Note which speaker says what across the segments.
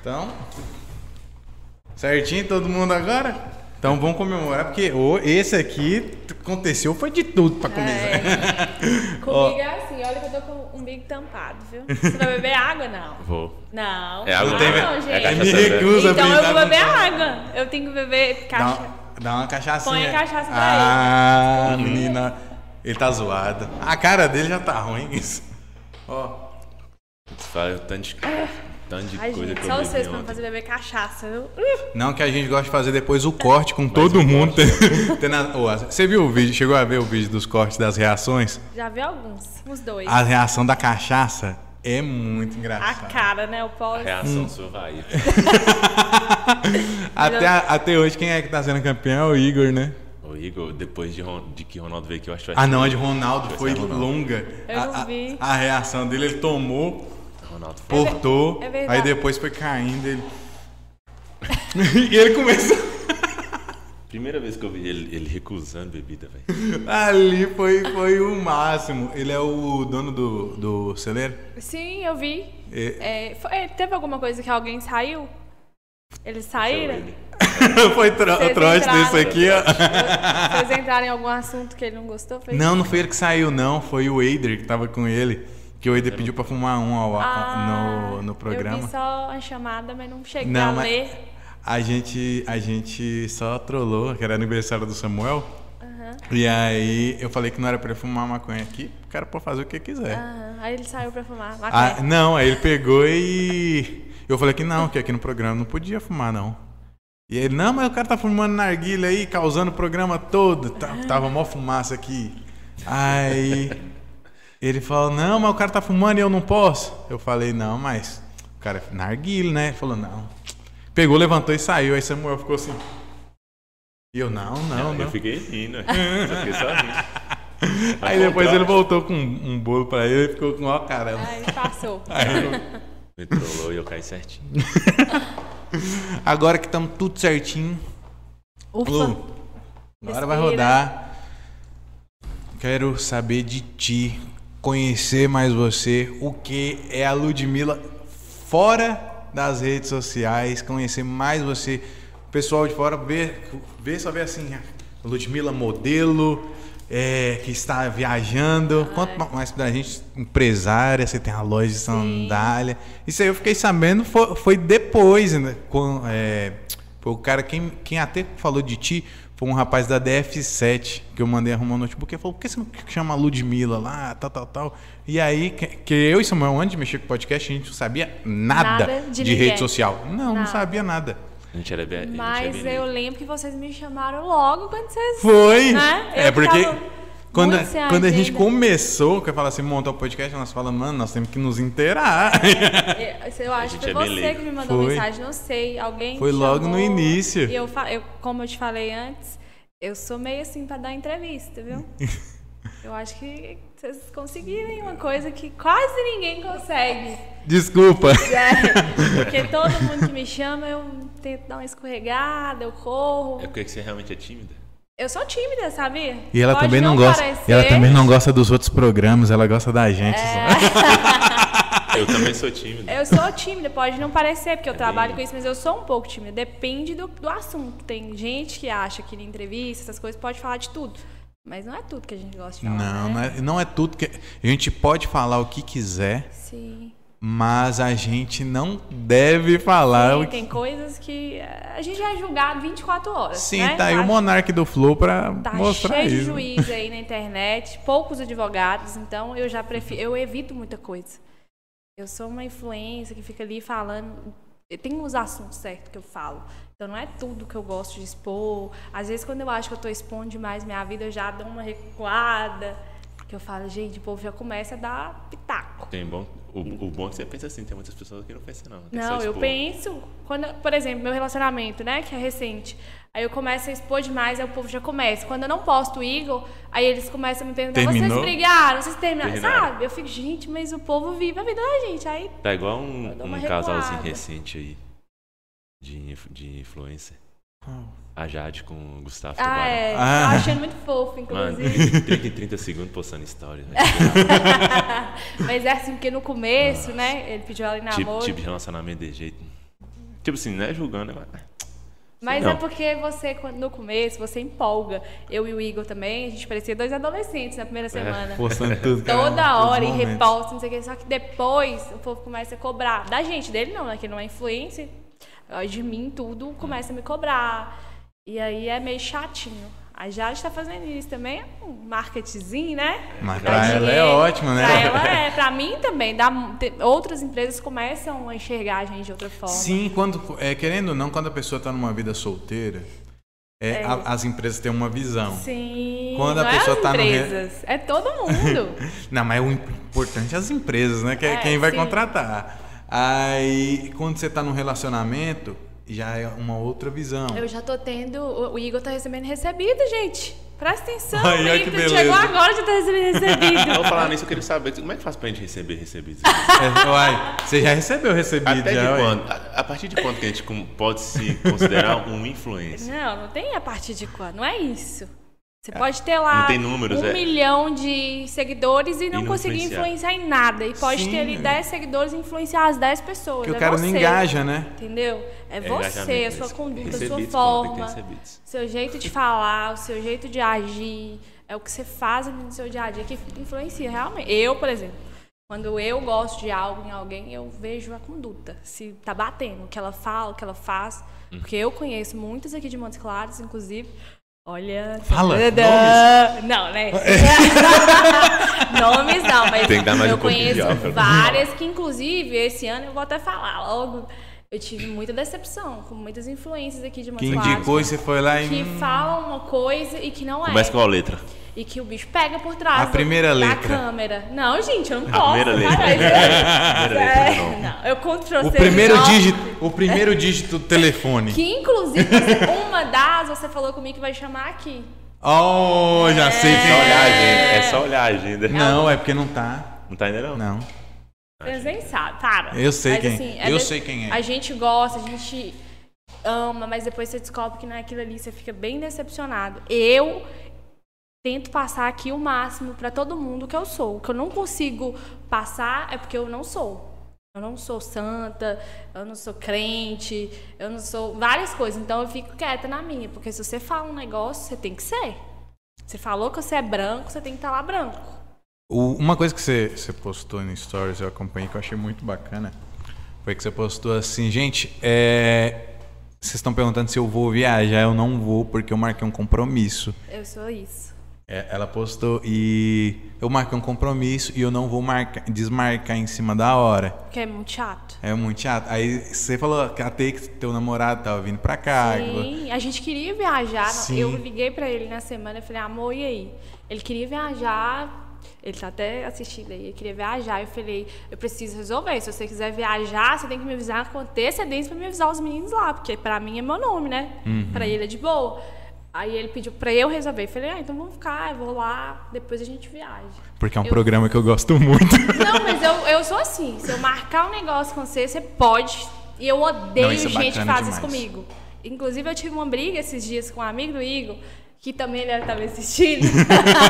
Speaker 1: Então, certinho todo mundo agora? Então vamos comemorar, porque o- esse aqui aconteceu foi de tudo pra
Speaker 2: É,
Speaker 1: né? começar. Ó.
Speaker 2: Comigo é assim, olha que eu tô com o umbigo tampado, viu? Você vai beber água, não?
Speaker 3: Vou.
Speaker 2: Não.
Speaker 3: É água,
Speaker 2: não,
Speaker 3: tem-
Speaker 2: não,
Speaker 3: é
Speaker 2: gente.
Speaker 3: cachaça,
Speaker 1: Me
Speaker 3: né?
Speaker 1: recusa
Speaker 2: então eu
Speaker 1: brindar
Speaker 2: vou
Speaker 1: com
Speaker 2: beber
Speaker 1: cachaça.
Speaker 2: água. Eu tenho que beber
Speaker 1: Dá,
Speaker 2: cachaça.
Speaker 1: uma- dá uma cachaçinha.
Speaker 2: Põe a cachaça pra
Speaker 1: Ah, menina. Ele tá zoado. A cara dele já tá ruim. Isso. Ó.
Speaker 3: Tu fala tanto de, tanto de
Speaker 2: Ai,
Speaker 3: coisa
Speaker 2: gente,
Speaker 3: que
Speaker 2: só
Speaker 3: eu
Speaker 2: vocês
Speaker 3: bebi
Speaker 2: pra me
Speaker 3: ontem.
Speaker 2: fazer beber cachaça, viu? Uh,
Speaker 1: Não que a gente gosta de fazer depois o corte com todo mundo. Tendo a- Ó, Você viu o vídeo? Chegou a ver o vídeo dos cortes das reações?
Speaker 2: Já vi alguns, uns dois.
Speaker 1: A reação da cachaça é muito
Speaker 2: A
Speaker 1: engraçada.
Speaker 2: cara, né? O Paulo.
Speaker 3: É Reação sua vai.
Speaker 1: Até, a- até hoje, quem é que tá sendo campeão é o Igor, né?
Speaker 3: Ô Igor, depois de, Ron- de que Ronaldo veio aqui, eu acho que vai
Speaker 1: Ah,
Speaker 3: ser
Speaker 1: não, a de Ronaldo
Speaker 3: Vai
Speaker 1: foi
Speaker 3: ser Ronaldo.
Speaker 1: longa.
Speaker 2: Eu
Speaker 1: a,
Speaker 2: não
Speaker 1: a-
Speaker 2: vi.
Speaker 1: a reação dele, ele tomou,
Speaker 3: Ronaldo. Pô,
Speaker 1: portou,
Speaker 2: é verdade.
Speaker 1: aí depois foi caindo. Ele... e ele começou.
Speaker 3: primeira vez que eu vi ele, ele recusando bebida, velho.
Speaker 1: Ali foi, foi o máximo. Ele é o dono do, do celeiro?
Speaker 2: Sim, eu vi.
Speaker 1: E-
Speaker 2: É, foi- é, teve alguma coisa que alguém saiu? Eles saíram?
Speaker 3: Ele-
Speaker 1: foi tro
Speaker 2: Vocês
Speaker 1: trote
Speaker 2: entraram.
Speaker 1: desse aqui, ó.
Speaker 2: Vocês entraram em algum assunto que ele não gostou? Foi
Speaker 1: Não, não foi ele que saiu, não. Foi o Eider que tava com ele. Que o Eider pediu pra fumar um ao,
Speaker 2: Ah,
Speaker 1: no, no programa.
Speaker 2: Eu vi só a chamada, mas não cheguei
Speaker 1: Não,
Speaker 2: a
Speaker 1: mas-
Speaker 2: ler.
Speaker 1: A gente, a gente só trollou, que era aniversário do Samuel. E aí eu falei que não era pra ele fumar maconha aqui, o cara pode fazer o que quiser.
Speaker 2: Aham, aí ele saiu pra fumar.
Speaker 1: Ah,
Speaker 2: maconha.
Speaker 1: não, aí ele pegou e. Eu falei que não, que aqui no programa não podia fumar, não. E ele, não, mas o cara tá fumando narguilha aí, causando o programa todo. Tá- Tava mó fumaça aqui. Aí ele falou, não, mas o cara tá fumando e eu não posso. Eu falei, não, mas o cara é narguilha, né? Ele falou, não. Pegou, levantou e saiu. Aí Samuel ficou assim. E eu, não, não, não.
Speaker 3: Eu fiquei rindo, velho. Só fiquei só rindo.
Speaker 1: Aí
Speaker 3: Ao
Speaker 1: depois ele
Speaker 3: contrário,
Speaker 1: voltou com um um bolo pra ele e ficou com, ó, caramba.
Speaker 2: Aí passou.
Speaker 1: Aí eu-
Speaker 3: Me trollou e eu caí certinho.
Speaker 1: Agora que estamos tudo certinho,
Speaker 2: Ufa.
Speaker 1: Lu, agora vai
Speaker 2: Respira.
Speaker 1: rodar. Quero saber de ti, conhecer mais você, o que é a Ludmilla fora das redes sociais, conhecer mais você. O pessoal de fora vê, vê só vê assim, a Ludmilla modelo, é, que está viajando. Quanto ma- mais pra gente, empresária, você tem a loja de sandália. Isso aí eu fiquei sabendo, foi, foi depois, né? Com, é, foi o cara, quem, quem até falou de ti, foi um rapaz da DF7 que eu mandei arrumar o notebook. Ele falou: por que você não chama a Ludmilla lá, tal, tal, tal? E aí, que, que eu e Samuel, antes de mexer com o podcast, a gente não sabia nada,
Speaker 2: Nada
Speaker 1: de,
Speaker 2: de
Speaker 1: rede
Speaker 2: ninguém.
Speaker 1: social. Não, não
Speaker 2: Nada.
Speaker 1: sabia nada.
Speaker 3: A gente era bem. a gente era
Speaker 2: Mas
Speaker 3: bem
Speaker 2: eu
Speaker 3: negro.
Speaker 2: lembro que vocês me chamaram logo quando vocês.
Speaker 1: Foi!
Speaker 2: Né?
Speaker 1: É
Speaker 2: Eu
Speaker 1: porque
Speaker 2: tava
Speaker 1: quando,
Speaker 2: muito sem
Speaker 1: quando a gente
Speaker 2: agenda.
Speaker 1: começou, que eu falo assim, montar o podcast, nós falamos, mano, nós temos que nos inteirar.
Speaker 2: Eu, eu acho que
Speaker 3: gente
Speaker 2: foi
Speaker 3: é
Speaker 2: você
Speaker 3: bem leigo.
Speaker 2: que me mandou
Speaker 1: Foi.
Speaker 2: mensagem, não sei. Alguém.
Speaker 1: Foi
Speaker 2: me
Speaker 1: logo no
Speaker 2: chamou.
Speaker 1: início.
Speaker 2: E eu, fa- eu, como eu te falei antes, eu sou meio assim pra dar entrevista, viu? eu acho que vocês conseguirem uma coisa que quase ninguém consegue.
Speaker 1: Desculpa.
Speaker 2: É, porque todo mundo que me chama, eu tento dar uma escorregada, eu corro.
Speaker 3: É porque que você realmente é tímida?
Speaker 2: Eu sou tímida, sabia?
Speaker 1: E ela
Speaker 2: Pode
Speaker 1: também não, gosta.
Speaker 2: parecer.
Speaker 1: E ela também não gosta dos outros programas, ela gosta da gente.
Speaker 2: É.
Speaker 1: só.
Speaker 3: Eu também sou tímido.
Speaker 2: Eu sou tímida, pode não parecer,
Speaker 1: É
Speaker 2: porque eu trabalho
Speaker 3: bem.
Speaker 2: com isso, mas eu sou um pouco tímida. Depende do, do assunto. Tem gente que acha que em entrevista, essas coisas, pode falar de tudo. Mas não é tudo que a gente gosta de falar.
Speaker 1: Não,
Speaker 2: né?
Speaker 1: não é, não é tudo que. A gente pode falar o que quiser,
Speaker 2: Sim.
Speaker 1: mas a gente não deve falar
Speaker 2: Sim,
Speaker 1: o que.
Speaker 2: tem coisas que eh, a gente é julgado 24 horas.
Speaker 1: Sim,
Speaker 2: né?
Speaker 1: tá aí o Monark do Flow pra
Speaker 2: Tá
Speaker 1: mostrar
Speaker 2: cheio de
Speaker 1: isso.
Speaker 2: juiz aí na internet, poucos advogados, então eu já prefiro, eu evito muita coisa. Eu sou uma influência que fica ali falando, eu tenho uns assuntos certos que eu falo. Então não é tudo que eu gosto de expor. Às vezes quando eu acho que eu tô expondo demais minha vida, eu já dou uma recuada, que eu falo, gente, o povo já começa a dar pitaco.
Speaker 3: Tem bom. O, o bom é que você pensa assim, tem muitas pessoas que não pensam, não. Tem que
Speaker 2: Não,
Speaker 3: só
Speaker 2: eu
Speaker 3: expor.
Speaker 2: penso. Quando, por exemplo, meu relacionamento, né, que é recente. Aí eu começo a expor demais, aí o povo já começa. Quando eu não posto o Eagle, aí eles começam a me perguntar:
Speaker 1: Terminou?
Speaker 2: vocês brigaram, vocês terminaram,
Speaker 3: Terminaram.
Speaker 2: sabe? Eu fico, gente, mas o povo vive a vida da gente. Aí
Speaker 3: Tá igual
Speaker 2: Eu
Speaker 3: um,
Speaker 2: dou uma
Speaker 3: um casalzinho
Speaker 2: recuada.
Speaker 3: recente aí. De, inf- de influencer.
Speaker 1: Qual?
Speaker 3: A Jade com o Gustavo
Speaker 2: Ah,
Speaker 3: Tubarão.
Speaker 2: é.
Speaker 1: Ah.
Speaker 2: Tô achando muito fofo,
Speaker 3: Mano,
Speaker 2: inclusive.
Speaker 3: 30 em 30 segundos postando história. Né?
Speaker 2: Mas é assim, porque no começo, né? Ele pediu ela em
Speaker 3: tipo,
Speaker 2: namoro.
Speaker 3: tipo de relacionamento de jeito. Tipo assim, não é julgando, é. mas-
Speaker 2: Mas
Speaker 3: Não.
Speaker 2: é porque você, quando- no começo, você empolga. Eu e o Igor também, a gente parecia dois adolescentes na
Speaker 3: É.
Speaker 2: primeira semana.
Speaker 1: Postando tudo. cara,
Speaker 2: Toda
Speaker 1: todos os
Speaker 2: hora, em
Speaker 1: momentos.
Speaker 2: reposta, não sei o que. Só que depois o povo começa a cobrar. Da gente, dele não, né? Que não é influencer. Ah, De mim, tudo começa a me cobrar. E aí é meio chatinho. A Jade tá fazendo isso também, é um marketzinho, né?
Speaker 1: Mas
Speaker 2: Dá
Speaker 1: pra ela é ótimo, né?
Speaker 2: Pra ela é, pra mim também. Dá, te- outras empresas começam a enxergar a gente de outra forma.
Speaker 1: Sim, quando, é, querendo ou não, quando a pessoa tá numa vida solteira, é, a- as empresas têm uma visão.
Speaker 2: Sim.
Speaker 1: Quando a
Speaker 2: não
Speaker 1: pessoa
Speaker 2: é as
Speaker 1: tá no re-
Speaker 2: empresas, é todo mundo.
Speaker 1: Não, mas o importante é as empresas, né? Que é,
Speaker 2: É,
Speaker 1: quem vai
Speaker 2: sim.
Speaker 1: contratar. Aí, quando você tá num relacionamento, já é uma outra visão.
Speaker 2: Eu já tô tendo. O o Igor tá recebendo recebido, gente. Presta atenção.
Speaker 1: Aí, olha
Speaker 2: hein?
Speaker 1: que
Speaker 2: Chegou
Speaker 1: beleza.
Speaker 2: agora já tá recebendo
Speaker 3: Ah, Eu vou
Speaker 2: recebido.
Speaker 3: falar nisso, eu queria saber como é que faz pra gente receber recebidos.
Speaker 1: É, uai, você já recebeu recebido
Speaker 3: Até
Speaker 1: já,
Speaker 3: de
Speaker 1: ué.
Speaker 3: quando? A, a partir de quando que a gente com- pode se considerar um influencer?
Speaker 2: não, não tem a partir de quando. Não é isso. Você pode ter lá
Speaker 3: Não tem números,
Speaker 2: um
Speaker 3: é.
Speaker 2: milhão de seguidores e não,
Speaker 3: não
Speaker 2: conseguir influenciar.
Speaker 3: influenciar.
Speaker 2: em nada. E pode
Speaker 1: Sim,
Speaker 2: ter ali
Speaker 1: é.
Speaker 2: 10 seguidores e influenciar as 10 pessoas.
Speaker 1: Porque o
Speaker 2: é
Speaker 1: cara
Speaker 2: você,
Speaker 1: não engaja, né?
Speaker 2: Entendeu? É, você, a
Speaker 3: engajamento,
Speaker 2: sua
Speaker 3: rece-
Speaker 2: conduta, a sua
Speaker 3: recebidos, quando tem
Speaker 2: forma.
Speaker 3: que ter recebidos.
Speaker 2: Seu jeito de falar, o seu jeito de agir, é o que você faz no seu dia a dia que influencia realmente. Eu, por exemplo, quando eu gosto de algo em alguém, eu vejo a conduta, se tá batendo, o que ela fala, o que ela faz.
Speaker 3: Hum.
Speaker 2: Porque eu conheço muitos aqui de Montes Claros, inclusive. Olha.
Speaker 1: Fala,
Speaker 2: Tadã! Não, né? nomes não, mas
Speaker 3: Tem que dar mais
Speaker 2: eu
Speaker 3: um pouquinho de
Speaker 2: conheço
Speaker 3: álcool.
Speaker 2: várias que, inclusive, esse ano eu vou até falar logo. Eu tive muita decepção com muitas influências aqui de
Speaker 1: Que
Speaker 2: Montes Claros
Speaker 1: indicou e você foi lá e.
Speaker 2: que falam uma coisa e que não é.
Speaker 3: Começa com a letra.
Speaker 2: E que o bicho pega por trás
Speaker 1: A primeira
Speaker 2: da
Speaker 1: letra.
Speaker 2: câmera. Não, gente, eu não
Speaker 3: A
Speaker 2: posso.
Speaker 3: primeira
Speaker 2: para
Speaker 3: letra.
Speaker 2: isso.
Speaker 3: Primeira letra,
Speaker 2: É,
Speaker 3: não.
Speaker 2: não, eu conto pra
Speaker 1: O
Speaker 2: vocês,
Speaker 1: primeiro
Speaker 2: não.
Speaker 1: dígito, o primeiro dígito do telefone.
Speaker 2: Que inclusive, uma das você falou comigo que vai chamar aqui.
Speaker 1: Oh, já sei
Speaker 3: É
Speaker 1: quem
Speaker 3: só olhar a
Speaker 1: é.
Speaker 3: agenda. É só olhar a agenda.
Speaker 1: Não, é porque não tá.
Speaker 3: Não tá ainda não?
Speaker 1: Não.
Speaker 2: Vocês nem sabem, para.
Speaker 1: Eu sei
Speaker 2: Mas,
Speaker 1: quem-
Speaker 2: assim,
Speaker 1: eu
Speaker 2: de-
Speaker 1: sei quem é.
Speaker 2: A gente gosta, a gente ama, mas depois você descobre que não é aquilo ali, você fica bem decepcionado. Eu tento passar aqui o máximo pra todo mundo que eu sou. O que eu não consigo passar é porque eu não sou. Eu não sou santa, eu não sou crente, eu não sou várias coisas. Então eu fico quieta na minha, porque se você fala um negócio, você tem que ser. Você falou que você é branco, você tem que estar lá branco.
Speaker 1: O- uma coisa que você, você postou no Stories, eu acompanhei, que eu achei muito bacana, foi que você postou assim, gente, é, vocês estão perguntando se eu vou viajar, eu não vou, porque eu marquei um compromisso.
Speaker 2: Eu sou isso.
Speaker 1: É, ela postou e eu marquei um compromisso e eu não vou marcar, desmarcar em cima da hora.
Speaker 2: Porque é muito chato.
Speaker 1: É muito chato. Aí você falou que até que teu namorado tava vindo pra cá. que-
Speaker 2: Sim, a gente queria viajar.
Speaker 1: Sim.
Speaker 2: Eu liguei pra ele na semana e falei, amor, e aí? Ele queria viajar. Ele tá até assistindo aí, ele queria viajar. Eu falei, eu preciso resolver. Se você quiser viajar, você tem que me avisar com antecedência pra me avisar os meninos lá, porque pra mim é meu nome, né? Pra ele é de boa. Aí ele pediu pra eu resolver. Eu falei, ah, então vamos ficar, eu vou lá, depois a gente viaja.
Speaker 1: Porque é um
Speaker 2: Eu-
Speaker 1: programa que eu gosto muito.
Speaker 2: Não, mas eu, eu sou assim. Se eu marcar um negócio com você, você pode. E eu odeio
Speaker 1: Não, isso é
Speaker 2: gente que
Speaker 1: bacana
Speaker 2: faz isso
Speaker 1: demais.
Speaker 2: comigo. Inclusive, eu tive uma briga esses dias com um amigo do Igor, que também ele estava assistindo.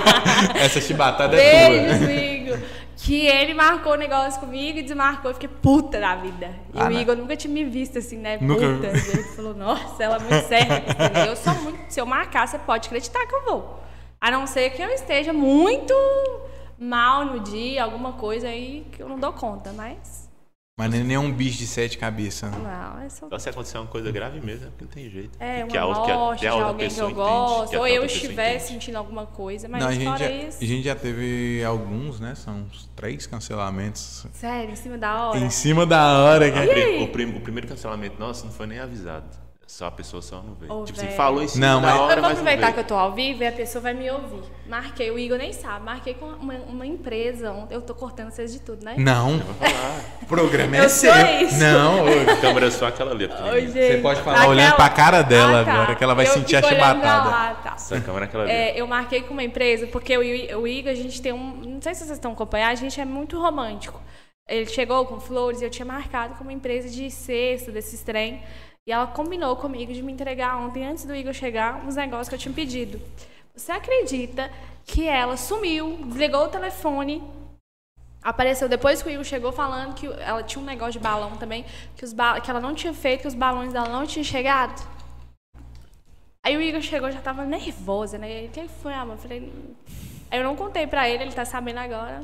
Speaker 1: Essa chibatada é
Speaker 2: Beijos,
Speaker 1: tua.
Speaker 2: Igor. Que ele marcou o negócio comigo e desmarcou. Eu fiquei puta da vida. E
Speaker 1: Ah,
Speaker 2: o
Speaker 1: né?
Speaker 2: Igor nunca tinha me visto assim, né?
Speaker 1: Nunca.
Speaker 2: Puta. Ele falou, nossa, ela é muito séria. entendeu? Eu sou muito. Se eu marcar, você pode acreditar que eu vou. A não ser que eu esteja muito mal no dia, alguma coisa aí que eu não dou conta, mas.
Speaker 1: Mas nem é um bicho de sete cabeças. né?
Speaker 2: Não, é só.
Speaker 3: Só Então, se acontecer uma coisa grave mesmo, é porque não tem jeito.
Speaker 2: É,
Speaker 3: Que
Speaker 2: uma
Speaker 3: outra-
Speaker 2: morte
Speaker 3: até
Speaker 2: de
Speaker 3: a outra
Speaker 2: alguém que eu
Speaker 3: pessoa entende,
Speaker 2: gosto,
Speaker 3: que até
Speaker 2: ou
Speaker 3: a
Speaker 2: eu
Speaker 3: outra pessoa
Speaker 2: estiver assim.
Speaker 3: entende.
Speaker 2: sentindo alguma coisa, mas
Speaker 1: Não, a gente,
Speaker 2: fora
Speaker 1: já,
Speaker 2: isso.
Speaker 1: a gente já teve alguns, né? São uns três cancelamentos
Speaker 2: Sério, em cima da hora.
Speaker 1: em cima da hora.
Speaker 3: É, O
Speaker 1: cara.
Speaker 3: prim-
Speaker 2: aí?
Speaker 3: O, prim- o primeiro cancelamento nosso não foi nem avisado. Só a pessoa só não veio.
Speaker 2: Ô,
Speaker 3: tipo
Speaker 2: velho.
Speaker 3: assim, falou em cima
Speaker 1: Não,
Speaker 3: da
Speaker 1: mas-
Speaker 3: hora,
Speaker 2: eu vou
Speaker 3: mas não
Speaker 2: aproveitar que
Speaker 3: veio.
Speaker 2: eu tô ao vivo e a pessoa vai me ouvir. Marquei, o Igor nem sabe, marquei com uma, uma empresa ontem. Eu tô cortando vocês de tudo, né?
Speaker 1: Não,
Speaker 3: Vou falar.
Speaker 1: o programa é
Speaker 2: Eu
Speaker 1: seu.
Speaker 2: sou isso.
Speaker 1: Não, ô,
Speaker 3: A câmera é só aquela ali, a
Speaker 2: Oi,
Speaker 3: pequenininha.
Speaker 2: gente.
Speaker 1: Você pode falar olhando pra cara dela agora, que ela vai
Speaker 2: Ah, tá. Eu
Speaker 1: sentir a
Speaker 2: fico olhando pra
Speaker 1: chibatada.
Speaker 2: lá, tá.
Speaker 3: Essa câmera é aquela ali.
Speaker 2: É, eu marquei com uma empresa, porque o, I- o Igor, a gente tem um. Não sei se vocês estão acompanhando, a gente é muito romântico. Ele chegou com flores, eu tinha marcado com uma empresa de cesta, desses trem. E ela combinou comigo de me entregar ontem, antes do Igor chegar, uns negócios que eu tinha pedido. Você acredita que ela sumiu, desligou o telefone Apareceu depois que o Igor chegou falando que ela tinha um negócio de balão também, que, os ba- que ela não tinha feito, que os balões dela não tinham chegado. Aí o Igor chegou, já tava nervosa, né? Ele, Quem foi, amor? Eu falei. "Não." Aí eu não contei pra ele, ele tá sabendo agora.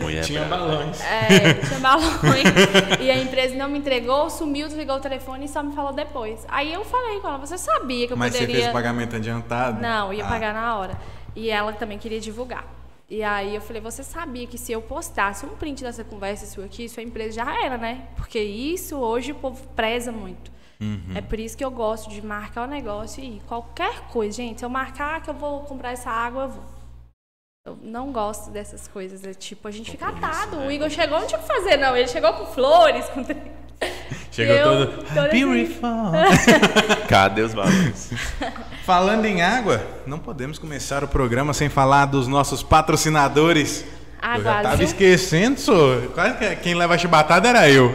Speaker 3: Mulher
Speaker 1: Tinha
Speaker 3: brava.
Speaker 1: balões.
Speaker 2: É, tinha balões e a empresa não me entregou, sumiu, desligou o telefone e só me falou depois. Aí eu falei com ela, você sabia que eu
Speaker 1: Mas
Speaker 2: poderia.
Speaker 1: você fez o pagamento adiantado?
Speaker 2: Não, ia
Speaker 1: Ah,
Speaker 2: pagar na hora. E ela também queria divulgar. E aí eu falei, você sabia que se eu postasse um print dessa conversa sua aqui, sua empresa já era, né? Porque isso hoje o povo preza muito.
Speaker 1: Uhum.
Speaker 2: É por isso que eu gosto de marcar o negócio e qualquer coisa, gente. Se eu marcar que eu vou comprar essa água, eu vou. Eu não gosto dessas coisas. É tipo, a gente fica atado.
Speaker 1: né?
Speaker 2: O Igor chegou, não tinha o que fazer, não. Ele chegou com flores, com.
Speaker 3: Chegou
Speaker 2: E eu
Speaker 3: todo.
Speaker 2: toda assim,
Speaker 1: Beautiful.
Speaker 3: Cadê os balões?
Speaker 1: Falando em água, não podemos começar o programa sem falar dos nossos patrocinadores. eu já
Speaker 2: Água
Speaker 1: tava
Speaker 2: azul.
Speaker 1: esquecendo, só. Quase que quem leva a chibatada era eu.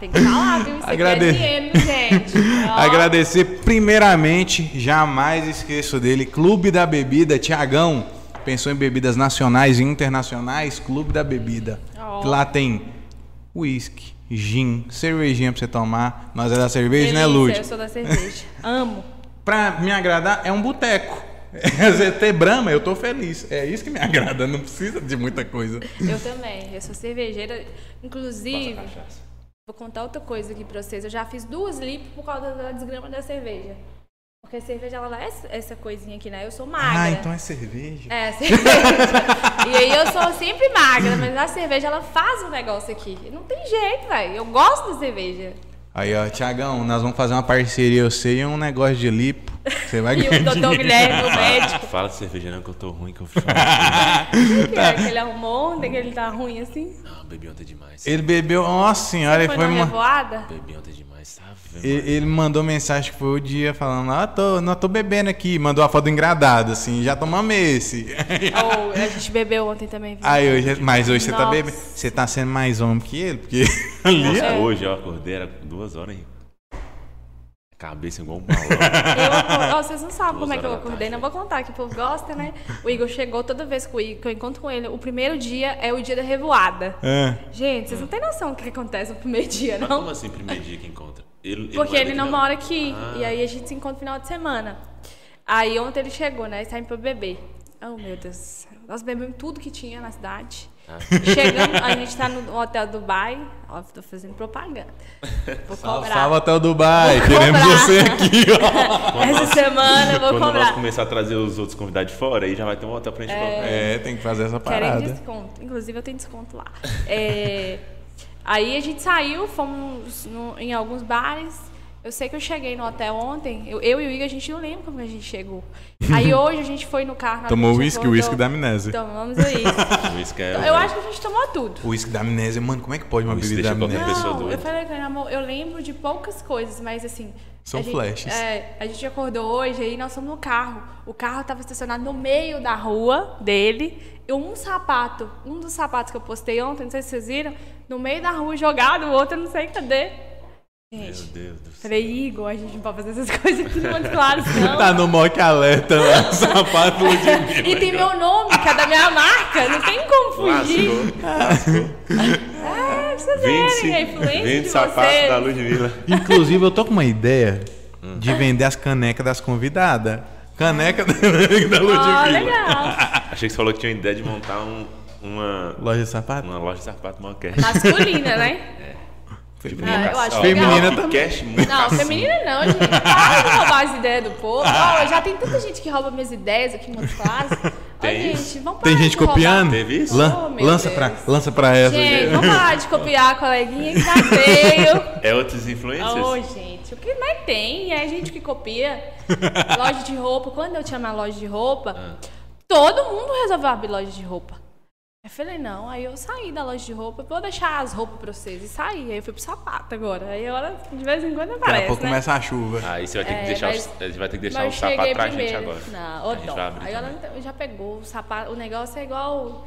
Speaker 2: Tem que falar, viu? Isso aqui é
Speaker 1: Agrade-
Speaker 2: dinheiro, gente. Ó.
Speaker 1: Agradecer primeiramente, jamais esqueço dele, Clube da Bebida, Tiagão. Pensou em bebidas nacionais e internacionais? Clube da Bebida.
Speaker 2: Ó.
Speaker 1: Que Lá tem uísque, gin, cervejinha pra você tomar. Nós é da cerveja, né,
Speaker 2: Delícia,
Speaker 1: Lud?
Speaker 2: Eu sou da cerveja. Amo.
Speaker 1: Pra me agradar, é um boteco. É ter brama, eu tô feliz. É isso que me agrada, não precisa de muita coisa.
Speaker 2: Eu também. Eu sou cervejeira. Inclusive,
Speaker 3: cachaça.
Speaker 2: vou contar outra coisa aqui pra vocês. Eu já fiz duas lipos por causa da desgrama da cerveja. Porque a cerveja, ela dá essa, essa coisinha aqui, né? Eu sou magra.
Speaker 1: Ah, então é cerveja.
Speaker 2: É, cerveja. e aí eu sou sempre magra, mas a cerveja, ela faz um negócio aqui. Não tem jeito, velho. Eu gosto da cerveja.
Speaker 1: Aí, ó, Tiagão, nós vamos fazer uma parceria, eu sei, e um negócio de lipo. Você vai
Speaker 2: E
Speaker 1: ganhar
Speaker 2: o doutor
Speaker 1: dinheiro.
Speaker 2: Guilherme, o médico,
Speaker 3: Fala de cerveja não que eu tô ruim, que eu fui.
Speaker 2: que,
Speaker 1: Tá.
Speaker 2: é, que ele arrumou ontem, que ele tá ruim assim.
Speaker 3: Não, bebi ontem demais.
Speaker 1: Ele bebeu, nossa senhora, ele
Speaker 2: Foi,
Speaker 1: foi.
Speaker 2: numa
Speaker 1: uma-
Speaker 2: revoada.
Speaker 3: Bebi ontem demais, tá sabe?
Speaker 1: Ele ele mandou mensagem que foi o dia falando, ah, tô, não tô bebendo aqui. Mandou a foto engradada, assim, já tomamos esse.
Speaker 2: Ou a gente bebeu ontem também, viu?
Speaker 1: Aí hoje, mas hoje você tá
Speaker 2: Nossa.
Speaker 1: bebendo. Você tá sendo mais homem que ele, porque ali.
Speaker 2: É.
Speaker 3: Hoje eu acordei, era duas horas aí. Cabeça igual um balão.
Speaker 2: Eu acor- Ó, vocês não sabem como é que eu
Speaker 3: Duas horas da
Speaker 2: acordei,
Speaker 3: tarde.
Speaker 2: não vou contar, que o povo gosta, né? O Igor chegou toda vez que o Igor- que eu encontro com ele. O primeiro dia é o dia da revoada.
Speaker 1: Ah.
Speaker 2: Gente, vocês não têm noção do que acontece no primeiro dia,
Speaker 3: Mas como
Speaker 2: não?
Speaker 3: assim, primeiro dia que encontra? Ele, ele
Speaker 2: Porque
Speaker 3: é
Speaker 2: ele
Speaker 3: daqui,
Speaker 2: não mora aqui.
Speaker 3: Ah.
Speaker 2: E aí a gente se encontra no final de semana. Aí ontem ele chegou, né? E saímos pra beber. Oh, meu Deus. do céu. Nós bebemos tudo que tinha na cidade.
Speaker 3: Ah.
Speaker 2: Chegamos, a gente tá no hotel Dubai. Ó, tô fazendo propaganda. Vou
Speaker 1: Salve,
Speaker 2: cobrar.
Speaker 1: salve até o Dubai,
Speaker 2: Vou
Speaker 1: queremos
Speaker 2: cobrar.
Speaker 1: você aqui, ó.
Speaker 3: Quando
Speaker 2: Essa
Speaker 3: nós-
Speaker 2: semana eu vou
Speaker 3: Quando
Speaker 2: cobrar.
Speaker 3: nós começar a trazer os outros convidados de fora, aí já vai ter um hotel pra gente colocar.
Speaker 1: É, tem que fazer essa
Speaker 2: Querem
Speaker 1: parada.
Speaker 2: desconto. Inclusive, eu tenho desconto lá. É, aí a gente saiu, fomos no- em alguns bares. Eu sei que eu cheguei no hotel ontem. Eu, eu e o Igor, a gente não lembra como a gente chegou. Aí hoje a gente foi no carro. na hora
Speaker 1: Tomou
Speaker 2: que a gente
Speaker 1: uísque, o uísque
Speaker 2: acordou,
Speaker 1: da amnésia.
Speaker 2: Tomamos aí.
Speaker 3: Isso que é
Speaker 2: eu acho que a gente tomou tudo.
Speaker 1: O uísque da amnésia, mano, como é que pode uma
Speaker 3: O uísque
Speaker 1: bebida da
Speaker 3: deixa qualquer
Speaker 1: amnésia?
Speaker 3: pessoa-
Speaker 2: Não,
Speaker 3: doida.
Speaker 2: eu falei com ele, amor, eu lembro de poucas coisas, mas assim.
Speaker 1: São
Speaker 2: a gente-
Speaker 1: flashes.
Speaker 2: é, a gente acordou hoje, aí nós fomos no carro. O carro estava estacionado no meio da rua dele. E um sapato, um dos sapatos que eu postei ontem, não sei se vocês viram, no meio da rua jogado, o outro eu não sei cadê.
Speaker 3: Meu
Speaker 2: Gente,
Speaker 3: Deus do céu.
Speaker 2: falei, Igor, a gente não pode fazer essas coisas aqui no Montes Claros, não.
Speaker 1: Tá no mock alerta, né? sapato de
Speaker 2: e tem meu nome, que é da minha marca, não tem como fugir.
Speaker 3: Lascou, lascou.
Speaker 2: É, pra vocês
Speaker 3: Vende-se.
Speaker 2: verem a influência
Speaker 3: Vende
Speaker 2: de
Speaker 3: sapato
Speaker 2: vocês.
Speaker 3: da Ludmilla.
Speaker 1: Inclusive, eu tô com uma ideia
Speaker 3: Hum.
Speaker 1: de vender as canecas das convidadas. Caneca da, da
Speaker 2: Ó,
Speaker 1: Ludmilla.
Speaker 2: legal.
Speaker 3: Achei que você falou que tinha ideia de montar um- uma,
Speaker 1: Loja de sapato?
Speaker 3: uma loja de sapato moquete.
Speaker 2: Masculina, né?
Speaker 1: Feminina.
Speaker 2: Ah, eu acho
Speaker 1: Feminina também.
Speaker 3: Cash,
Speaker 2: Não, feminina não, gente. Para de roubar as ideias do povo.
Speaker 1: Ah.
Speaker 2: Ó, já tem tanta gente que rouba minhas ideias aqui em Montes Claros. Ó,
Speaker 3: Tem isso.
Speaker 2: gente, vamos parar
Speaker 1: Tem gente
Speaker 2: de
Speaker 1: copiando?
Speaker 2: Roubar.
Speaker 3: Teve isso?
Speaker 1: Lan-
Speaker 2: Oh, meu
Speaker 1: lança,
Speaker 2: Deus.
Speaker 1: pra, lança pra essa.
Speaker 2: Gente, vamos parar de copiar a coleguinha que tá feio.
Speaker 3: É outros influencers?
Speaker 2: Ô, gente, o que mais tem é gente que copia. Loja de roupa. Quando eu tinha uma loja de roupa,
Speaker 1: Ah.
Speaker 2: todo mundo resolveu abrir loja de roupa. Eu falei, não, aí eu saí da loja de roupa, vou deixar as roupas pra vocês. E saí, aí eu fui pro sapato agora. Aí agora, de vez em quando
Speaker 1: Daqui a
Speaker 2: aparece,
Speaker 1: pouco
Speaker 2: né?
Speaker 1: começa a chuva.
Speaker 3: Ah, Aí você vai ter que
Speaker 2: É,
Speaker 3: deixar,
Speaker 2: mas-
Speaker 3: os, a gente vai ter que deixar
Speaker 2: Mas
Speaker 3: o
Speaker 2: eu
Speaker 3: sapato
Speaker 2: cheguei
Speaker 3: pra gente
Speaker 2: primeiro.
Speaker 3: agora.
Speaker 2: Não, ô,
Speaker 3: a gente
Speaker 2: dó.
Speaker 3: vai abrir
Speaker 2: Aí ela
Speaker 3: também.
Speaker 2: não- já pegou o sapato. O negócio é igual.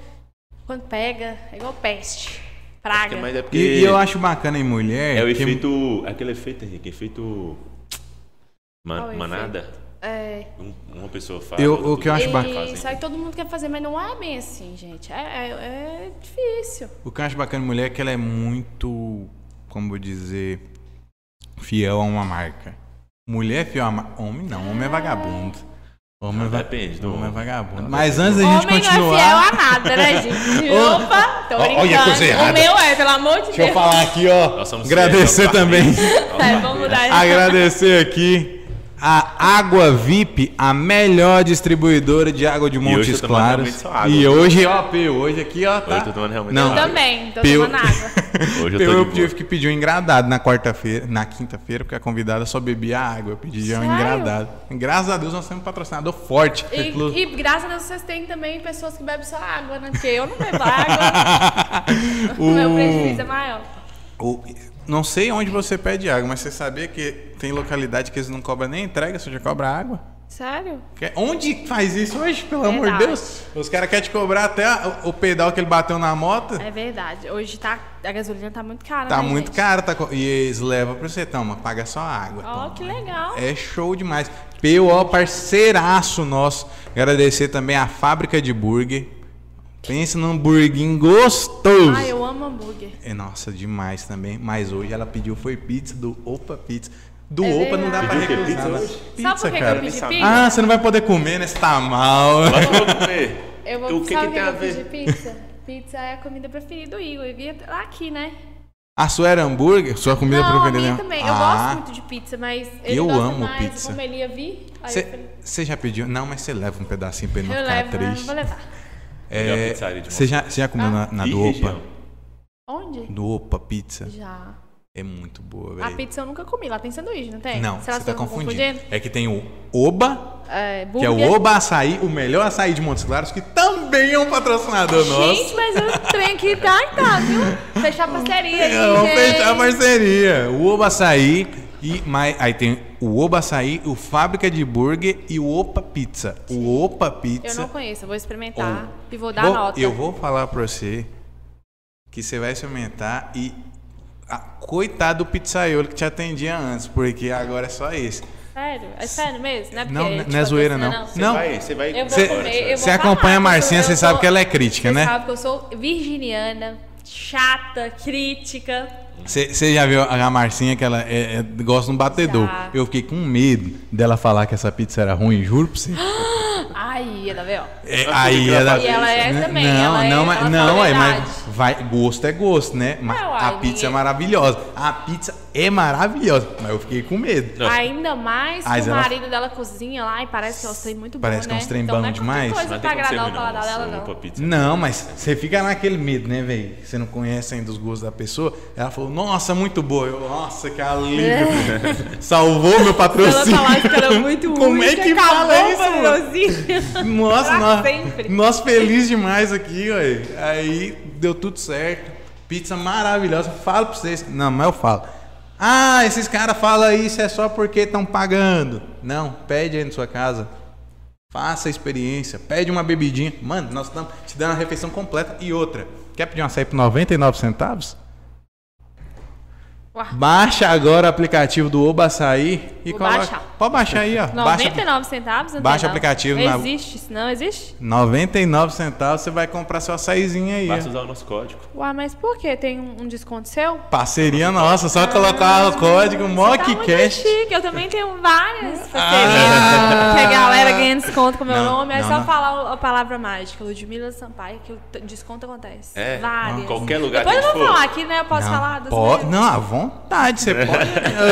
Speaker 2: Quando pega, é igual peste. Praga.
Speaker 3: Porque- Mas é porque
Speaker 1: E, e eu acho bacana em mulher.
Speaker 3: é o
Speaker 1: que-
Speaker 3: efeito... Aquele efeito, Henrique, efeito... man-
Speaker 2: Qual é o
Speaker 3: manada.
Speaker 2: É,
Speaker 3: Um- uma pessoa faz.
Speaker 1: Eu-
Speaker 3: outra
Speaker 1: o que eu
Speaker 3: pessoa
Speaker 1: acho
Speaker 2: e
Speaker 1: bacana.
Speaker 3: faz,
Speaker 2: isso aí todo mundo quer fazer, mas não é bem assim, gente. É, é- é difícil.
Speaker 1: O que eu acho bacana em mulher é que ela é muito, como eu vou dizer, fiel a uma marca. Mulher é fiel a marca. Homem não, homem é vagabundo. Homem é va-
Speaker 3: depende do
Speaker 1: homem é
Speaker 3: homem.
Speaker 1: vagabundo.
Speaker 3: Não,
Speaker 1: Mas
Speaker 3: depende
Speaker 1: antes da
Speaker 2: homem
Speaker 1: gente
Speaker 2: não é fiel
Speaker 1: continuar.
Speaker 2: a nada, né, gente?
Speaker 1: Ô,
Speaker 2: Opa, tô
Speaker 1: ó, olha
Speaker 2: brincando.
Speaker 1: a coisa errada.
Speaker 2: o meu é, pelo amor de
Speaker 1: Deixa eu
Speaker 2: Deus.
Speaker 1: falar aqui, ó.
Speaker 3: Nós somos
Speaker 1: Agradecer
Speaker 3: fiéis ao
Speaker 1: também.
Speaker 3: partido, ao
Speaker 2: Tá,
Speaker 3: partido.
Speaker 2: vamos mudar.
Speaker 1: Agradecer aqui a Água VIP, a melhor distribuidora de água de
Speaker 3: hoje eu
Speaker 1: Montes
Speaker 3: tô tomando
Speaker 1: Claros.
Speaker 3: realmente só água.
Speaker 1: E hoje, ó, P, hoje aqui, ó, tá.
Speaker 3: Hoje eu tô tomando realmente
Speaker 1: Não.
Speaker 2: Eu
Speaker 3: água.
Speaker 2: também, tô
Speaker 1: Pio-
Speaker 2: tomando água.
Speaker 3: Hoje eu
Speaker 1: eu,
Speaker 3: tô de
Speaker 1: pedi-
Speaker 3: boa.
Speaker 1: eu que pedi um engradado na quarta-feira, na quinta-feira, porque a convidada só bebia água. Eu pedi já um
Speaker 2: Sério?
Speaker 1: engradado. Graças a Deus nós temos um patrocinador forte. Inclu-
Speaker 2: E, e graças a Deus vocês têm também pessoas que bebem só água, né? Porque eu não bebo água, o meu
Speaker 3: Uh.
Speaker 2: prejuízo é maior.
Speaker 1: o- não sei onde você pede água, mas você sabia que tem localidade que eles não cobram nem entrega, só já cobra água?
Speaker 2: Sério?
Speaker 1: Que- é, Onde faz isso hoje, pelo amor de
Speaker 2: Verdade.
Speaker 1: Deus? Os caras querem te cobrar até a- o pedal que ele bateu na moto.
Speaker 2: É verdade. Hoje tá, a gasolina tá muito cara,
Speaker 1: Tá
Speaker 2: né,
Speaker 1: muito
Speaker 2: gente?
Speaker 1: caro, tá, co- e eles levam pra você, toma, paga só a água.
Speaker 2: Ó,
Speaker 1: toma.
Speaker 2: que legal.
Speaker 1: É show demais. PO, parceiraço nosso. Agradecer também a fábrica de burger. Pensa num hamburguinho gostoso.
Speaker 2: Ah, eu amo hambúrguer.
Speaker 1: É, nossa, demais também. Mas hoje ela pediu foi pizza do Opa Pizza. Do
Speaker 2: É
Speaker 1: Opa não dá
Speaker 2: verdade.
Speaker 1: pra
Speaker 3: Pediu o quê?
Speaker 1: recusar.
Speaker 3: Pizza
Speaker 1: né?
Speaker 3: hoje?
Speaker 2: Sabe por que que eu
Speaker 1: cara.
Speaker 2: pedi
Speaker 3: Sabe.
Speaker 2: pizza?
Speaker 1: Ah, você não vai poder comer, né? Você tá mal.
Speaker 3: Mas eu vou comer.
Speaker 2: Eu vou
Speaker 3: O que
Speaker 2: sabe
Speaker 3: que tem a
Speaker 2: eu pedi
Speaker 3: ver?
Speaker 2: pizza? Pizza é a comida preferida do Igor. Eu ia lá aqui, né?
Speaker 1: A sua era hambúrguer? Sua comida
Speaker 2: não, a
Speaker 1: preferida?
Speaker 2: minha
Speaker 1: né?
Speaker 2: também. Eu
Speaker 1: Ah,
Speaker 2: gosto muito de pizza, mas ele
Speaker 1: Eu
Speaker 2: gosta
Speaker 1: amo
Speaker 2: mais.
Speaker 1: pizza. é
Speaker 2: Como ele ia vir, aí eu falei,
Speaker 1: Você já pediu? Não, mas você leva um pedacinho pra ele não
Speaker 2: eu
Speaker 1: ficar
Speaker 2: levo, mas
Speaker 1: triste.
Speaker 2: não vou levar.
Speaker 3: Melhor
Speaker 1: É,
Speaker 3: pizzaria de
Speaker 1: Você já, você já
Speaker 2: Ah,
Speaker 1: comeu na, na
Speaker 3: Ih,
Speaker 1: do Opa?
Speaker 3: região.
Speaker 2: Onde?
Speaker 1: Do Opa Pizza?
Speaker 2: Já.
Speaker 1: É muito boa,
Speaker 2: A
Speaker 1: velho.
Speaker 2: pizza eu nunca comi. Lá tem sanduíche, não tem?
Speaker 1: Não,
Speaker 2: Será
Speaker 1: você
Speaker 2: que
Speaker 1: tá
Speaker 2: eu tô
Speaker 1: confundindo. É que tem o Oba,
Speaker 2: É,
Speaker 1: que é
Speaker 2: burger.
Speaker 1: o Oba Açaí, o melhor açaí de Montes Claros, que também é um patrocinador nosso.
Speaker 2: Gente, mas o trem aqui tá, tá, viu? Fechar a parceria aí,
Speaker 1: Eu vou fechar a
Speaker 2: gente.
Speaker 1: é parceria. O Oba Açaí e mais, aí tem o Oba Açaí, o Fábrica de Burger e o Opa Pizza. O Opa
Speaker 2: Eu
Speaker 1: Pizza.
Speaker 2: não conheço, eu vou experimentar
Speaker 1: Ou-
Speaker 2: Tá? e vou dar
Speaker 1: Vou-
Speaker 2: nota.
Speaker 1: Eu vou falar pra você que você vai se aumentar e. ah, coitado do pizzaiolo que te atendia antes, porque agora é só esse.
Speaker 2: Sério? É sério mesmo? Não é, porque
Speaker 1: Não,
Speaker 2: ele
Speaker 1: não
Speaker 2: te
Speaker 1: é zoeira, não.
Speaker 2: patrocina,
Speaker 1: Não.
Speaker 3: Vai, você vai.
Speaker 2: Eu vou
Speaker 1: Cê-
Speaker 2: comer, eu vou
Speaker 1: Você acompanha
Speaker 2: falar,
Speaker 1: a Marcinha,
Speaker 2: eu
Speaker 1: você
Speaker 2: sou-
Speaker 1: sabe que ela é crítica,
Speaker 2: Você
Speaker 1: né?
Speaker 2: sabe que eu sou virginiana, chata, crítica.
Speaker 1: Você você já viu a Marcinha que ela é- é- gosta de um batedor.
Speaker 2: Já.
Speaker 1: Eu fiquei com medo dela falar que essa pizza era ruim, juro pra você.
Speaker 2: Ai, tá ela veio.
Speaker 1: É,
Speaker 3: Nossa,
Speaker 1: aí
Speaker 3: que graça
Speaker 1: ela.
Speaker 3: E ela
Speaker 2: é também,
Speaker 1: Não,
Speaker 2: ela é-
Speaker 1: não, mas-
Speaker 2: ela fala
Speaker 1: não,
Speaker 2: a
Speaker 1: é, mas
Speaker 2: verdade.
Speaker 1: vai, gosto é gosto, né? Mas
Speaker 2: É,
Speaker 1: a
Speaker 2: uai,
Speaker 1: pizza é
Speaker 2: ninguém-
Speaker 1: maravilhosa. A pizza é maravilhosa. Mas eu fiquei com medo.
Speaker 3: Não.
Speaker 2: Ainda mais que
Speaker 1: Mas
Speaker 2: o
Speaker 1: ela-
Speaker 2: marido dela cozinha lá e parece que é um trem muito bom,
Speaker 1: Parece que é uns
Speaker 2: né?
Speaker 1: trem
Speaker 2: Então não
Speaker 1: bom
Speaker 2: é qualquer
Speaker 1: demais.
Speaker 2: coisa pra agradar o paladar dela, não.
Speaker 3: Opa, pizza.
Speaker 1: Não, mas você fica naquele medo, né, velho? Você não conhece ainda os gostos da pessoa. Ela falou, nossa, muito boa. Eu, nossa, que alívio. Salvou meu
Speaker 2: É. Ela
Speaker 1: patrocínio.
Speaker 2: falasse que era muito
Speaker 1: Como
Speaker 2: ruim,
Speaker 1: é que
Speaker 2: acabou
Speaker 1: fala
Speaker 2: o
Speaker 1: isso, mano?
Speaker 2: patrocínio.
Speaker 1: Nossa,
Speaker 2: Pra
Speaker 1: nós,
Speaker 2: sempre.
Speaker 1: nós feliz demais aqui, ué. Aí deu tudo certo. Pizza maravilhosa. Falo pra vocês. Não, mas eu falo. Ah, esses caras falam isso é só porque estão pagando. Não, pede aí na sua casa. Faça a experiência. Pede uma bebidinha. Mano, nós estamos te dando a refeição completa e outra. Quer pedir uma açaí por 99 centavos?
Speaker 2: Uá.
Speaker 1: Baixa agora o aplicativo do Oba Açaí e
Speaker 2: Vou
Speaker 1: coloca.
Speaker 2: baixar.
Speaker 1: Pode baixar aí, ó. Baixa
Speaker 2: 99 centavos? Não
Speaker 1: Baixa
Speaker 2: tem,
Speaker 1: o aplicativo
Speaker 2: Não
Speaker 1: na-
Speaker 2: existe, isso não existe?
Speaker 1: 99 centavos, você vai comprar seu açaizinho aí.
Speaker 3: Basta
Speaker 1: ó.
Speaker 3: usar o nosso código.
Speaker 2: Uai, mas por que? Tem um um desconto seu?
Speaker 1: Parceria nossa, só colocar o código
Speaker 2: Você tá muito
Speaker 1: MOCCAST.
Speaker 2: chique, eu também tenho várias
Speaker 1: Ah!
Speaker 2: parcerias. que a galera ganha desconto com o meu
Speaker 1: Não,
Speaker 2: nome. É
Speaker 1: não,
Speaker 2: só
Speaker 1: não.
Speaker 2: falar a palavra mágica, Ludmilla Sampaio, que o t- desconto acontece.
Speaker 3: É?
Speaker 2: Várias.
Speaker 3: Em qualquer lugar
Speaker 2: Depois
Speaker 3: que
Speaker 2: eu vou
Speaker 3: for.
Speaker 2: falar aqui, né? Eu posso falar
Speaker 1: não,
Speaker 2: das
Speaker 1: pode,
Speaker 2: minhas?
Speaker 1: não, à vontade, você pode.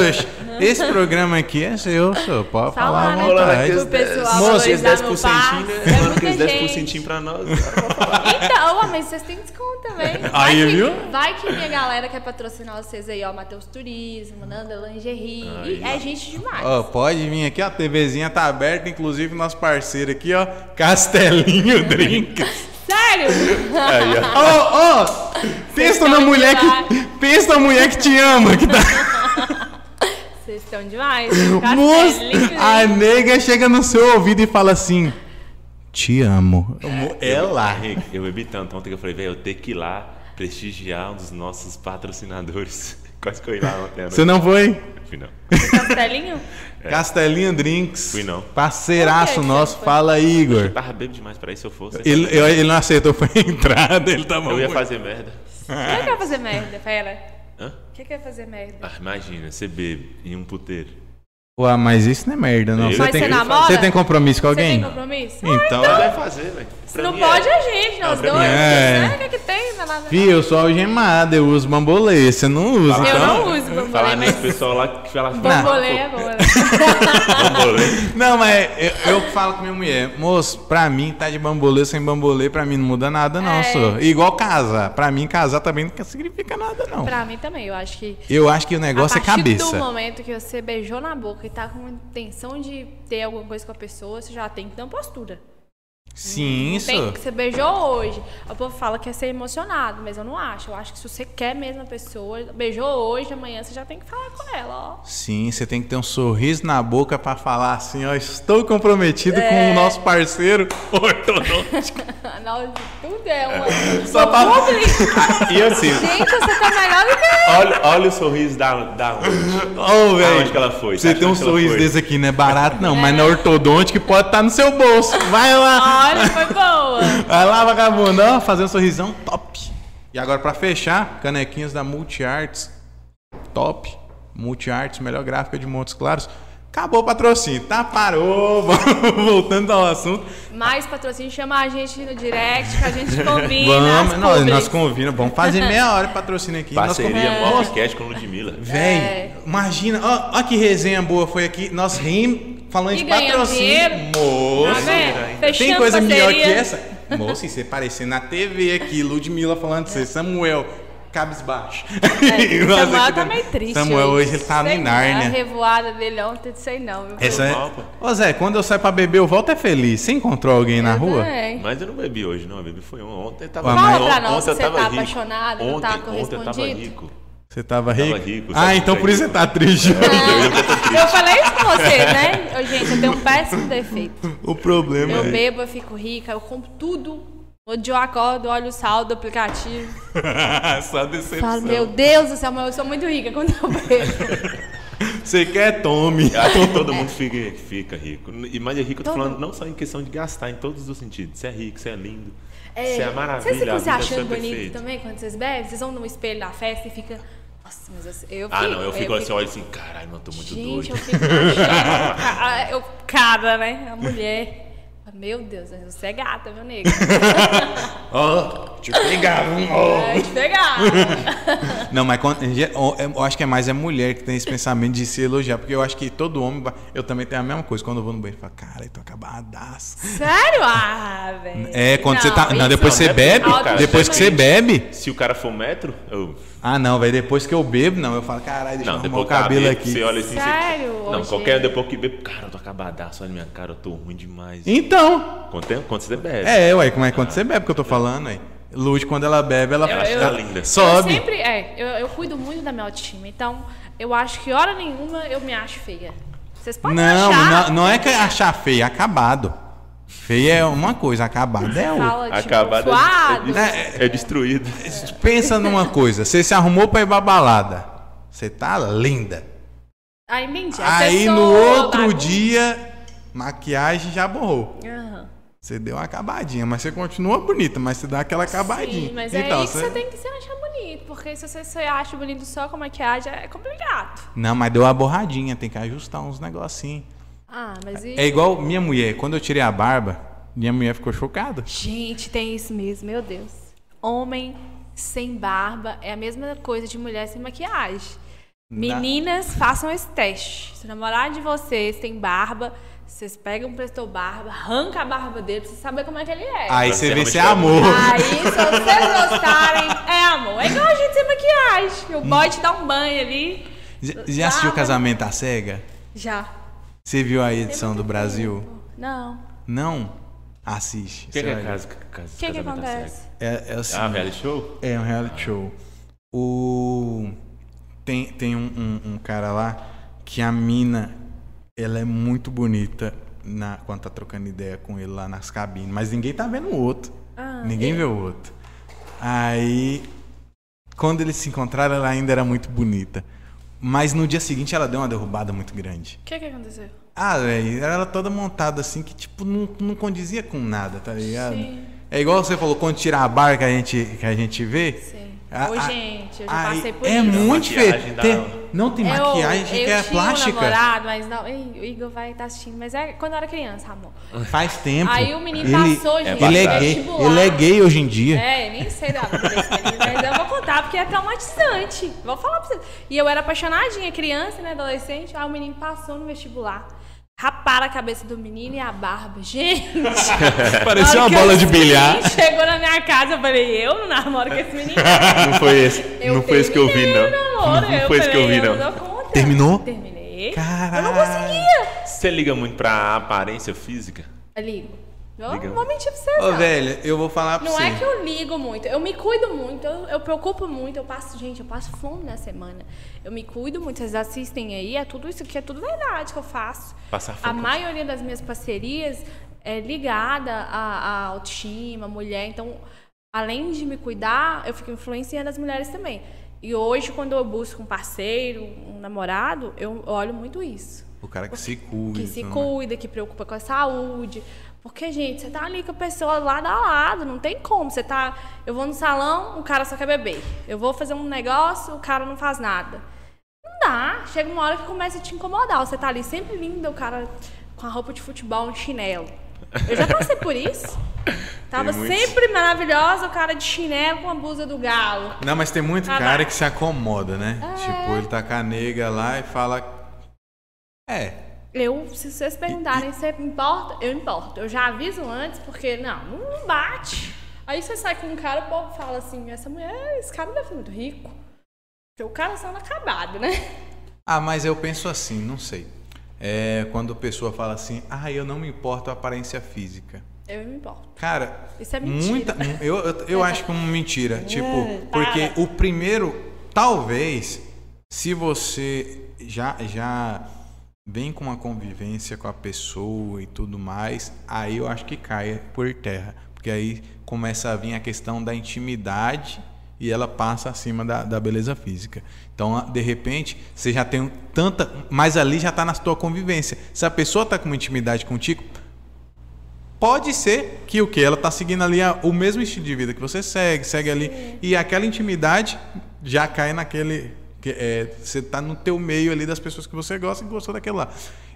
Speaker 1: Oxe, esse programa aqui é seu, senhor. Pode falar à
Speaker 2: Falar, né?
Speaker 1: vontade.
Speaker 2: Pro pessoal
Speaker 1: Moço,
Speaker 2: valorizar
Speaker 3: Aqueles
Speaker 2: meu
Speaker 3: 10%,
Speaker 2: passe.
Speaker 3: né?
Speaker 2: É
Speaker 3: Mano,
Speaker 2: muita
Speaker 3: aqueles
Speaker 2: gente.
Speaker 3: 10% pra nós.
Speaker 2: Então, ó, mas vocês têm desconto também. Vai
Speaker 1: Aí,
Speaker 2: que,
Speaker 1: viu?
Speaker 2: Vai que minha galera quer patrocinar vocês aí, ó. Matheus Turismo, Nanda Lingerie.
Speaker 3: Aí,
Speaker 2: é gente demais.
Speaker 1: Ó, pode vir aqui, ó. A TVzinha tá aberta, inclusive nosso parceiro aqui, ó. Castelinho Drinks.
Speaker 2: Sério?
Speaker 3: Aí, ó.
Speaker 1: Ô, ô! Pensa na
Speaker 2: estão
Speaker 1: mulher que.
Speaker 2: demais.
Speaker 1: Pensa na mulher que te ama, que tá.
Speaker 2: Vocês estão demais. Tá
Speaker 1: Moço, a
Speaker 2: Castelinho.
Speaker 1: nega chega no seu ouvido e fala assim: Te amo. É lá.
Speaker 3: Henrique, Eu bebi tanto ontem que eu falei, velho, eu tenho que ir lá prestigiar um dos nossos patrocinadores. Quase que eu ia lá ontem. à
Speaker 1: Você
Speaker 3: noite.
Speaker 1: não foi?
Speaker 3: Fui não.
Speaker 2: Castelinho?
Speaker 1: Castelinha Drinks.
Speaker 3: É. Fui não.
Speaker 1: Parceiraço
Speaker 2: Por é que que você
Speaker 1: nosso.
Speaker 2: não foi?
Speaker 1: Fala, Igor.
Speaker 3: Eu tava bêbado demais pra isso se eu fosse.
Speaker 1: Ele, eu- ele não aceitou, foi a entrada, ele tava.
Speaker 3: Eu ia
Speaker 1: muito-
Speaker 3: fazer merda.
Speaker 2: Quem é quer fazer merda, pera?
Speaker 3: Hã?
Speaker 2: Quem é quer fazer merda?
Speaker 3: Ah, imagina, você bebe em um puteiro.
Speaker 1: Ué, mas isso não é merda, não.
Speaker 3: Eu-
Speaker 1: Você
Speaker 3: Mas
Speaker 1: tem,
Speaker 3: você namora?
Speaker 1: você tem compromisso com
Speaker 2: Você
Speaker 1: alguém?
Speaker 2: tem compromisso?
Speaker 1: Então,
Speaker 3: Mas vai fazer, velho.
Speaker 2: Se não pode, a gente, nós
Speaker 3: pra
Speaker 2: dois.
Speaker 3: mim
Speaker 1: é.
Speaker 2: né? O que, que tem? Vai lá, vai lá.
Speaker 1: Fih, eu sou algemado, eu uso bambolê. Você não usa,
Speaker 2: Eu
Speaker 1: então.
Speaker 2: não uso bambolê,
Speaker 3: Falar
Speaker 2: né, mas
Speaker 3: nesse pessoal lá que fala.
Speaker 2: bambolê é boa.
Speaker 3: Bambolê.
Speaker 1: Não, mas eu, eu falo com minha mulher, moço, pra mim tá de bambolê sem bambolê, pra mim não muda nada, não,
Speaker 2: É.
Speaker 1: senhor. Igual casar. Pra mim, casar também não significa nada, não.
Speaker 2: Pra mim também, eu acho que
Speaker 1: Eu acho que o negócio
Speaker 2: a
Speaker 1: é
Speaker 2: partir do
Speaker 1: cabeça.
Speaker 2: momento que você beijou na boca e tá com intenção de ter alguma coisa com a pessoa, você já tem que ter uma postura.
Speaker 1: Sim,
Speaker 2: Não Tem
Speaker 1: senhor.
Speaker 2: que você beijou hoje. O povo fala que é ser emocionado, mas eu não acho. Eu acho que se você quer mesmo a pessoa, beijou hoje, amanhã você já tem que falar com ela, ó.
Speaker 1: Sim, você tem que ter um sorriso na boca pra falar assim, ó, estou comprometido
Speaker 2: É.
Speaker 1: com o nosso parceiro ortodôntico.
Speaker 2: Não, tudo é uma.
Speaker 1: Só pra-
Speaker 2: Publi.
Speaker 3: E assim,
Speaker 2: Gente, você tá melhor do que
Speaker 3: olha, olha o sorriso da, da onde.
Speaker 1: Ô, velho.
Speaker 3: Aonde que ela foi?
Speaker 1: Você
Speaker 3: Acho
Speaker 1: tem um
Speaker 3: que ela
Speaker 1: sorriso
Speaker 3: foi.
Speaker 1: desse aqui, não é barato não, mas na ortodôntica pode estar no seu bolso. Vai lá.
Speaker 2: Olha, foi boa.
Speaker 1: Vai lá, vagabundo, ó, fazer um sorrisão top. E agora pra fechar, canequinhas da Multiarts, top. Multiarts, melhor gráfica de Montes Claros. Acabou o patrocínio, tá? Parou. Vamos Voltando ao assunto.
Speaker 2: Mais patrocínio, chama a gente no direct que a gente combina.
Speaker 1: Vamos,
Speaker 2: as
Speaker 1: nós,
Speaker 2: publis.
Speaker 1: nós convina, vamos fazer meia hora de patrocínio aqui. Nós com-
Speaker 3: Parceria Mopcast com Ludmilla.
Speaker 1: Véi,
Speaker 2: É.
Speaker 1: imagina, ó, ó que resenha boa foi aqui. Nós rimos falando
Speaker 2: E
Speaker 1: de
Speaker 2: ganhamos
Speaker 1: patrocínio.
Speaker 2: dinheiro. Tá
Speaker 1: Moço,
Speaker 2: vendo?
Speaker 1: tem
Speaker 2: Fechando
Speaker 1: coisa
Speaker 2: parceria.
Speaker 1: melhor que essa? Moço, e você parecer na TV aqui, Ludmilla falando
Speaker 2: É.
Speaker 1: de você, Samuel, cabisbaixo. E nós
Speaker 2: Samuel
Speaker 1: aqui
Speaker 2: tá
Speaker 1: também.
Speaker 2: meio triste.
Speaker 1: Samuel hoje ele tá
Speaker 2: Sei
Speaker 1: em
Speaker 2: não, A
Speaker 1: Nárnia.
Speaker 2: revoada dele ontem, sei não. viu?
Speaker 1: Essa é...
Speaker 3: Normal, pô.
Speaker 1: Ô Zé, quando eu saio pra beber, eu volto é feliz. Você encontrou alguém na
Speaker 2: Eu
Speaker 1: rua?
Speaker 2: também.
Speaker 3: Mas eu não bebi hoje, não. Eu bebi foi ontem. Eu tava
Speaker 1: Fala
Speaker 3: ontem,
Speaker 2: pra nós
Speaker 3: ontem eu
Speaker 2: se você
Speaker 3: tava
Speaker 2: tá
Speaker 3: rico.
Speaker 2: apaixonado, não
Speaker 3: ontem,
Speaker 2: tá
Speaker 3: Ontem eu tava
Speaker 2: correspondido.
Speaker 3: rico.
Speaker 1: Você tava rico?
Speaker 3: rico,
Speaker 1: ah,
Speaker 3: sabe,
Speaker 1: então por isso você
Speaker 3: rico.
Speaker 1: tá triste.
Speaker 2: É. Eu falei isso pra você, né? Eu, gente, eu tenho um péssimo defeito.
Speaker 1: o problema
Speaker 2: Eu
Speaker 1: é...
Speaker 2: bebo, eu fico rica, eu compro tudo. Onde eu acordo, olho o saldo do aplicativo.
Speaker 1: Só decepção.
Speaker 2: Falo, meu Deus do céu, mas eu sou muito rica quando eu bebo.
Speaker 1: Você quer, tome. É.
Speaker 3: Eu acho que todo mundo fica, fica rico. E mais é rico, eu tô
Speaker 2: Todo.
Speaker 3: falando não só em questão de gastar, em todos os sentidos. Você é rico, você é lindo.
Speaker 2: É,
Speaker 3: Você é maravilha.
Speaker 2: Vocês ficam se
Speaker 3: a vida sua é
Speaker 2: achando bonito
Speaker 3: perfeita.
Speaker 2: também quando vocês bebem? Vocês vão no espelho da festa e fica. Nossa, mas eu, eu fico.
Speaker 3: Ah, não, eu fico assim, olha assim, caralho, mano, eu tô muito
Speaker 2: Gente,
Speaker 3: doido.
Speaker 2: eu fico achando. ca- Eu, cara, né? A mulher. Meu Deus, mas você é gata, meu nego.
Speaker 1: Ó, te pegava um. ó.
Speaker 2: Vai te pegar.
Speaker 1: Não, mas quando- eu eu acho que é mais é mulher que tem esse pensamento de se elogiar, porque eu acho que todo homem, vai- eu também tenho a mesma coisa, quando eu vou no banheiro, eu falo, cara, eu tô acabadaço.
Speaker 2: Sério? Ah, velho.
Speaker 1: É, quando você tá, não,
Speaker 2: isso
Speaker 1: depois
Speaker 3: não
Speaker 1: você
Speaker 3: é
Speaker 1: bebe,
Speaker 3: possível, cara.
Speaker 1: depois que você bebe,
Speaker 3: Se o cara for um metro, eu.
Speaker 1: ah, não, velho, depois que eu bebo, não, eu falo, caralho, deixa
Speaker 3: Não,
Speaker 1: eu arrumar
Speaker 3: depois
Speaker 1: o cabelo
Speaker 3: que
Speaker 1: aqui.
Speaker 3: Você olha assim, você-
Speaker 2: Sério?
Speaker 3: Não,
Speaker 2: Ô,
Speaker 3: qualquer
Speaker 2: gente.
Speaker 3: depois que bebe, cara, eu tô acabadaço, olha minha cara, eu tô ruim demais.
Speaker 1: Então,
Speaker 3: Quanto tempo? Quanto você bebe?
Speaker 1: é, ué, como é quando você bebe que eu tô falando, aí? Luz, quando ela bebe, ela,
Speaker 3: Ela fica
Speaker 1: ela
Speaker 3: linda.
Speaker 2: Eu
Speaker 1: sobe.
Speaker 2: sempre, é, eu, eu cuido muito da minha autoestima, então eu acho que hora nenhuma eu me acho feia. Vocês podem
Speaker 1: Não,
Speaker 2: achar.
Speaker 1: não, não é que achar feio, é acabado. Feio é uma coisa, acabado é outra.
Speaker 2: Fala, tipo,
Speaker 3: Acabada
Speaker 2: suado.
Speaker 3: é, é, é destruído.
Speaker 1: Pensa numa coisa, você se arrumou pra ir pra balada. Você tá linda.
Speaker 2: Ah, entendi. A
Speaker 1: Aí
Speaker 2: pessoa,
Speaker 1: no outro
Speaker 2: bagunça.
Speaker 1: dia, maquiagem já borrou.
Speaker 2: Aham.
Speaker 1: Você deu uma acabadinha, mas você continua bonita, mas você dá aquela acabadinha.
Speaker 2: Sim, mas
Speaker 1: então,
Speaker 2: é isso que você tem que se achar bonito, porque se você se acha bonito só com maquiagem, é complicado.
Speaker 1: Não, mas deu uma borradinha, tem que ajustar uns negocinhos.
Speaker 2: Ah, mas e...
Speaker 1: É igual minha mulher, quando eu tirei a barba, minha mulher ficou chocada.
Speaker 2: Gente, tem isso mesmo, meu Deus. Homem sem barba é a mesma coisa de mulher sem maquiagem. Meninas, façam esse teste. Se o namorado de vocês tem barba, vocês pegam, prestou barba, arranca a barba dele pra você saber como é que ele é.
Speaker 1: Aí
Speaker 3: Pra
Speaker 1: você
Speaker 3: ser
Speaker 1: vê se é
Speaker 3: realmente
Speaker 1: amor.
Speaker 2: Aí, se vocês gostarem, é amor. É igual a gente sem maquiagem. O boy te dá um banho ali.
Speaker 1: Já, já assistiu
Speaker 2: Barba.
Speaker 1: Casamento à Cega?
Speaker 2: Já.
Speaker 1: Você viu a edição do Brasil?
Speaker 2: Não.
Speaker 1: Não? Assiste.
Speaker 3: O que,
Speaker 1: você
Speaker 3: que é
Speaker 1: vai ver.
Speaker 3: casa, casa
Speaker 2: O que, que
Speaker 3: casamento tá à
Speaker 2: acontece?
Speaker 1: É, é o seguinte.
Speaker 3: cega? Ah, reality show?
Speaker 1: É um reality show. O tem tem um, um- um cara lá que a mina ela é muito bonita na quando tá trocando ideia com ele lá nas cabines, mas ninguém tá vendo o outro.
Speaker 2: Ah,
Speaker 1: ninguém vê o outro. Aí Quando eles se encontraram, ela ainda era muito bonita. Mas no dia seguinte ela deu uma derrubada muito grande.
Speaker 2: O que que aconteceu?
Speaker 1: Ah, velho, ela era toda montada assim que, tipo, não, não condizia com nada, tá ligado?
Speaker 2: Sim.
Speaker 1: É igual você falou, quando tirar a barra que a gente, que a gente vê.
Speaker 2: Sim.
Speaker 1: a-
Speaker 2: Ô,
Speaker 1: a-
Speaker 2: gente, eu já
Speaker 1: aí
Speaker 2: passei por
Speaker 1: É
Speaker 2: isso.
Speaker 1: muito
Speaker 3: Maquiagem
Speaker 1: feio.
Speaker 3: da-
Speaker 1: Tem- não tem
Speaker 2: Eu-
Speaker 1: maquiagem
Speaker 2: eu
Speaker 1: que é
Speaker 2: tinha
Speaker 1: plástica.
Speaker 2: Um namorado, mas não. Ei, o Igor vai estar assistindo, mas é quando eu era criança, amor.
Speaker 1: Faz tempo.
Speaker 2: Aí o menino
Speaker 1: ele,
Speaker 2: passou, gente,
Speaker 1: Ele é
Speaker 3: no
Speaker 1: gay.
Speaker 2: vestibular.
Speaker 1: Ele é gay hoje em dia.
Speaker 2: É, nem sei da vida desse menino, mas eu vou contar porque é traumatizante. Vou falar pra vocês. E eu era apaixonadinha, criança, né, adolescente. Aí o menino passou no vestibular. Raparam a cabeça do menino e a barba. Gente!
Speaker 3: Parecia
Speaker 2: na hora
Speaker 3: uma
Speaker 2: que
Speaker 3: bola
Speaker 2: esse
Speaker 3: de bilhar.
Speaker 2: menino Chegou na minha casa, eu falei, eu não namoro com esse menino.
Speaker 3: Não foi esse.
Speaker 2: Eu
Speaker 3: não foi esse que eu vi,
Speaker 2: terminei
Speaker 3: não.
Speaker 2: o namoro,
Speaker 3: Não foi esse que eu vi,
Speaker 2: falei,
Speaker 3: não.
Speaker 2: dou conta.
Speaker 1: Terminou?
Speaker 2: Terminei.
Speaker 1: Caralho.
Speaker 2: Eu não conseguia.
Speaker 3: Você liga muito pra aparência física?
Speaker 2: Eu ligo. Eu
Speaker 3: Liga.
Speaker 2: não vou mentir pra vocês,
Speaker 1: Ô,
Speaker 2: não.
Speaker 1: velho, eu vou falar pra
Speaker 2: É. Não
Speaker 1: você.
Speaker 2: é que eu ligo muito, eu me cuido muito, eu, eu preocupo muito, eu passo, gente, eu passo fome na semana. Eu me cuido muito, vocês assistem aí, é tudo isso aqui, é tudo verdade que eu faço.
Speaker 3: Passar
Speaker 2: A
Speaker 3: fome.
Speaker 2: maioria das minhas parcerias é ligada à, à autoestima, à mulher. Então, além de me cuidar, eu fico influenciando as mulheres também. E hoje, quando eu busco um parceiro, um namorado, eu olho muito isso
Speaker 1: O cara que se cuida.
Speaker 2: que se
Speaker 1: né?
Speaker 2: cuida, que preocupa com a saúde. Porque, gente, você tá ali com a pessoa lado a lado, não tem como. Você tá. Eu vou no salão, o cara só quer beber. Eu vou fazer um negócio, o cara não faz nada. Não dá. Chega uma hora que começa a te incomodar. Você tá ali sempre linda, o cara com a roupa de futebol, um chinelo. Eu já passei por isso. Tava
Speaker 3: muitos.
Speaker 2: sempre maravilhosa, o cara de chinelo com a blusa do galo.
Speaker 1: Não, mas tem muito
Speaker 2: Ah, É.
Speaker 1: cara
Speaker 2: vai.
Speaker 1: que se acomoda, né? Tipo, ele tá com a nega lá e fala. É.
Speaker 2: Eu, se vocês perguntarem se importa, eu importo. Eu já aviso antes, porque não, não não bate. Aí você sai com um cara, o povo fala assim, essa mulher, esse cara deve ser muito rico. Porque o cara sendo acabado, né?
Speaker 1: Ah, mas eu penso assim, não sei. É quando a pessoa fala assim, ah, eu não me importo a aparência física.
Speaker 2: Eu me importo.
Speaker 1: Cara,
Speaker 2: Isso é mentira.
Speaker 1: muita- eu, eu, eu acho que é uma mentira. Tipo,
Speaker 2: para.
Speaker 1: porque o primeiro, talvez, se você já, já vem com uma convivência com a pessoa e tudo mais, aí eu acho que caia por terra. Porque aí começa a vir a questão da intimidade e ela passa acima da, da beleza física. Então, a- de repente, você já tem um- tanta. Mas ali já está na sua convivência. Se a pessoa está com uma intimidade contigo, Pode ser que o que ela tá seguindo ali a- o mesmo estilo de vida que você segue, segue ali e aquela intimidade já cai naquele que é, você tá no teu meio ali das pessoas que você gosta e gostou daquele lá.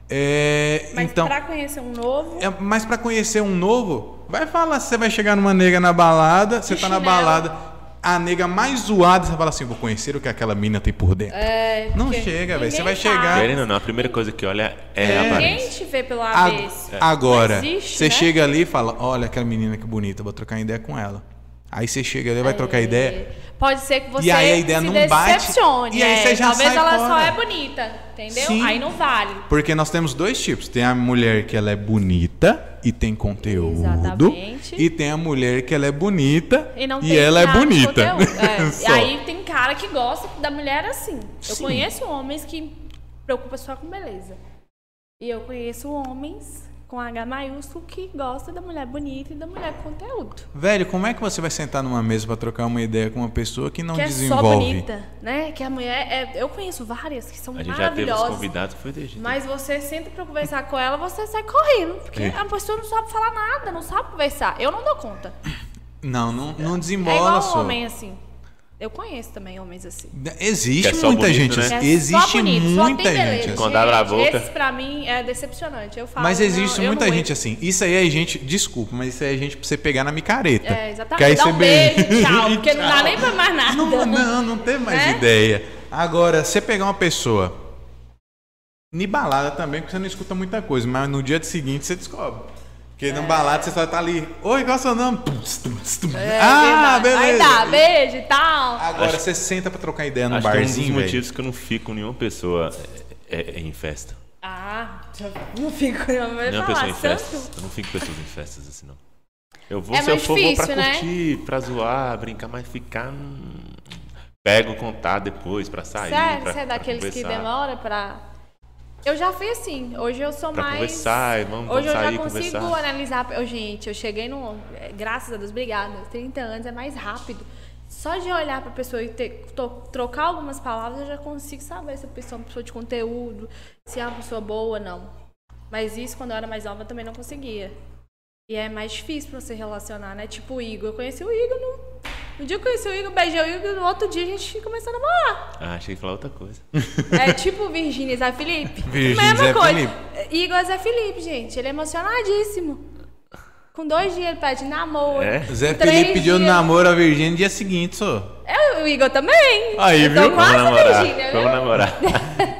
Speaker 1: É,
Speaker 2: Mas
Speaker 1: então,
Speaker 2: pra conhecer um novo,
Speaker 1: é, mas para conhecer um novo, vai falar se você vai chegar numa nega na balada, você tá na
Speaker 2: chinelo.
Speaker 1: balada, a nega mais zoada, você fala assim, vou conhecer o que aquela mina tem por dentro.
Speaker 2: é,
Speaker 1: Não
Speaker 2: porque
Speaker 1: chega, velho, você
Speaker 2: ninguém
Speaker 1: vai
Speaker 2: sabe.
Speaker 1: chegar-
Speaker 3: Querendo ou não, a primeira coisa que olha Ah. é,
Speaker 1: É.
Speaker 3: a
Speaker 2: Ninguém
Speaker 3: aparência.
Speaker 2: te vê pela
Speaker 1: A-
Speaker 2: vez.
Speaker 1: é. Agora,
Speaker 2: Não é existe,
Speaker 1: você
Speaker 2: né?
Speaker 1: chega ali e fala: Olha aquela menina que bonita, vou trocar ideia com ela. Aí você chega ali, vai
Speaker 2: É.
Speaker 1: trocar ideia.
Speaker 2: Pode ser que você
Speaker 1: E aí a ideia
Speaker 2: se
Speaker 1: não bate,
Speaker 2: decepcione.
Speaker 1: e aí
Speaker 2: é.
Speaker 1: você já
Speaker 2: Talvez
Speaker 1: sai
Speaker 2: ela só
Speaker 1: fora.
Speaker 2: é bonita, entendeu?
Speaker 1: Sim.
Speaker 2: Aí não vale.
Speaker 1: Porque nós temos dois tipos: tem a mulher que ela é bonita e tem conteúdo,
Speaker 2: Exatamente.
Speaker 1: e tem a mulher que ela é bonita e,
Speaker 2: E, não tem
Speaker 1: ela é
Speaker 2: nada de
Speaker 1: bonita.
Speaker 2: conteúdo. É. E
Speaker 1: Só.
Speaker 2: aí tem cara que gosta da mulher assim. Eu
Speaker 1: Sim.
Speaker 2: conheço homens que preocupam só com beleza. E eu conheço homens com H maiúsculo que gosta da mulher bonita e da mulher com conteúdo.
Speaker 1: Velho, como é que você vai sentar numa mesa pra trocar uma ideia com uma pessoa que não
Speaker 2: que é só
Speaker 1: desenvolve?
Speaker 2: bonita, né? Que a mulher é, eu conheço várias que são
Speaker 3: A gente já teve os
Speaker 2: maravilhosas.
Speaker 3: convidados, foi desse jeito.
Speaker 2: Mas você senta pra conversar com ela, você sai correndo. Porque
Speaker 1: É.
Speaker 2: a pessoa não sabe falar nada, não sabe conversar. Eu não dou conta.
Speaker 1: não, não, não
Speaker 2: é
Speaker 1: desembola
Speaker 2: igual
Speaker 1: só.
Speaker 2: homem assim. Eu conheço também homens assim.
Speaker 1: Existe
Speaker 3: Que é só
Speaker 1: muita
Speaker 3: bonito,
Speaker 1: gente,
Speaker 3: né?
Speaker 1: assim.
Speaker 2: É
Speaker 1: existe
Speaker 2: só bonito,
Speaker 1: muita
Speaker 2: só tem beleza.
Speaker 1: gente. assim.
Speaker 3: Quando abre a boca.
Speaker 2: Esse pra mim é decepcionante. Eu falo,
Speaker 1: Mas
Speaker 2: não,
Speaker 1: existe
Speaker 2: eu
Speaker 1: muita
Speaker 2: não
Speaker 1: gente
Speaker 2: aguento.
Speaker 1: assim. Isso aí é gente, desculpa, mas isso aí é gente pra você pegar na micareta.
Speaker 2: É,
Speaker 1: Que aí
Speaker 2: exatamente. Dá um
Speaker 1: você
Speaker 2: beijo, tchau.
Speaker 1: E
Speaker 2: Porque não dá
Speaker 1: tchau.
Speaker 2: nem pra mais nada.
Speaker 1: Não, não, não tem mais
Speaker 2: Né?
Speaker 1: ideia. Agora, você pegar uma pessoa em balada também, porque você não escuta muita coisa, mas no dia seguinte você descobre. Porque na balada você só tá ali. Oi, qual é o seu nome? Tum, tum, tum.
Speaker 2: É,
Speaker 1: ah,
Speaker 2: verdade.
Speaker 1: beleza.
Speaker 2: Aí dá, beijo e tal.
Speaker 1: Agora você senta pra trocar ideia num
Speaker 3: Acho que é um dos
Speaker 1: barzinho. velho.
Speaker 3: motivos que eu não fico com nenhuma pessoa é- é- em festa.
Speaker 2: Ah, já não fico não vai falar
Speaker 3: Nenhuma pessoa em festas. Eu não fico com pessoas em festas assim, não. Eu vou,
Speaker 2: É
Speaker 3: se eu
Speaker 2: mais
Speaker 3: for, vou pra
Speaker 2: difícil, né?
Speaker 3: curtir, pra zoar, brincar, mas ficar. hum, Pego o contato depois pra sair.
Speaker 2: Sério,
Speaker 3: pra,
Speaker 2: você é
Speaker 3: pra
Speaker 2: daqueles que
Speaker 3: conversar.
Speaker 2: demora pra. Eu já fui assim. Hoje eu sou
Speaker 3: Pra
Speaker 2: mais.
Speaker 3: conversar, e vamos-
Speaker 2: Hoje
Speaker 3: vamos
Speaker 2: eu
Speaker 3: sair,
Speaker 2: já consigo
Speaker 3: conversar.
Speaker 2: eh, analisar. Eu, gente, eu cheguei no. é, Graças a Deus, obrigada. 30 anos é mais rápido. Só de olhar para a pessoa e ter- to- trocar algumas palavras, eu já consigo saber se a pessoa é uma pessoa de conteúdo, se é uma pessoa boa ou não. Mas isso, quando eu era mais nova, eu também não conseguia. E é mais difícil pra você relacionar, né? Tipo o Igor. Eu conheci o Igor no. No dia que eu conheci o Igor, beijei o Igor, no outro dia a gente começou a namorar.
Speaker 3: Ah, achei que ia falar outra coisa.
Speaker 2: É tipo o Virgínia e Zé Felipe.
Speaker 1: Virgínia e
Speaker 2: Mesma
Speaker 1: Zé
Speaker 2: coisa.
Speaker 1: Felipe.
Speaker 2: Igor e Zé Felipe, gente. Ele é emocionadíssimo. Com dois dias ele pede namoro.
Speaker 3: É?
Speaker 2: Com
Speaker 1: Zé
Speaker 2: três
Speaker 1: Felipe pediu
Speaker 2: dias-
Speaker 1: namoro a Virgínia no dia seguinte, só.
Speaker 2: É, o Igor também.
Speaker 1: Aí,
Speaker 2: Então,
Speaker 1: viu?
Speaker 2: com essa
Speaker 3: namorar.
Speaker 2: Virgínia, viu?
Speaker 3: Vamos namorar.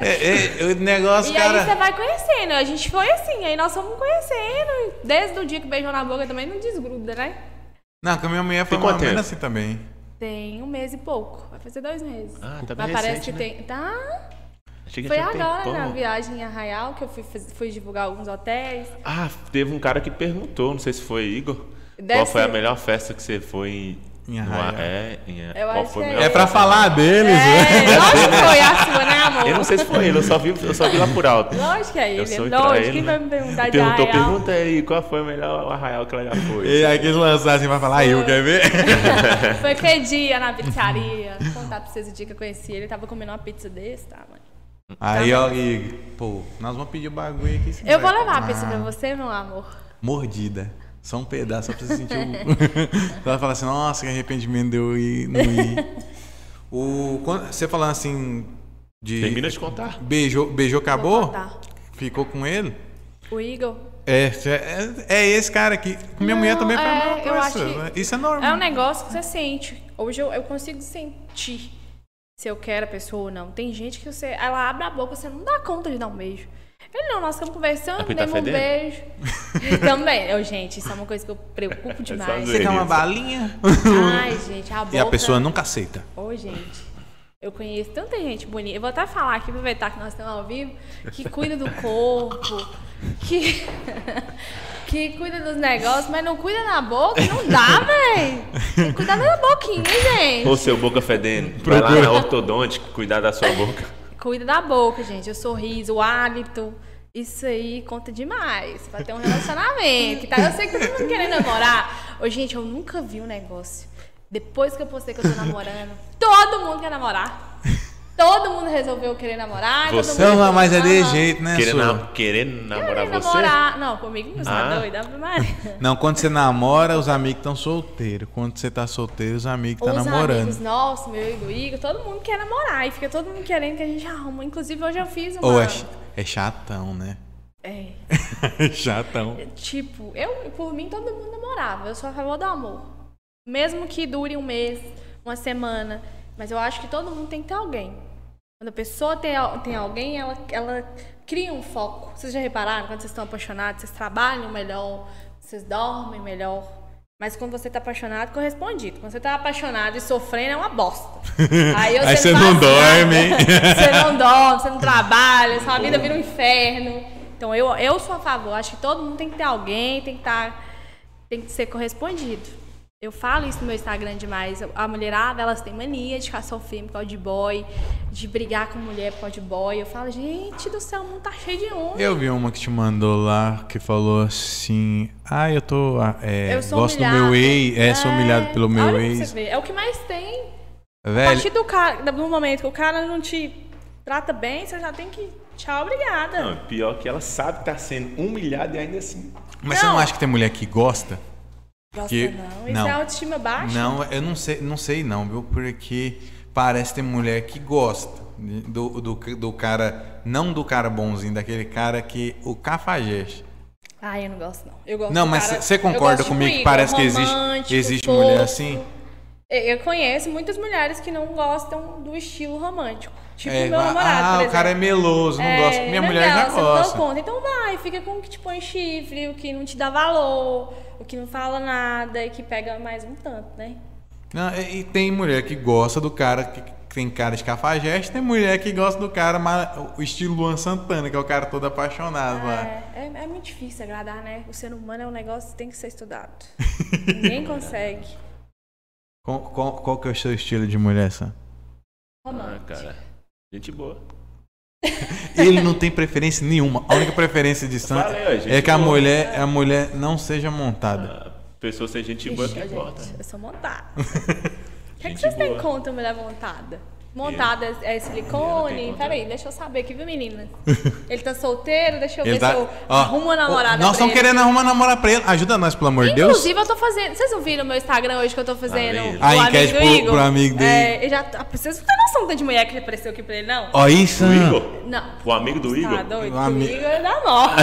Speaker 1: É, é, o negócio,
Speaker 2: E aí você
Speaker 1: cara.
Speaker 2: vai conhecendo. A gente foi assim, aí nós fomos conhecendo. Desde o dia que beijou na boca também não desgruda, né?
Speaker 1: Não, com a minha mulher foi
Speaker 3: Tem quanto
Speaker 1: mais ou menos
Speaker 3: tempo?
Speaker 1: assim também.
Speaker 2: Tem um mês e pouco. Vai fazer dois meses.
Speaker 3: Ah, tá bem
Speaker 2: Mas parece
Speaker 3: recente,
Speaker 2: que
Speaker 3: né?
Speaker 2: tem. Tá.
Speaker 3: Achei que
Speaker 2: Foi
Speaker 3: já tinha um
Speaker 2: agora na
Speaker 3: tempão.
Speaker 2: viagem em Arraial que eu fui, faz- fui divulgar alguns hotéis.
Speaker 3: Ah, teve um cara que perguntou, não sei se foi Igor.
Speaker 2: Deve
Speaker 3: qual foi a
Speaker 2: ser.
Speaker 3: melhor festa que você foi em.
Speaker 1: Em
Speaker 3: no-
Speaker 1: Arraial.
Speaker 3: É, em,
Speaker 2: Eu
Speaker 3: qual
Speaker 2: acho
Speaker 3: foi a
Speaker 2: que é
Speaker 3: melhor
Speaker 1: É pra
Speaker 3: festa?
Speaker 1: falar deles, né?
Speaker 2: É, lógico que foi a sua, né, amor?
Speaker 3: Eu não sei se foi ele, eu só vi, eu só vi lá por alto.
Speaker 2: Lógico que é
Speaker 3: Eu
Speaker 2: ele.
Speaker 3: sou
Speaker 2: Lógico, quem
Speaker 3: né?
Speaker 2: vai é me perguntar de
Speaker 3: Perguntou,
Speaker 2: Arraial?
Speaker 3: pergunta aí, qual foi o melhor arraial que ela já foi?
Speaker 1: E aí que eles lançaram assim, vai falar, eu quer ver?
Speaker 3: é.
Speaker 2: Foi que dia na pizzaria. Vou contar pra vocês o dia que eu conheci ele. Tava comendo uma pizza desse, tá, mano?
Speaker 1: Aí, ó, e, pô, nós vamos pedir o bagulho aqui. você
Speaker 2: Eu vou
Speaker 1: vai
Speaker 2: levar a
Speaker 1: tomar
Speaker 2: pizza pra você, meu amor.
Speaker 1: Mordida. Só um pedaço, só pra você sentir o. Ela fala assim, nossa, que arrependimento de eu ir, não ir. O, quando- você falando assim de.
Speaker 3: Termina de contar.
Speaker 1: Beijou, beijou, acabou?
Speaker 2: contar.
Speaker 1: Ficou com ele?
Speaker 2: O Igor.
Speaker 1: É, é, é esse cara aqui. Minha
Speaker 2: Não,
Speaker 1: mulher também foi a
Speaker 2: é,
Speaker 1: mesma
Speaker 2: eu acho
Speaker 1: coisa.
Speaker 2: que-
Speaker 1: Isso é
Speaker 2: É um
Speaker 1: normal.
Speaker 2: negócio que você sente. Hoje eu, eu consigo sentir se eu quero a pessoa ou não. Tem gente que você. Ela abre a boca, você não dá conta de dar um beijo. Ele não, nós estamos conversando,
Speaker 3: Aqui tá
Speaker 2: demos um
Speaker 3: fedendo?
Speaker 2: beijo. Também. Eu, gente, isso é uma coisa que eu preocupo demais.
Speaker 1: Você quer uma
Speaker 3: Delícia.
Speaker 1: balinha?
Speaker 2: Ai, gente, a boca.
Speaker 1: E a pessoa nunca aceita.
Speaker 2: Ô, gente, eu conheço tanta gente bonita. Eu vou até falar aqui, aproveitar que nós estamos ao vivo, que cuida do corpo, que, que cuida dos negócios, mas não cuida na boca, não dá, véi. Tem que cuidar da boquinha,
Speaker 3: Ou
Speaker 2: gente.
Speaker 3: seu boca fedendo. Vai lá
Speaker 1: Procura.
Speaker 3: na ortodôntica, cuidar da sua boca.
Speaker 2: Cuida da boca, gente, o sorriso, o hálito. Isso aí conta demais pra ter um relacionamento. Tá? Eu sei que todo mundo querendo namorar. Ô, gente, eu nunca vi um negócio. Depois que eu postei que eu tô namorando, todo mundo quer namorar. Todo mundo resolveu querer namorar. todo
Speaker 3: Você
Speaker 2: mundo
Speaker 1: Não, mas é de
Speaker 2: Aham.
Speaker 1: jeito, né,
Speaker 3: Querendo,
Speaker 1: sua?
Speaker 3: nam- querendo namorar
Speaker 2: Querer
Speaker 3: você?
Speaker 2: namorar. Não, comigo não, você tá
Speaker 3: Ah.
Speaker 2: doida, Ave Maria.
Speaker 1: Não, quando você namora, os amigos estão solteiros. Quando você tá solteiro, os amigos estão
Speaker 2: Os
Speaker 1: namorando.
Speaker 2: amigos nossos, meu e do Igor, todo mundo quer namorar. E fica todo mundo querendo que a gente arruma. Inclusive, hoje eu fiz uma...
Speaker 1: Ou é, ch- é chatão, né?
Speaker 2: É.
Speaker 1: chatão.
Speaker 2: Tipo, eu, por mim, todo mundo namorava. Eu sou a favor do amor. Mesmo que dure um mês, uma semana. Mas eu acho que todo mundo tem que ter alguém. Quando a pessoa tem, al- tem alguém, ela, ela cria um foco. Vocês já repararam? Quando vocês estão apaixonados, vocês trabalham melhor, vocês dormem melhor. Mas quando você tá apaixonado, correspondido. Quando você tá apaixonado e sofrendo, é uma bosta. Aí,
Speaker 1: Aí você não
Speaker 2: faz
Speaker 1: dorme, hein?
Speaker 2: nada. Você não dorme, você não trabalha, sua vida vira um inferno. Então eu, eu sou a favor, acho que todo mundo tem que ter alguém, tem que estar. Tem que ser correspondido. Eu falo isso no meu Instagram demais. A mulherada, elas têm mania de caçar o filme por causa de boy, de brigar com mulher por causa de boy. Eu falo, gente do céu, o mundo tá cheio de homem.
Speaker 1: Eu vi uma que te mandou lá que falou assim: Ah, eu tô. ah, é,
Speaker 2: Eu sou
Speaker 1: gosto do
Speaker 2: humilhado.
Speaker 1: meu ex, é, sou humilhado pelo meu
Speaker 2: olha pra
Speaker 1: ex. É,
Speaker 2: você ver, É o que mais tem. A
Speaker 1: Velho,
Speaker 2: partir do, cara, do momento que o cara não te trata bem, você já tem que. Tchau, obrigada.
Speaker 3: Não, pior que ela sabe que tá sendo humilhada e ainda assim.
Speaker 1: mas você não
Speaker 2: não.
Speaker 1: acha que tem mulher que gosta?
Speaker 2: Gosta
Speaker 1: que-
Speaker 2: não. Isso
Speaker 1: não.
Speaker 2: é autoestima baixa?
Speaker 1: Não, eu não sei, não sei não, viu? Porque parece ter mulher que gosta do, do, do cara, não do cara bonzinho, daquele cara que o cafajeste.
Speaker 2: Ah, eu não gosto, não. Eu gosto
Speaker 1: Não,
Speaker 2: do
Speaker 1: mas
Speaker 2: cara-
Speaker 1: você
Speaker 2: eu
Speaker 1: concorda
Speaker 2: gosto de
Speaker 1: comigo que
Speaker 2: Igor,
Speaker 1: parece que existe,
Speaker 2: romântico, tipo,
Speaker 1: existe
Speaker 2: fofo.
Speaker 1: mulher assim?
Speaker 2: Eu- Eu conheço muitas mulheres que não gostam do estilo romântico. Tipo
Speaker 1: É,
Speaker 2: o meu
Speaker 1: ah,
Speaker 2: namorado, por
Speaker 1: o cara é
Speaker 2: exemplo.
Speaker 1: meloso, não
Speaker 2: É,
Speaker 1: gosta. Minha
Speaker 2: não
Speaker 1: mulher já
Speaker 2: gosta, não dá
Speaker 1: gosta.
Speaker 2: conta. Então vai, fica com o que te põe chifre, o que não te dá valor, o que não fala nada e que pega mais um tanto, né?
Speaker 1: Não, e, e tem mulher que gosta do cara que que tem cara de cafajeste, tem mulher que gosta do cara ma- o estilo Luan Santana, que é o cara todo apaixonado lá.
Speaker 2: É, é- é muito difícil agradar, né? O ser humano é um negócio que tem que ser estudado. Ninguém consegue.
Speaker 1: Qual, qual, qual que é o seu estilo de mulher, Sam?
Speaker 3: Ah,
Speaker 2: Romântico.
Speaker 3: cara. Gente boa.
Speaker 1: Ele não tem preferência nenhuma. A única preferência de Sam
Speaker 3: Falei, ó, gente,
Speaker 1: é que a
Speaker 3: boa.
Speaker 1: mulher, a mulher não seja montada.
Speaker 3: A pessoa ser gente boa é
Speaker 2: Ixi,
Speaker 3: que
Speaker 2: gente,
Speaker 3: importa.
Speaker 2: eu sou montada. é que, que
Speaker 3: Gente
Speaker 2: vocês têm
Speaker 3: boa.
Speaker 2: contra mulher montada? Montada é, é
Speaker 3: Menina, tem
Speaker 2: silicone?
Speaker 3: conta,
Speaker 2: Peraí,
Speaker 3: não.
Speaker 2: deixa eu saber aqui, viu, menina? Ele tá solteiro, deixa eu
Speaker 1: Ele
Speaker 2: ver
Speaker 1: tá-
Speaker 2: se eu
Speaker 1: ó,
Speaker 2: arrumo uma
Speaker 1: ó,
Speaker 2: namorada.
Speaker 1: Nós
Speaker 2: pra
Speaker 1: estamos
Speaker 2: ele.
Speaker 1: querendo arrumar namorada pra ele. Ajuda nós, pelo amor de Deus.
Speaker 2: Inclusive, eu tô fazendo. Vocês não viram meu Instagram hoje que eu tô fazendo?
Speaker 3: ele.
Speaker 2: pro
Speaker 1: A Ah, enquete
Speaker 2: amigo
Speaker 1: pro-
Speaker 2: Igor?
Speaker 1: pro amigo dele.
Speaker 2: É, eu já, ah, vocês não têm noção do tanto de mulher que apareceu aqui pra ele, não?
Speaker 1: Ó, isso.
Speaker 3: O Igor?
Speaker 2: Não.
Speaker 3: O amigo do
Speaker 2: Tá
Speaker 3: Igor?
Speaker 2: doido?
Speaker 1: Um ami-
Speaker 2: Comigo é da morte.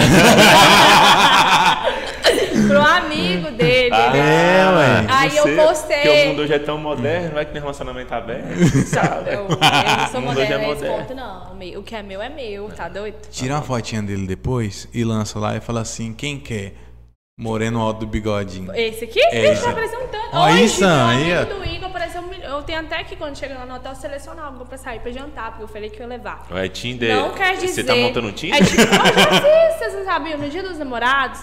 Speaker 2: Pro amigo dele.
Speaker 1: É, ué.
Speaker 2: Aí eu
Speaker 3: você,
Speaker 2: postei.
Speaker 3: Porque o mundo hoje é tão moderno, não é que meu relacionamento tá aberto. Sabe?
Speaker 2: É Eu, eu não sou
Speaker 3: O mundo hoje
Speaker 2: moderna
Speaker 3: é
Speaker 2: nesse ponto,
Speaker 3: moderno.
Speaker 2: não. Me- O que é meu é meu, tá doido?
Speaker 1: Tira uma fotinha dele depois e lança lá e fala assim: quem quer? Moreno alto do bigodinho.
Speaker 2: Esse aqui?
Speaker 1: É
Speaker 2: Esse
Speaker 1: isso.
Speaker 2: já apareceu um tanto.
Speaker 1: Ó,
Speaker 2: Hoje,
Speaker 1: isso
Speaker 2: meu
Speaker 1: aí,
Speaker 2: amigo
Speaker 1: ó.
Speaker 2: do Igor apareceu um milhão. Eu tenho até que quando chega lá no hotel selecionar algo pra sair pra jantar, porque eu falei que eu ia levar.
Speaker 3: Ué, Tinder.
Speaker 2: Não quer dizer.
Speaker 3: Você tá montando um Tinder?
Speaker 2: É tipo, "Ah, já sei, vocês não sabiam, no dia dos namorados.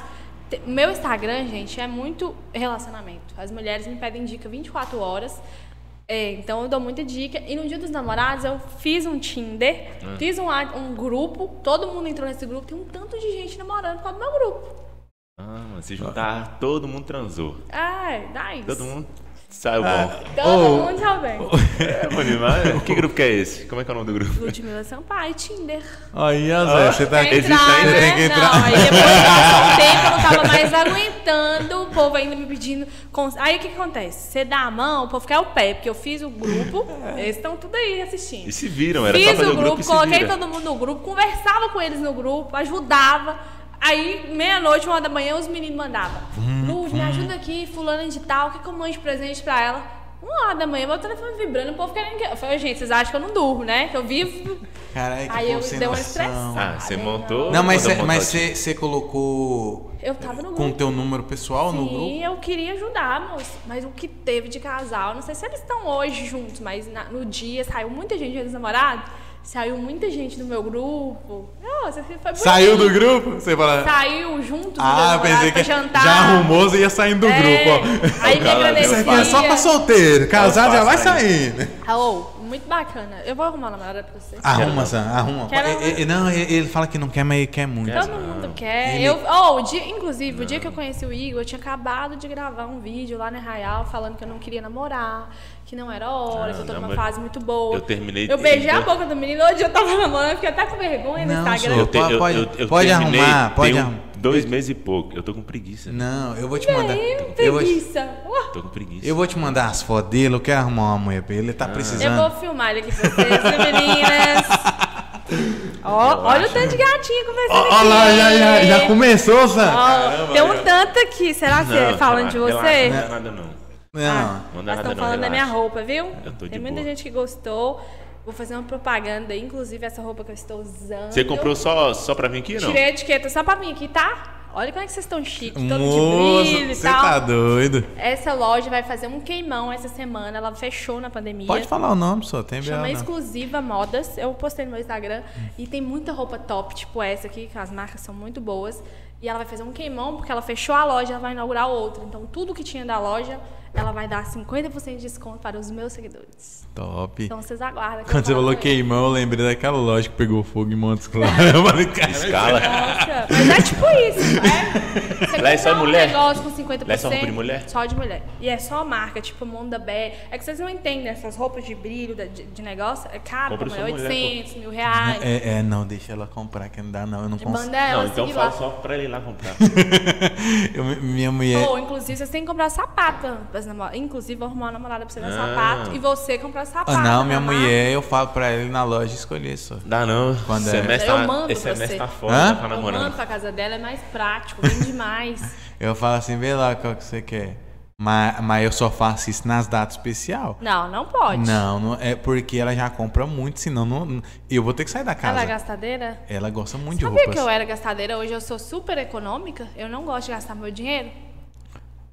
Speaker 2: te- Meu Instagram, gente, é muito relacionamento. As mulheres me pedem dica 24 horas. é, então eu dou muita dica. E no dia dos namorados eu fiz um Tinder,
Speaker 3: Ah.
Speaker 2: fiz um, a- um grupo, todo mundo entrou nesse grupo, tem um tanto de gente namorando por causa do meu grupo.
Speaker 3: Ah, se juntar, todo mundo transou.
Speaker 2: Ai, É, nice.
Speaker 3: Todo mundo saiu bom.
Speaker 2: Todo
Speaker 1: Oh.
Speaker 2: mundo tá já vem.
Speaker 3: É, bom demais. Que grupo que é esse? Como é que é o nome do grupo?
Speaker 2: Ludmilla Sampaio, Tinder.
Speaker 1: Aí, ó, Zé, você tá
Speaker 2: Pra
Speaker 3: Existe
Speaker 2: entrar,
Speaker 3: ainda?
Speaker 2: né?
Speaker 1: Tem que entrar.
Speaker 2: Não, aí depois passou um tempo, eu não tava mais aguentando, o povo ainda me pedindo. cons- Aí o que, que acontece? Você dá a mão, o povo quer o pé, porque eu fiz o grupo,
Speaker 1: É.
Speaker 2: eles estão tudo aí assistindo.
Speaker 3: E se viram, era só
Speaker 2: fiz
Speaker 3: fazer
Speaker 2: o
Speaker 3: o grupo
Speaker 2: grupo,
Speaker 3: e se
Speaker 2: coloquei
Speaker 3: vira.
Speaker 2: todo mundo no grupo, conversava com eles no grupo, ajudava. Aí, meia-noite, uma da manhã, os meninos mandavam. Lu, me ajuda aqui, fulana de tal, o que, que eu mando de presente pra ela? Uma hora da manhã, meu telefone vibrando, o povo querendo que... Eu falei, gente, vocês acham que eu não durmo, né? Que eu vivo...
Speaker 1: Caralho, que
Speaker 2: Aí eu
Speaker 1: povo sem
Speaker 2: dei uma
Speaker 1: noção.
Speaker 2: estressada.
Speaker 3: Ah, você montou?
Speaker 1: Não, mas
Speaker 3: Mandou
Speaker 1: você
Speaker 3: montar
Speaker 1: mas
Speaker 3: o Tinder.
Speaker 1: cê- cê colocou
Speaker 2: Eu tava no grupo.
Speaker 1: com o teu número pessoal no
Speaker 2: Sim,
Speaker 1: grupo?
Speaker 2: eu queria ajudar, moço. Mas o que teve de casal, não sei se eles estão hoje juntos, mas na- no dia saiu muita gente dos namorados, saiu muita gente do meu grupo. Nossa, foi bonito.
Speaker 1: Saiu do grupo? Você fala.
Speaker 2: Saiu juntos do meu
Speaker 1: ah,
Speaker 2: namorado
Speaker 1: pensei
Speaker 2: pra
Speaker 1: que
Speaker 2: jantar.
Speaker 1: já arrumou, você ia saindo do
Speaker 2: É,
Speaker 1: grupo, ó.
Speaker 2: Aí me
Speaker 3: Cara,
Speaker 1: Isso
Speaker 2: agradecia.
Speaker 1: aqui é só pra solteiro. Casado já vai sair.
Speaker 2: Raul, muito bacana. Eu vou arrumar uma namorada pra você.
Speaker 1: Arruma, Sam, arruma.
Speaker 2: Quero
Speaker 1: E- e- e- não, e- ele fala que não quer, mas ele quer muito.
Speaker 2: Todo mundo quer.
Speaker 1: É. Ele-
Speaker 2: Eu, oh, o dia, inclusive, o dia que eu conheci o Igor, eu tinha acabado de gravar um vídeo lá na Arraial falando que eu não queria namorar, que não era hora,
Speaker 3: Ah,
Speaker 2: que eu tô
Speaker 3: não,
Speaker 2: numa
Speaker 3: mas
Speaker 2: fase muito boa.
Speaker 3: eu terminei então.
Speaker 2: Eu beijei a
Speaker 3: Tinder.
Speaker 2: boca do menino, hoje eu tava namorando, eu fiquei até com vergonha no
Speaker 1: Não,
Speaker 2: Instagram.
Speaker 1: sou-
Speaker 3: Eu te- eu-
Speaker 1: Pode-
Speaker 3: eu- eu
Speaker 1: pode
Speaker 3: terminei
Speaker 1: arrumar,
Speaker 3: tem
Speaker 1: pode
Speaker 3: um-
Speaker 1: arrumar.
Speaker 3: Dois meses e pouco. Eu tô com preguiça. né?
Speaker 1: Não, eu vou te
Speaker 2: E
Speaker 1: mandar.
Speaker 2: aí,
Speaker 1: Eu vou,
Speaker 2: preguiça. Ué,
Speaker 3: Tô com preguiça.
Speaker 1: eu vou te mandar as fotos dele, eu quero arrumar uma mulher pra ele. Ele tá
Speaker 2: Eu
Speaker 1: precisando.
Speaker 2: vou filmar ele aqui pra vocês, né, meninas. Ó, olha o tanto de gatinha começando aqui.
Speaker 1: começou,
Speaker 2: Ó,
Speaker 1: Sam?
Speaker 2: tem um
Speaker 3: cara.
Speaker 2: tanto aqui, será que é
Speaker 3: Não,
Speaker 2: falando de
Speaker 3: relaxa,
Speaker 2: você?
Speaker 3: Relaxa, não é nada não.
Speaker 1: Não.
Speaker 3: Manda
Speaker 2: Nós
Speaker 3: Ah, nada
Speaker 2: estão
Speaker 3: não,
Speaker 2: Ah, falando da
Speaker 3: relaxa.
Speaker 2: minha roupa, viu?
Speaker 3: Eu tô de
Speaker 2: Tem muita
Speaker 3: boa.
Speaker 2: gente que gostou. Vou fazer uma propaganda, inclusive essa roupa que eu estou usando.
Speaker 3: Você comprou só, só pra vir aqui, não?
Speaker 2: Tirei a etiqueta só pra mim aqui, tá? Olha como é que vocês estão chiques, todo de
Speaker 1: Moço,
Speaker 2: brilho e
Speaker 1: você
Speaker 2: tal.
Speaker 1: tá doido.
Speaker 2: Essa loja vai fazer um queimão essa semana, ela fechou na pandemia.
Speaker 1: Pode falar o nome, só tem
Speaker 2: Chama
Speaker 1: BO, não.
Speaker 2: Exclusiva Modas. Eu postei no meu Instagram e tem muita roupa top, tipo essa aqui, que as marcas são muito boas. E ela vai fazer um queimão, porque ela fechou a loja, ela vai inaugurar outra. Então, tudo que tinha da loja, ela vai dar 50% de desconto para os meus seguidores.
Speaker 1: Top.
Speaker 2: Então, vocês aguardam. que eu
Speaker 1: Quando você
Speaker 2: falo
Speaker 1: falou
Speaker 2: com eles.
Speaker 1: queimão, eu lembrei daquela loja que pegou fogo em Montes Claros. Eu falei, cara,
Speaker 3: Escala.
Speaker 2: Nossa, mas é tipo isso, né? Você
Speaker 3: Lá é só
Speaker 2: comprar um
Speaker 3: mulher?
Speaker 2: negócio com 50%.
Speaker 3: Lá é só roupa de mulher?
Speaker 2: Só de mulher. E é só marca, tipo Monda Bé. É que vocês não entendem, essas roupas de brilho, da- de, de negócio, é caro,
Speaker 3: Compra
Speaker 2: como
Speaker 3: só
Speaker 2: é
Speaker 3: mulher,
Speaker 2: 800, mil reais.
Speaker 1: É, é, não, deixa ela comprar, que não dá não, eu não consigo.
Speaker 2: Manda ela
Speaker 3: Não, então
Speaker 2: seguir
Speaker 3: fala
Speaker 2: lá.
Speaker 3: só pra ele ir lá comprar.
Speaker 1: Eu- minha mulher...
Speaker 2: Ou, inclusive, vocês têm que comprar sapato. pras namora- Inclusive, vou arrumar uma namorada pra você dar
Speaker 3: Ah.
Speaker 2: sapato. E você comprar sapato.
Speaker 1: Ah, não, minha
Speaker 2: né,
Speaker 1: mulher, eu falo pra ele na loja escolher só.
Speaker 3: Dá não.
Speaker 1: Quando é?
Speaker 3: semestre
Speaker 2: Eu
Speaker 3: tá-
Speaker 2: mando
Speaker 3: esse
Speaker 2: pra
Speaker 3: semestre
Speaker 2: você.
Speaker 3: tá fora,
Speaker 1: Hã?
Speaker 3: tá
Speaker 2: Marco? Eu
Speaker 3: namorando.
Speaker 2: mando pra casa dela, é mais prático, vem demais.
Speaker 1: Eu falo assim, vê lá qual que você quer. Mas, mas eu só faço isso nas datas especial.
Speaker 2: Não, não pode.
Speaker 1: Não, não, é porque ela já compra muito, senão não, eu vou ter que sair da
Speaker 2: Ela
Speaker 1: casa.
Speaker 2: é
Speaker 1: Ela,
Speaker 2: gastadeira?
Speaker 1: gosta muito de
Speaker 2: Sabia
Speaker 1: roupas.
Speaker 2: que eu era gastadeira? Hoje eu sou super econômica. Eu não gosto de gastar meu dinheiro.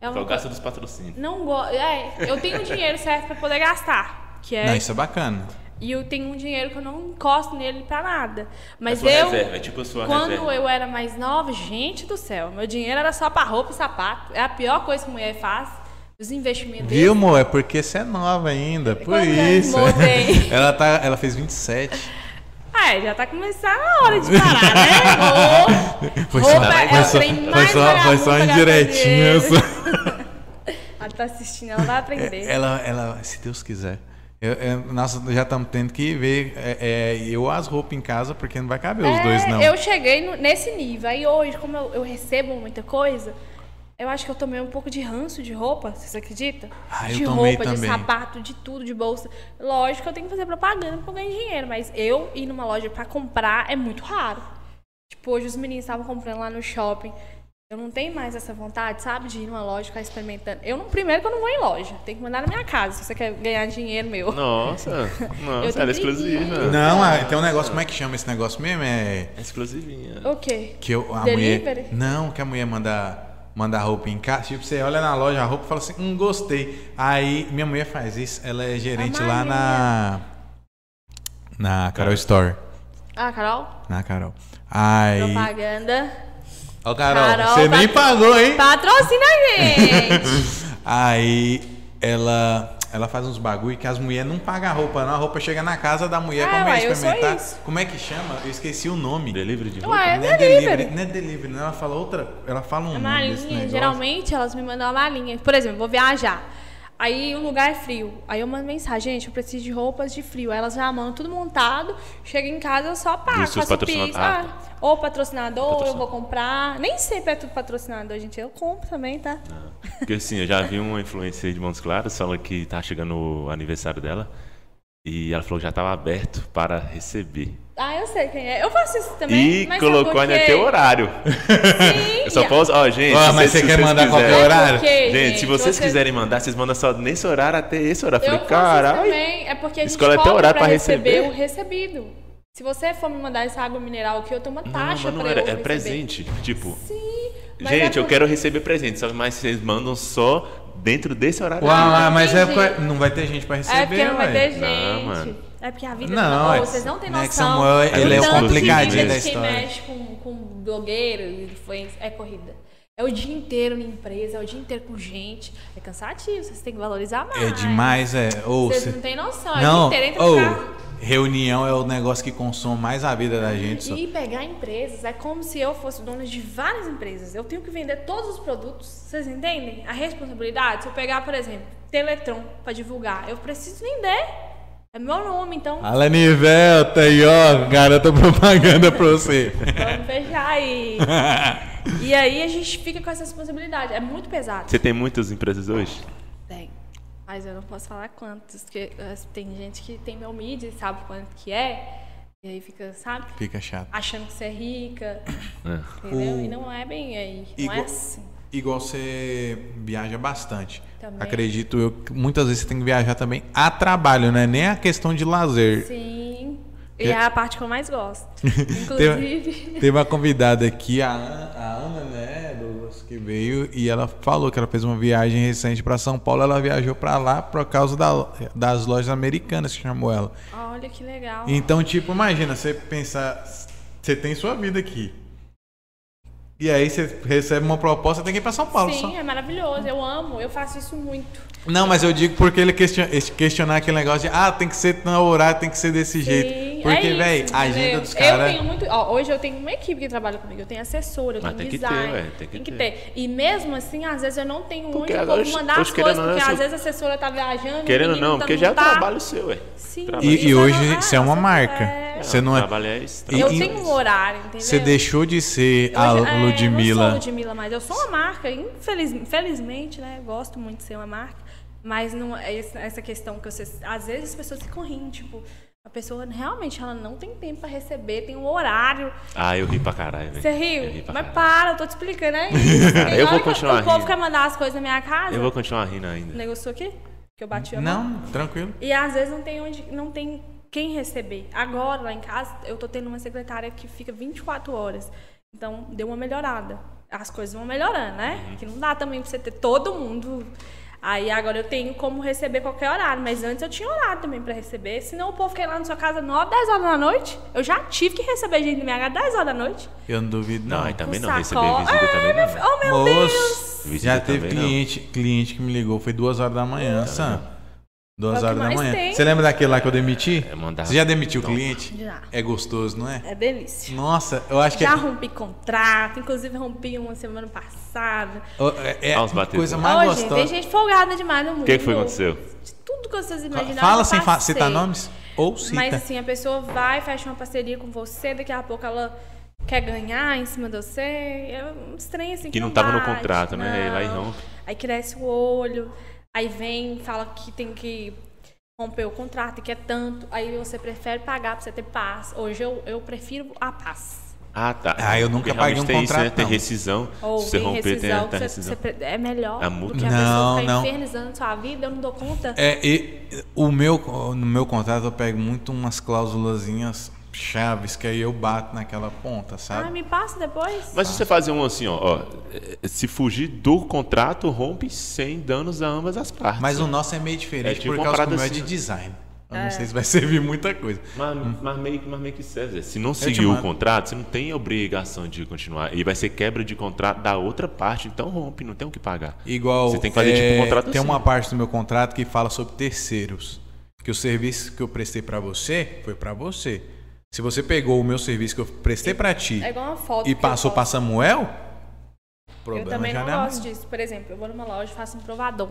Speaker 2: Eu
Speaker 3: Só
Speaker 2: não,
Speaker 3: gasta dos patrocínios.
Speaker 2: não gosto. É, eu tenho dinheiro certo pra poder gastar. Que é.
Speaker 1: Não, isso é bacana.
Speaker 2: E eu tenho um dinheiro que eu não encosto nele pra nada. Mas
Speaker 3: sua
Speaker 2: eu.
Speaker 3: reserva, é tipo a sua
Speaker 2: quando
Speaker 3: reserva.
Speaker 2: eu era mais nova, gente do céu, meu dinheiro era só pra roupa e sapato. É a pior coisa que mulher faz. Os investimentos.
Speaker 1: Viu, amor? É porque você é nova ainda, por
Speaker 2: Quantos anos,
Speaker 1: isso.
Speaker 2: amor, tem?
Speaker 1: ela, tá, ela fez 27.
Speaker 2: Ah, já tá começando a hora de parar, né? Ô,
Speaker 1: Foi
Speaker 2: roupa é o
Speaker 1: foi só,
Speaker 2: trem
Speaker 1: foi
Speaker 2: mais
Speaker 1: só, foi só
Speaker 2: vagabundo pra gastar
Speaker 1: indiretinha.
Speaker 2: dinheiro.
Speaker 1: só. É,
Speaker 2: Até tá assistindo, ela vai aprender.
Speaker 1: Ela, ela, se Deus quiser. Eu, eu- nós já estamos tendo que ver é, é, eu as roupas em casa, porque não vai caber os
Speaker 2: É,
Speaker 1: dois, não.
Speaker 2: Eu cheguei no- nesse nível. Aí hoje, como eu, eu recebo muita coisa, eu acho que eu tomei um pouco de ranço de roupa, vocês acreditam?
Speaker 1: Ah, eu
Speaker 2: de
Speaker 1: tomei
Speaker 2: roupa, de
Speaker 1: também.
Speaker 2: sapato, de tudo, de bolsa. Lógico que eu tenho que fazer propaganda pra eu ganhar dinheiro, mas eu ir numa loja pra comprar é muito raro. Tipo, hoje os meninos estavam comprando lá no shopping. Eu não tenho mais essa vontade, sabe, de ir numa loja e ficar experimentando. Eu não, primeiro que eu não vou em loja. Tem que mandar na minha casa se você quer ganhar dinheiro meu.
Speaker 3: Nossa, nossa,
Speaker 2: tenho
Speaker 3: ela é
Speaker 2: preguiça.
Speaker 3: exclusiva.
Speaker 1: Não, ah, tem um negócio, como é que chama esse negócio mesmo? É
Speaker 3: É exclusivinha.
Speaker 2: Ok.
Speaker 1: que eu, a mulher.
Speaker 2: Delivery?
Speaker 1: Não, que a mulher manda, manda a roupa em casa. Tipo, você olha na loja a roupa e fala assim, hum, gostei. Aí minha mulher faz isso, ela é gerente lá na. Na Carol Store.
Speaker 2: Ah, Carol?
Speaker 1: Na Carol. Aí.
Speaker 2: Propaganda.
Speaker 1: Ó, Carol,
Speaker 2: Carol,
Speaker 1: você nem
Speaker 2: patro-
Speaker 1: pagou, hein?
Speaker 2: Patrocina a gente!
Speaker 1: Aí ela ela faz uns bagulho que as mulheres não pagam a roupa, não. A roupa chega na casa da mulher
Speaker 2: Ah,
Speaker 1: pra mulher
Speaker 2: uai, eu sou
Speaker 1: experimentar.
Speaker 2: isso.
Speaker 1: Como é que chama? Eu esqueci o nome.
Speaker 3: Delivery de roupa?
Speaker 2: Ué, é
Speaker 1: Não é
Speaker 2: delivery.
Speaker 1: Não é delivery, não. Ela fala outra. Ela fala um
Speaker 2: É
Speaker 1: nome desse
Speaker 2: malinha.
Speaker 1: negócio.
Speaker 2: Geralmente elas me mandam uma malinha. Por exemplo, vou viajar. Aí o lugar é frio. Aí eu mando mensagem, gente, eu preciso de roupas de frio. Aí Elas já mandam tudo montado. Chega em casa, eu só pago.
Speaker 3: Dos seus
Speaker 2: faço pix.
Speaker 3: patrocinadores. Ah,
Speaker 2: Ah, ou patrocinador, ou eu
Speaker 3: Patrocinador.
Speaker 2: vou comprar. Nem sempre é tudo patrocinador, gente. Eu compro também, tá?
Speaker 3: Porque assim, eu já vi uma influencer de Montes Claros falando que tá chegando o aniversário dela. E ela falou que já tava aberto para receber.
Speaker 2: Ah, eu sei quem é. Eu faço isso também.
Speaker 3: E
Speaker 2: mas é sabe
Speaker 3: colocou
Speaker 2: por
Speaker 3: ainda
Speaker 2: quê?
Speaker 3: até o horário.
Speaker 2: Sim.
Speaker 3: Eu só posso. Ó, gente.
Speaker 1: Ó,
Speaker 3: se
Speaker 1: mas
Speaker 3: vocês-
Speaker 1: você
Speaker 3: se
Speaker 1: quer
Speaker 3: vocês
Speaker 1: mandar qualquer
Speaker 3: quiserem-
Speaker 1: horário?
Speaker 2: É Porque,
Speaker 3: Gente, se vocês quiserem mandar, vocês mandam só nesse horário até esse horário. Eu
Speaker 2: Eu
Speaker 3: falei,
Speaker 2: faço isso
Speaker 3: caralho.
Speaker 2: também. É porque a gente
Speaker 3: Escolhe até
Speaker 2: cobra
Speaker 3: horário
Speaker 2: pra
Speaker 3: pra
Speaker 2: receber,
Speaker 3: receber.
Speaker 2: o recebido. Se você for me mandar essa água mineral aqui, eu tenho uma
Speaker 3: Não,
Speaker 2: taxa
Speaker 3: mas não
Speaker 2: tá pra
Speaker 3: era,
Speaker 2: eu
Speaker 3: é
Speaker 2: receber.
Speaker 3: presente. Tipo,
Speaker 2: Sim. mas é
Speaker 3: gente, eu
Speaker 2: por-
Speaker 3: quero receber presente, sabe? Mas vocês mandam só dentro desse horário.
Speaker 1: Uau, uau, mas é
Speaker 2: entendi.
Speaker 1: porque não vai ter gente pra receber,
Speaker 2: É porque não vai
Speaker 1: ué.
Speaker 2: ter gente.
Speaker 3: Não, mano.
Speaker 2: É porque a vida
Speaker 1: Não,
Speaker 2: não,
Speaker 1: é-
Speaker 2: vocês não têm
Speaker 1: não é que
Speaker 2: noção.
Speaker 1: Samuel, ele
Speaker 3: é o
Speaker 2: tanto de
Speaker 3: complicadinho
Speaker 2: gente
Speaker 3: da
Speaker 1: história.
Speaker 2: Que mexe com, com blogueiro, influencer, é corrida. É o dia inteiro na empresa, é o dia inteiro com gente. É cansativo, vocês têm que valorizar mais.
Speaker 1: É demais, é. Ou
Speaker 2: Vocês
Speaker 1: cê-
Speaker 2: não têm noção, é o
Speaker 1: Não,
Speaker 2: dia inteiro entre
Speaker 1: ou
Speaker 2: o carro.
Speaker 1: reunião é o negócio que consome mais a vida da gente. só.
Speaker 2: E pegar empresas é como se eu fosse dona de várias empresas. Eu tenho que vender todos os produtos. Vocês entendem? A responsabilidade, se eu pegar, por exemplo, Teletron para divulgar, eu preciso vender. É meu nome, então
Speaker 3: Ah,
Speaker 1: Fala, Nivelta aí, ó, garota propaganda pra você.
Speaker 3: é.
Speaker 2: vamos fechar aí. e aí a gente fica com essa responsabilidade. É muito pesado.
Speaker 3: Você tem muitas empresas hoje?
Speaker 2: Tem. Mas eu não posso falar quantos, porque eh, tem gente que tem meu mídia e sabe quanto que é. E aí fica, sabe?
Speaker 1: Fica chato.
Speaker 2: Achando que você é rica,
Speaker 3: É.
Speaker 2: entendeu?
Speaker 1: O-
Speaker 2: E não é bem aí. Não é
Speaker 1: Igual-
Speaker 2: assim.
Speaker 1: Igual você viaja bastante.
Speaker 2: Também.
Speaker 1: Acredito eu que muitas vezes você tem que viajar também a trabalho, né? Nem a questão de lazer.
Speaker 2: Sim.
Speaker 1: Que-
Speaker 2: E é a parte que eu mais gosto. Inclusive.
Speaker 1: Teve uma convidada aqui, a, An- a Ana, né, Douglas, que veio e ela falou que ela fez uma viagem recente pra São Paulo. Ela viajou pra lá por causa da- das lojas americanas que chamou ela.
Speaker 2: Olha que legal.
Speaker 1: Então, tipo, imagina, você pensar, você tem sua vida aqui. E aí você recebe uma proposta, tem que ir pra São Paulo. só.
Speaker 2: Sim, é maravilhoso. Eu amo. Eu faço isso muito.
Speaker 1: Não, mas eu digo porque ele question- esse- questionar aquele negócio de, ah, tem que ser na horário, tem que ser desse
Speaker 2: Sim,
Speaker 1: jeito. Porque,
Speaker 2: é
Speaker 1: velho,
Speaker 2: isso,
Speaker 1: véi, a
Speaker 2: entendeu?
Speaker 1: agenda dos
Speaker 2: Eu
Speaker 1: caras.
Speaker 2: tenho muito. ó, hoje eu tenho uma equipe que trabalha comigo. Eu tenho assessora, eu
Speaker 3: Mas
Speaker 2: tenho
Speaker 3: tem que ter,
Speaker 2: design.
Speaker 3: ué, tem que ter.
Speaker 2: E mesmo assim, às vezes eu não tenho
Speaker 3: Porque
Speaker 2: onde eu
Speaker 3: agora
Speaker 2: vou
Speaker 3: eu-
Speaker 2: mandar
Speaker 3: eu
Speaker 2: as
Speaker 3: querendo
Speaker 2: coisas,
Speaker 3: ou não,
Speaker 2: porque
Speaker 3: eu
Speaker 2: às
Speaker 3: sou-
Speaker 2: vezes a assessora tá viajando.
Speaker 3: Querendo ou
Speaker 2: ou
Speaker 3: não, porque já é
Speaker 2: tá.
Speaker 3: trabalho seu, ué.
Speaker 2: Sim.
Speaker 3: Trabalho.
Speaker 1: E, e
Speaker 2: Isso
Speaker 1: hoje
Speaker 2: não- ah,
Speaker 1: você é uma
Speaker 2: nossa,
Speaker 1: marca.
Speaker 2: é.
Speaker 1: Você não é.
Speaker 3: Trabalho é isso.
Speaker 1: E-
Speaker 2: Eu
Speaker 1: e-
Speaker 2: tenho um horário, entendeu?
Speaker 1: Você deixou de ser
Speaker 3: Ah,
Speaker 1: a
Speaker 2: Hoje- é, Eu não sou
Speaker 1: Ludmilla.
Speaker 2: Ludmilla, mas eu sou uma marca, infeliz, infelizmente, né? Gosto muito de ser uma marca, mas não é esse- essa questão que vocês. Às vezes as pessoas ficam rindo, tipo, a pessoa realmente ela não tem tempo pra receber, tem um horário.
Speaker 3: Ah, eu ri pra caralho, velho.
Speaker 2: Você
Speaker 3: Eu ri
Speaker 2: riu?
Speaker 3: pra
Speaker 2: Mas
Speaker 3: caralho.
Speaker 2: para, eu tô te explicando é aí.
Speaker 3: Cara, eu vou continuar
Speaker 2: O povo
Speaker 3: rindo.
Speaker 2: quer mandar as coisas na minha casa.
Speaker 3: Eu vou continuar rindo ainda.
Speaker 2: Negociou aqui? Que eu bati a mão.
Speaker 1: Não, tranquilo.
Speaker 2: E às vezes não tem onde, não tem quem receber. Agora, lá em casa, eu tô tendo uma secretária que fica 24 horas. Então, deu uma melhorada. As coisas vão melhorando, né?
Speaker 3: Uhum.
Speaker 2: Que não dá também pra você ter todo mundo. Aí agora eu tenho como receber qualquer horário, mas antes eu tinha horário também pra receber. Senão o povo quer ir lá na sua casa 9, 10 horas da noite. Eu já tive que receber gente na minha casa 10 horas da noite.
Speaker 1: Eu não duvido, não.
Speaker 3: Não, então, aí também
Speaker 2: Com
Speaker 3: não. Receber
Speaker 2: sacola.
Speaker 3: visita também não. né?
Speaker 2: Meu- Oh, meu Deus!
Speaker 1: Moço,
Speaker 3: Visita
Speaker 1: já teve
Speaker 3: também não. Tá
Speaker 1: cliente, cliente que me ligou, foi duas horas da manhã, Sam. Duas
Speaker 2: É o que
Speaker 1: horas da
Speaker 2: mais
Speaker 1: manhã.
Speaker 2: tem.
Speaker 1: Você lembra daquele lá que eu demiti?
Speaker 3: É, mandava-
Speaker 1: Você já demitiu o
Speaker 3: Então.
Speaker 1: cliente?
Speaker 2: Já.
Speaker 1: É gostoso, não é?
Speaker 2: É delícia.
Speaker 1: Nossa, eu acho que é,
Speaker 2: Já rompi contrato, inclusive rompi uma semana passada.
Speaker 1: é
Speaker 3: Ah,
Speaker 1: a
Speaker 3: os batedores.
Speaker 1: coisa
Speaker 2: Ó,
Speaker 1: mais
Speaker 2: gente, tem
Speaker 1: gostosa.
Speaker 2: gente folgada demais no mundo.
Speaker 3: O que, que foi que aconteceu?
Speaker 2: De tudo que vocês imaginaram.
Speaker 1: Fala
Speaker 2: eu
Speaker 1: sem fa-
Speaker 2: passei.
Speaker 1: citar nomes ou cita.
Speaker 2: um Mas assim, a pessoa vai, fecha uma parceria com você, daqui a pouco ela quer ganhar em cima de você. É um estranho assim.
Speaker 3: Que não
Speaker 2: estava
Speaker 3: tava no contrato, né? Aí vai e rompe.
Speaker 2: Aí cresce o olho, aí vem, fala que tem que romper o contrato, que é tanto. Aí você prefere pagar pra você ter paz. Hoje eu, eu prefiro a paz.
Speaker 3: Ah, tá.
Speaker 1: Ah, eu nunca
Speaker 3: Porque
Speaker 1: paguei um
Speaker 3: realmente tem isso,
Speaker 1: contrato,
Speaker 3: né? Tem
Speaker 1: não.
Speaker 3: rescisão.
Speaker 2: Ou
Speaker 3: Se você
Speaker 2: tem
Speaker 3: romper, tem,
Speaker 2: rescisão,
Speaker 3: tem
Speaker 2: que você-
Speaker 3: rescisão.
Speaker 2: você pre- é melhor
Speaker 3: A
Speaker 2: do
Speaker 3: multa.
Speaker 2: que a
Speaker 1: Não,
Speaker 2: pessoa ficar
Speaker 1: não.
Speaker 2: infernizando sua vida, eu não dou conta.
Speaker 1: É, e o meu, no meu contrato eu pego muito umas cláusulazinhas chaves que aí eu bato naquela ponta,
Speaker 2: Ah,
Speaker 1: sabe?
Speaker 2: me passa depois?
Speaker 3: Mas se você fazer um assim, ó, ó, eh, se fugir do contrato, rompe sem danos a ambas as partes.
Speaker 1: Mas o nosso é meio diferente
Speaker 3: É tipo
Speaker 1: por
Speaker 3: uma
Speaker 1: causa que o
Speaker 3: parada
Speaker 1: meu é
Speaker 3: assim,
Speaker 1: de
Speaker 3: ó.
Speaker 1: design. Eu
Speaker 2: É.
Speaker 1: não sei se vai servir muita coisa.
Speaker 3: Mas, mas meio, que- mas meio que serve. Se não
Speaker 1: Hum. te
Speaker 3: seguir
Speaker 1: mando.
Speaker 3: o contrato, você não tem obrigação de continuar. E vai ser quebra de contrato da outra parte, então rompe, não tem o que pagar.
Speaker 1: Igual.
Speaker 3: Você tem que fazer tipo
Speaker 1: é,
Speaker 3: um contrato
Speaker 1: Tem
Speaker 3: assim.
Speaker 1: uma parte do meu contrato que fala sobre terceiros. Que o serviço que eu prestei pra você foi pra você. Se você pegou o meu serviço que eu prestei pra ti
Speaker 2: É igual uma foto.
Speaker 1: e
Speaker 2: que eu
Speaker 1: passou pra
Speaker 2: posto.
Speaker 1: Samuel,
Speaker 2: Eu
Speaker 1: problema
Speaker 2: também
Speaker 1: já
Speaker 2: não
Speaker 1: não é
Speaker 2: gosto disso. Por exemplo, eu vou numa loja e faço um provador.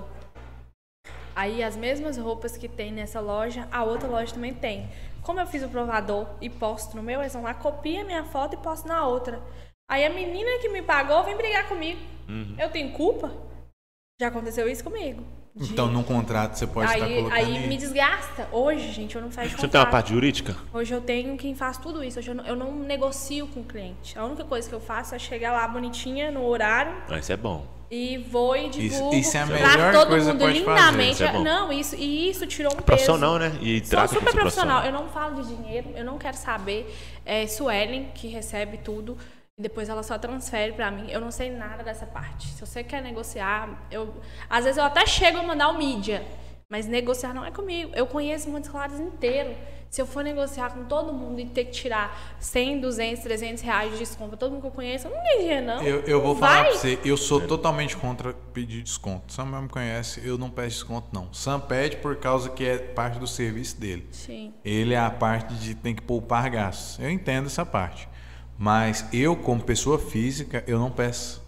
Speaker 2: Aí as mesmas roupas que tem nessa loja, a outra loja também tem. Como eu fiz o provador e posto no meu, eles vão lá, copia minha foto e posto na outra. Aí a menina que me pagou vem brigar comigo.
Speaker 1: Uhum.
Speaker 2: Eu tenho culpa? Já aconteceu isso comigo. De-
Speaker 1: Então, num contrato você pode estar
Speaker 2: aí
Speaker 1: colocando.
Speaker 2: aí me
Speaker 1: isso.
Speaker 2: desgasta. Hoje, gente, eu não fecho
Speaker 3: Você não tem uma
Speaker 2: contrato.
Speaker 3: parte jurídica?
Speaker 2: Hoje eu tenho quem faz tudo isso. Hoje eu não, eu não negocio com o cliente. A única coisa que eu faço é chegar lá bonitinha no horário
Speaker 3: Ah, isso é bom.
Speaker 2: e vou e divulgo.
Speaker 1: Isso- isso é a
Speaker 2: pra
Speaker 1: melhor
Speaker 2: todo
Speaker 1: coisa que
Speaker 2: mundo
Speaker 1: pode fazer,
Speaker 2: lindamente.
Speaker 3: isso é bom.
Speaker 2: não, isso e isso tirou um
Speaker 3: Profissional,
Speaker 2: peso.
Speaker 3: né? E
Speaker 2: Sou
Speaker 3: trata como
Speaker 2: super
Speaker 3: se
Speaker 2: profissional. Eu não falo de dinheiro, eu não quero saber. É Suelen que recebe tudo e depois ela só transfere pra mim. Eu não sei nada dessa parte. Se você quer negociar, eu às vezes eu até chego a mandar o mídia, mas negociar não é comigo. Eu conheço Montes Claros inteiro. Se eu for negociar com todo mundo e ter que tirar 100, 200, 300 reais de desconto pra todo mundo que eu conheço, eu não ganho dinheiro, não.
Speaker 1: Eu, eu vou falar
Speaker 2: Vai.
Speaker 1: pra você, eu sou totalmente contra pedir desconto. Sam mesmo me conhece, eu não peço desconto, não. Sam pede por causa que é parte do serviço dele.
Speaker 2: Sim.
Speaker 1: Ele é a parte de tem que poupar gastos. Eu entendo essa parte. Mas eu, como pessoa física, eu não peço.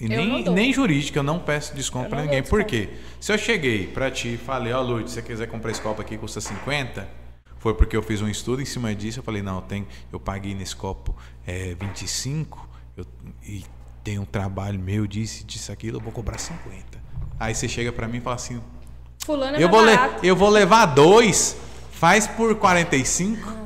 Speaker 1: E
Speaker 2: Eu não
Speaker 1: nem,
Speaker 2: dou.
Speaker 1: nem jurídica, eu não peço desconto
Speaker 2: Eu
Speaker 1: pra
Speaker 2: não
Speaker 1: ninguém.
Speaker 2: dou
Speaker 1: Por quê?
Speaker 2: desconto.
Speaker 1: Se eu cheguei pra ti e falei, ó, Lourdes, se você quiser comprar esse copo aqui, custa 50, foi porque eu fiz um estudo em cima disso. Eu falei, não, tem, eu paguei nesse copo é, 25 eu, e tem um trabalho meu disso, disso, aquilo, eu vou cobrar 50. Aí você chega pra mim e fala assim,
Speaker 3: Tá
Speaker 2: Fulano é
Speaker 1: eu
Speaker 2: mais
Speaker 1: vou, le-
Speaker 2: barato.
Speaker 1: eu vou levar dois, faz por 45.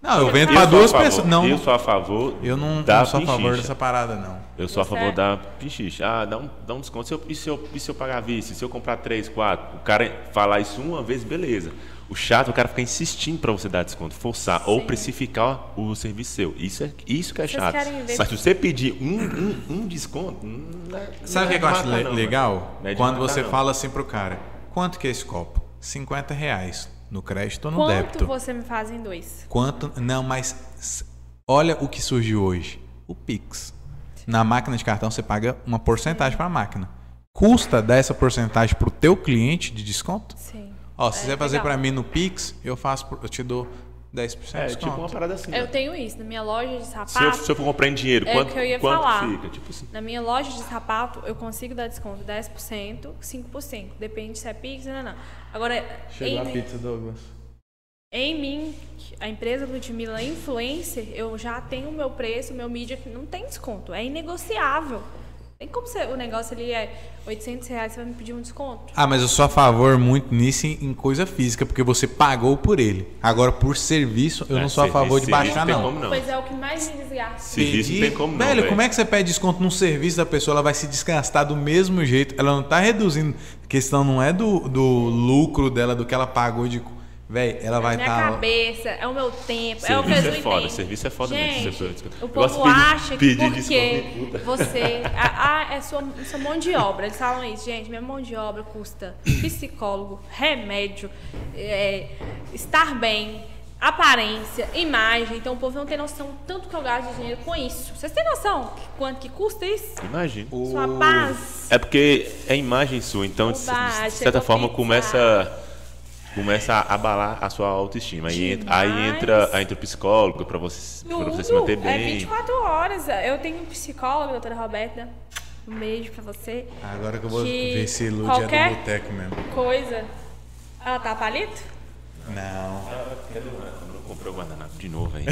Speaker 1: Não, eu vendo pra
Speaker 3: sou a
Speaker 1: duas
Speaker 3: favor-
Speaker 1: pessoas. Não,
Speaker 3: Eu sou a favor
Speaker 1: eu não,
Speaker 3: da
Speaker 1: não sou a favor
Speaker 3: pichincha.
Speaker 1: dessa parada, não.
Speaker 3: Eu sou a
Speaker 2: Você
Speaker 3: favor
Speaker 2: é?
Speaker 3: da pichicha. Ah, dá um, dá um desconto. Se eu, e, se eu, e se eu pagar à vista? E se eu comprar três, quatro? O cara falar isso uma vez, beleza. O chato é o cara ficar insistindo pra você dar desconto, forçar ou
Speaker 2: Sim.
Speaker 3: precificar o serviço seu. Isso, é, isso que é
Speaker 2: Vocês
Speaker 3: chato.
Speaker 2: querem ver-
Speaker 3: Mas se você pedir um, um, um desconto. não é-
Speaker 1: Sabe o
Speaker 3: não é
Speaker 1: que,
Speaker 3: de
Speaker 1: eu acho
Speaker 3: matar,
Speaker 1: le-
Speaker 3: não,
Speaker 1: legal?
Speaker 3: mano. Não é de
Speaker 1: Quando
Speaker 3: matar,
Speaker 1: você
Speaker 3: não.
Speaker 1: fala assim pro cara: quanto que é esse copo? 50 reais. No crédito ou no um
Speaker 2: Quanto
Speaker 1: débito?
Speaker 2: você me faz em dois?
Speaker 1: Quanto. Não, mas s- olha o que surgiu hoje: o Pix. Na máquina de cartão você paga uma porcentagem pra máquina. Custa dar essa porcentagem pro teu cliente de desconto?
Speaker 2: Sim.
Speaker 1: Ó, se
Speaker 2: É,
Speaker 1: você fazer
Speaker 2: legal.
Speaker 1: pra mim no Pix, eu faço, por- eu te dou 10%
Speaker 3: É,
Speaker 1: de
Speaker 3: tipo uma
Speaker 1: desconto.
Speaker 3: parada assim.
Speaker 2: Eu
Speaker 3: né?
Speaker 2: tenho isso. Na minha loja de
Speaker 3: se, eu,
Speaker 2: sapato.
Speaker 3: se eu for comprar em dinheiro,
Speaker 2: É o
Speaker 3: quanto,
Speaker 2: que eu ia
Speaker 3: quanto
Speaker 2: falar.
Speaker 3: fica? Tipo assim.
Speaker 2: Na minha loja de sapato, eu consigo dar desconto 10%, 5%. Depende se é Pix, não, não. Agora, em,
Speaker 1: Douglas.
Speaker 2: em mim, a empresa Ludmilla Influencer, eu já tenho o meu preço, o meu mídia, que não tem desconto. É inegociável. Tem como você, o negócio ali é 800 reais, você vai me pedir um desconto?
Speaker 1: Ah, mas eu sou a favor muito nisso em, em coisa física, porque você pagou por ele. Agora, por serviço, eu
Speaker 3: É,
Speaker 1: não sou a
Speaker 3: serviço-
Speaker 1: favor de
Speaker 3: serviço
Speaker 1: baixar,
Speaker 3: tem
Speaker 1: não.
Speaker 3: como não.
Speaker 2: Pois é, o que mais me desgasta.
Speaker 3: Serviço não tem como não.
Speaker 1: velho, como é que você pede desconto num serviço da pessoa? Ela vai se desgastar do mesmo jeito. Ela não tá reduzindo. A questão não é do, do lucro dela, do que ela pagou de. co- Velho, ela vai tá
Speaker 2: minha
Speaker 1: estar.
Speaker 2: cabeça, é o meu tempo, é o que eu
Speaker 3: Serviço é
Speaker 2: não
Speaker 3: foda,
Speaker 2: entendo.
Speaker 3: serviço é foda mesmo,
Speaker 2: Gente,
Speaker 3: serviço é foda.
Speaker 2: O
Speaker 3: Eu gosto
Speaker 2: povo
Speaker 3: de pedir-
Speaker 2: acha que
Speaker 3: pedir
Speaker 2: porque
Speaker 3: desconto, puta.
Speaker 2: você. Ah, ah, é sua, sua mão de obra. Eles falam isso, gente. Minha mão de obra custa psicólogo, remédio, é, estar bem. aparência, imagem. Então o povo não tem noção do tanto que eu gasto de dinheiro com isso. Vocês têm noção que- quanto que custa isso?
Speaker 3: Imagina.
Speaker 1: O-
Speaker 2: Sua paz.
Speaker 3: É porque é imagem sua, então de,
Speaker 2: Oba,
Speaker 3: de certa
Speaker 2: chegou
Speaker 3: forma
Speaker 2: pizza.
Speaker 3: começa começa a abalar a sua autoestima. Aí entra, aí
Speaker 2: Demais.
Speaker 3: entra, aí entra o psicólogo pra você, pra você se
Speaker 2: Tudo.
Speaker 3: manter
Speaker 2: É
Speaker 3: bem.
Speaker 2: 24 horas. Eu tenho um psicólogo, doutora Roberta. Um beijo pra você.
Speaker 1: Agora que eu vou
Speaker 2: Que
Speaker 1: ver se Lud é
Speaker 2: qualquer-
Speaker 1: do boteco mesmo.
Speaker 2: Coisa. Ela tá palito?
Speaker 1: Não.
Speaker 3: Comprou guardanapo de novo, hein?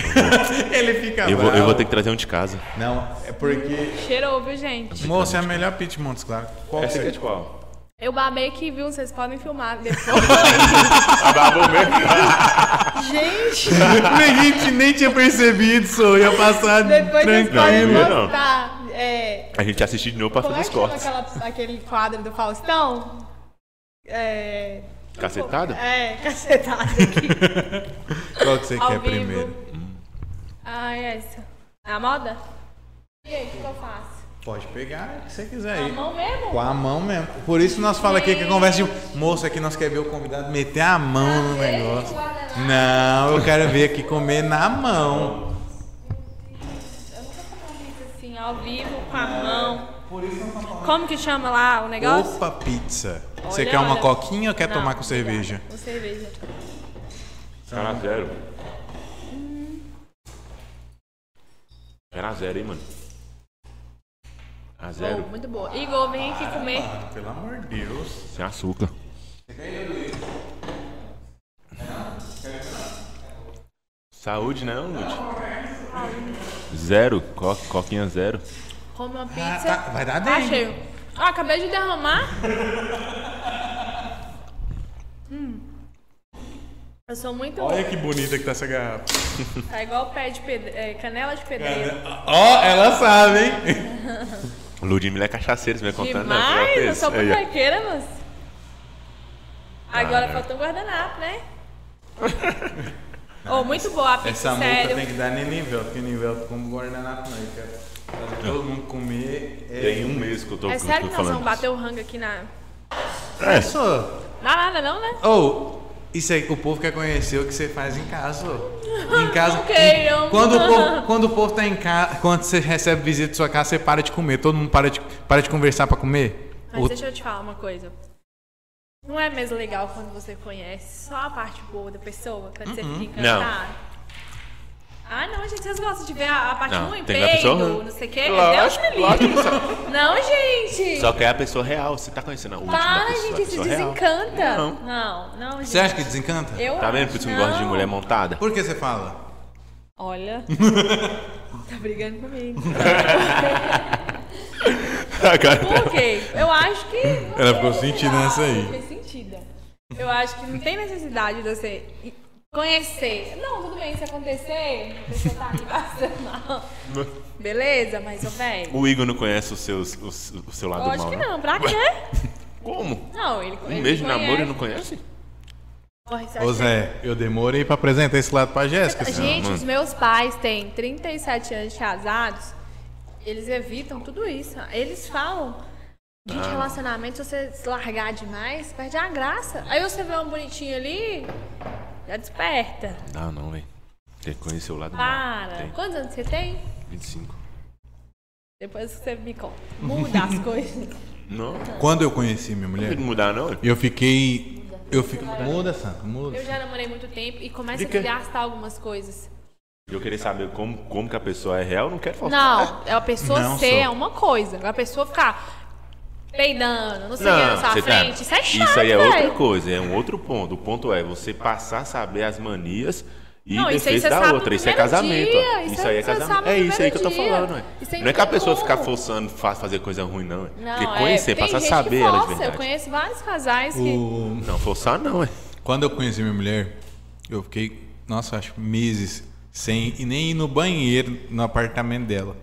Speaker 1: Ele fica
Speaker 3: Eu vou, eu
Speaker 1: bravo.
Speaker 3: vou ter que trazer um de casa.
Speaker 1: Não, é porque...
Speaker 2: Cheirou, viu, gente?
Speaker 1: Moça, é a melhor pit Montes Claros. Qual que é?
Speaker 3: qual?
Speaker 2: Eu babei que, viu? Vocês podem filmar depois.
Speaker 1: Tá
Speaker 2: gente,
Speaker 1: Ninguém nem tinha percebido, sou. Ia passar
Speaker 4: Depois vocês podem
Speaker 1: tranquilo.
Speaker 3: Não, não.
Speaker 4: mostrar. É,
Speaker 3: A gente assiste de novo pra
Speaker 4: como é
Speaker 3: fazer os
Speaker 4: que chama
Speaker 3: cortes.
Speaker 4: aquela, aquele quadro do Faustão? É.
Speaker 3: Cacetada?
Speaker 4: É, cacetada aqui.
Speaker 1: Qual que você
Speaker 2: Ao
Speaker 1: quer
Speaker 2: vivo.
Speaker 1: primeiro?
Speaker 2: Ah, é isso. É a moda? E aí, o que eu faço?
Speaker 1: Pode pegar o que você quiser aí.
Speaker 2: A mão mesmo?
Speaker 1: Com a mão mesmo. Por isso nós falamos aqui que a conversa de moça aqui, nós queremos ver o convidado meter a mão no
Speaker 2: Ah, é,
Speaker 1: negócio. Não, eu quero ver aqui comer na mão.
Speaker 2: Assim, ao vivo, com a mão. Como que chama lá o negócio?
Speaker 1: Opa, pizza. Você
Speaker 2: Olha,
Speaker 1: quer uma
Speaker 2: olha.
Speaker 1: coquinha ou quer
Speaker 2: Não,
Speaker 1: tomar com
Speaker 2: obrigada.
Speaker 1: cerveja?
Speaker 2: Com cerveja.
Speaker 1: Tá
Speaker 3: Era zero. Era Tá zero, hein, mano? A
Speaker 2: Boa,
Speaker 3: zero.
Speaker 2: muito boa. Igor, vem aqui comer.
Speaker 1: Pelo amor de Deus.
Speaker 3: Sem açúcar. Saúde, né, Lute? Zero. Co coquinha zero.
Speaker 2: Come uma
Speaker 1: Ah,
Speaker 2: pizza.
Speaker 1: tá, vai dar
Speaker 2: Tá
Speaker 1: dengue.
Speaker 2: cheio. Ó, acabei de derramar. Hum. Eu sou muito.
Speaker 1: Olha que bonita que tá essa garrafa.
Speaker 2: Tá igual pé de pedre... é, canela de pedreiro.
Speaker 1: Ó, ela sabe, hein?
Speaker 3: Ludmilla é cachaceira, você vai contando. né?
Speaker 2: Demais, eu
Speaker 3: Fez.
Speaker 2: sou
Speaker 3: Aí, ó.
Speaker 2: botequeira, moço. Agora faltou um guardanapo, né? oh, muito boa a pizza,
Speaker 1: Essa multa
Speaker 2: sério.
Speaker 1: tem que dar nem nível, porque nível como guardanapo não. Eu quero fazer todo mundo comer. É...
Speaker 3: Tem um mês que eu tô,
Speaker 2: É
Speaker 3: que eu
Speaker 2: sério
Speaker 3: tô
Speaker 2: que nós
Speaker 3: falando.
Speaker 2: vamos bater o rango aqui na.
Speaker 1: É só.
Speaker 2: Dá nada, não, né?
Speaker 1: Ou, isso aí, o povo quer conhecer o que você faz em casa. ô. Em casa.
Speaker 2: Não queiram.
Speaker 1: Quando o, povo, quando o povo tá em casa, quando você recebe visita de sua casa, você para de comer. Todo mundo para de, para de conversar pra comer.
Speaker 2: Mas
Speaker 1: Ou-
Speaker 2: deixa eu te falar uma coisa. Não é mesmo legal quando você conhece só a parte boa da pessoa, quando você fica
Speaker 3: Uhum. Não.
Speaker 2: encantado? Ah, não, gente, vocês gostam de ver a, a parte
Speaker 3: Não,
Speaker 2: ruim,
Speaker 3: tem que ver a pessoa
Speaker 2: peido,
Speaker 3: ruim.
Speaker 2: não sei o quê.
Speaker 3: Lógico,
Speaker 2: Deus me
Speaker 3: lógico.
Speaker 2: livre. Não, gente.
Speaker 3: Só que é a pessoa real, você tá conhecendo a última
Speaker 2: Para,
Speaker 3: pessoa, a
Speaker 2: gente, isso
Speaker 3: pessoa real.
Speaker 2: desencanta.
Speaker 3: Não.
Speaker 2: não, não, gente.
Speaker 1: Você acha que desencanta?
Speaker 2: Eu
Speaker 3: Tá vendo
Speaker 2: acho,
Speaker 3: por isso que eu gosto de
Speaker 2: não.
Speaker 3: mulher montada?
Speaker 1: Por que você fala?
Speaker 2: Olha. tá brigando comigo.
Speaker 3: A cara
Speaker 2: Por
Speaker 3: dela.
Speaker 2: quê? Eu acho que. não
Speaker 1: Ela
Speaker 2: tem
Speaker 1: ficou sentida nessa aí.
Speaker 2: necessidade, Fiquei sentida. Eu acho que não tem necessidade de você ir conhecer. Não, tudo bem, se acontecer, a pessoa tá ali passando mal. Beleza, mas, ô, velho.
Speaker 3: O Igor não conhece os seus, os, o seu lado
Speaker 2: Lógico
Speaker 3: mal,
Speaker 2: que
Speaker 3: né?
Speaker 2: não, pra quê?
Speaker 3: Como?
Speaker 2: Não, ele
Speaker 3: Um mês de namoro e não conhece?
Speaker 1: Ô Zé, eu demorei pra apresentar esse lado pra Jéssica. senão-
Speaker 2: Gente, os meus pais têm 37 anos de casados, eles evitam tudo isso. Eles falam de
Speaker 3: Ah.
Speaker 2: relacionamento, se você se largar demais, perde a graça. Aí você vê um bonitinho ali, já desperta.
Speaker 3: Não, Ah, não, velho. Tem que conhecer o lado mal.
Speaker 2: Para.
Speaker 3: Tem.
Speaker 2: Quantos anos você tem?
Speaker 3: 25.
Speaker 2: Depois você me conta. Muda as coisas.
Speaker 3: Não,
Speaker 2: Então.
Speaker 3: não
Speaker 1: Quando eu conheci minha
Speaker 3: tem
Speaker 1: mulher,
Speaker 3: que mudar, não.
Speaker 1: eu fiquei. Eu fi... Muda, Santa, muda.
Speaker 2: Eu já namorei muito tempo e começa a
Speaker 3: Dica.
Speaker 2: desgastar algumas coisas.
Speaker 3: Eu queria saber como, como que a pessoa é real, não quero falar.
Speaker 2: Não, é a pessoa
Speaker 1: Não
Speaker 2: ser
Speaker 1: sou.
Speaker 2: é uma coisa. A pessoa ficar peidando, não sei o que na
Speaker 3: Não,
Speaker 2: sua
Speaker 3: você tá.
Speaker 2: frente. Isso é chato,
Speaker 3: Isso aí é
Speaker 2: velho.
Speaker 3: outra coisa, é um outro ponto. O ponto é você passar a saber as manias e
Speaker 2: Não, isso aí
Speaker 3: defesa
Speaker 2: você
Speaker 3: da
Speaker 2: sabe no
Speaker 3: outra. Isso é
Speaker 2: primeiro
Speaker 3: casamento.
Speaker 2: dia,
Speaker 3: ó.
Speaker 2: isso
Speaker 3: Isso
Speaker 2: aí
Speaker 3: aí é
Speaker 2: você sabe
Speaker 3: casamento.
Speaker 2: no
Speaker 3: É isso aí que eu tô
Speaker 2: primeiro dia.
Speaker 3: falando. ué.
Speaker 2: Isso aí
Speaker 3: Não é
Speaker 2: não
Speaker 3: que a
Speaker 2: tem
Speaker 3: pessoa
Speaker 2: como.
Speaker 3: ficar forçando fa- fazer coisa ruim, não. é.
Speaker 2: Não,
Speaker 3: Porque conhecer,
Speaker 2: é, tem
Speaker 3: passar a
Speaker 2: gente
Speaker 3: saber
Speaker 2: que
Speaker 3: elas
Speaker 2: força. Eu
Speaker 3: verdade.
Speaker 2: conheço vários casais que.
Speaker 1: O-
Speaker 3: Não, forçar não, é.
Speaker 1: Quando eu conheci minha mulher, eu fiquei, nossa, acho que meses sem e nem ir no banheiro no apartamento dela.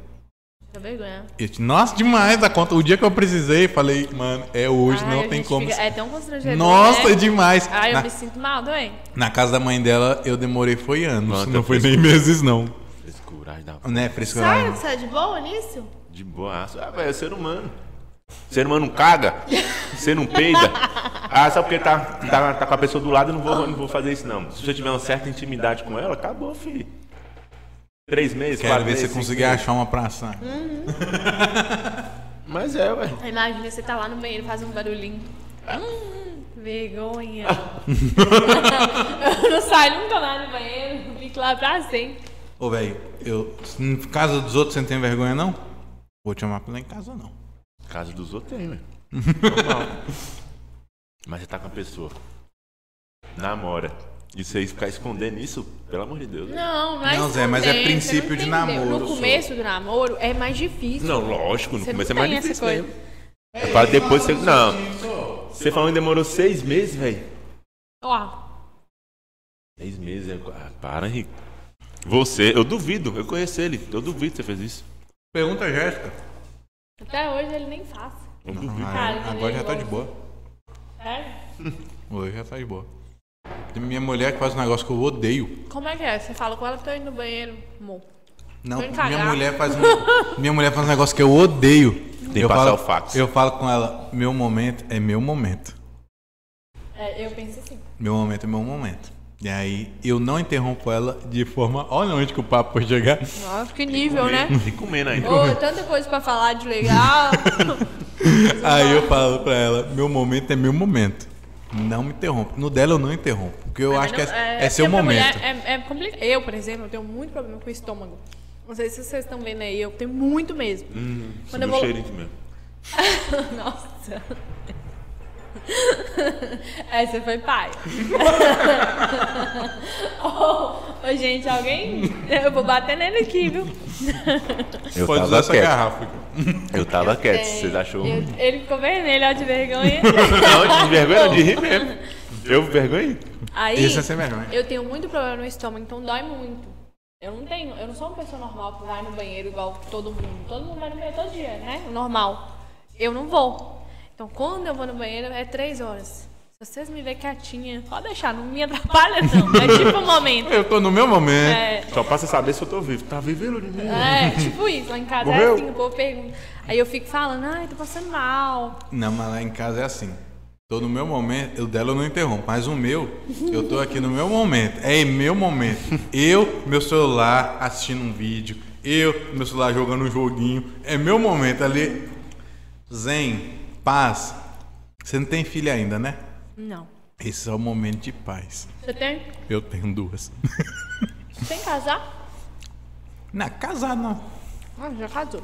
Speaker 2: Dá vergonha.
Speaker 1: Eu, te- nossa, demais da conta. O dia que eu precisei, falei, mano, é hoje,
Speaker 2: Ai, a
Speaker 1: não tem
Speaker 2: gente
Speaker 1: como.
Speaker 2: fica- É tão constrangedor.
Speaker 1: Nossa,
Speaker 2: né?
Speaker 1: é demais.
Speaker 2: Ai, eu
Speaker 1: na,
Speaker 2: me sinto mal, doente.
Speaker 1: na casa da mãe dela, eu demorei foi anos.
Speaker 3: Quanto
Speaker 1: não
Speaker 3: eu
Speaker 1: foi
Speaker 3: fiz-
Speaker 1: nem meses, não.
Speaker 3: Frescuragem da
Speaker 1: Né, frescura.
Speaker 2: Sério que você é de boa nisso?
Speaker 3: De boa. Ah, velho, é ser humano. Ser humano não caga? Você não peida? Ah, só porque tá, tá, tá com a pessoa do lado, eu não vou, eu não vou fazer isso, não. Se você tiver uma certa intimidade com ela, acabou, filho. Três meses,
Speaker 1: Quero
Speaker 3: quatro
Speaker 1: ver se
Speaker 3: meses.
Speaker 1: você
Speaker 3: cinco
Speaker 1: conseguir
Speaker 3: meses.
Speaker 1: achar uma praça.
Speaker 2: Hum?
Speaker 3: Mas é, ué.
Speaker 4: Imagina, você tá lá no banheiro, faz um barulhinho. Hum, vergonha.
Speaker 2: Eu não saio nunca mais do banheiro, fico lá pra sempre.
Speaker 1: Ô, velho, eu. Em casa dos outros você não tem vergonha, não? Vou te chamar pra lá em casa, não.
Speaker 3: Casa dos outros tem, ué. Normal. Mas você tá com a pessoa. Namora. Isso aí, ficar escondendo isso, pelo amor de Deus. ué.
Speaker 4: Não, não é
Speaker 1: Não, Zé, mas é
Speaker 4: esconder, você
Speaker 1: princípio
Speaker 4: não
Speaker 1: de
Speaker 4: entendeu.
Speaker 1: namoro,
Speaker 4: No
Speaker 1: sou.
Speaker 4: começo do namoro é mais difícil.
Speaker 3: Não, lógico, no
Speaker 4: Você não
Speaker 3: começo é
Speaker 4: tem
Speaker 3: mais
Speaker 4: essa
Speaker 3: difícil
Speaker 4: coisa.
Speaker 3: mesmo. É pra depois você. Não. Você falou que demorou seis meses, velho.
Speaker 2: Ó,
Speaker 3: Seis meses é. Ah, para, Henrique. Você, eu duvido, eu conheço ele. Eu duvido que você fez isso.
Speaker 1: Pergunta a Jéssica.
Speaker 2: até hoje ele nem faz.
Speaker 3: Eu duvido.
Speaker 2: Cara,
Speaker 1: Ah,
Speaker 2: tá
Speaker 1: agora
Speaker 2: bem
Speaker 1: já tá de
Speaker 2: louco.
Speaker 1: boa.
Speaker 2: É?
Speaker 1: Hoje já tá de boa. Tem minha mulher que faz um negócio que eu odeio.
Speaker 2: Como é que é? Você fala com ela, tô indo no banheiro, amor.
Speaker 1: Não,
Speaker 2: Vem cagar.
Speaker 1: minha mulher faz um, minha mulher faz um negócio que eu odeio.
Speaker 3: que
Speaker 1: eu
Speaker 3: passar
Speaker 1: falo,
Speaker 3: o fax.
Speaker 1: Eu falo com ela, meu momento é meu momento.
Speaker 2: É, eu penso assim.
Speaker 1: Meu momento é meu momento. E aí eu não interrompo ela de forma. Olha onde que o papo foi chegar.
Speaker 2: Nossa, que nível, né?
Speaker 3: E comendo ainda.
Speaker 2: Ô, tanta coisa pra falar de legal.
Speaker 1: Aí eu falo pra ela, meu momento é meu momento. Não me interrompa. No dela eu não interrompo. Porque eu acho que
Speaker 2: Não,
Speaker 1: é, é seu
Speaker 2: porque pra
Speaker 1: momento.
Speaker 2: mulher É, é complicado. Eu, por exemplo, eu tenho muito problema com o estômago. Não sei se vocês estão vendo aí, eu tenho muito mesmo. Quando eu
Speaker 3: Meu
Speaker 2: vou-
Speaker 3: Hum, cheirinho mesmo.
Speaker 1: Hum.
Speaker 2: Nossa. Essa foi pai. Ô, ô, gente, alguém. Eu vou bater nele aqui, viu?
Speaker 3: Eu
Speaker 1: Pode usar
Speaker 3: tava
Speaker 1: essa
Speaker 3: quieto.
Speaker 1: garrafa.
Speaker 3: Eu tava quieto.
Speaker 2: Tem.
Speaker 3: Vocês achou?
Speaker 2: É, Eu- ele ficou vermelho, ó, de vergonha.
Speaker 3: Não, de vergonha de rir mesmo. Eu vergonha?
Speaker 2: Aí,
Speaker 1: Isso é ser melhor, né?
Speaker 2: eu tenho muito problema no estômago, então dói muito. Eu não tenho, eu não sou uma pessoa normal que vai no banheiro igual todo mundo. Todo mundo vai no banheiro todo dia, né? O normal. Eu não vou. Então, quando eu vou no banheiro, é três horas. Se vocês me verem quietinha, pode deixar, não me atrapalha, não. É tipo um momento.
Speaker 1: Eu tô no meu momento.
Speaker 2: É,
Speaker 3: Só pra você saber se eu tô vivo. Tá vivo, Elodimir?
Speaker 2: é, tipo isso. Lá em casa é
Speaker 3: Morreu?
Speaker 2: assim, o povo pergunta. Aí eu fico falando, ai, tô passando mal.
Speaker 1: Não, mas lá em casa é assim. Tô no meu momento, o dela eu não interrompo, mas o meu, eu tô aqui no meu momento. É meu momento. Eu, meu celular, assistindo um vídeo. Eu, meu celular jogando um joguinho. É meu momento ali. Zen, paz. Você não tem filha ainda, né?
Speaker 2: Não.
Speaker 1: Esse é o momento de paz.
Speaker 2: Você tem?
Speaker 1: Eu tenho duas.
Speaker 2: Tem que casar?
Speaker 1: Na casada, não.
Speaker 2: Ah, já casou.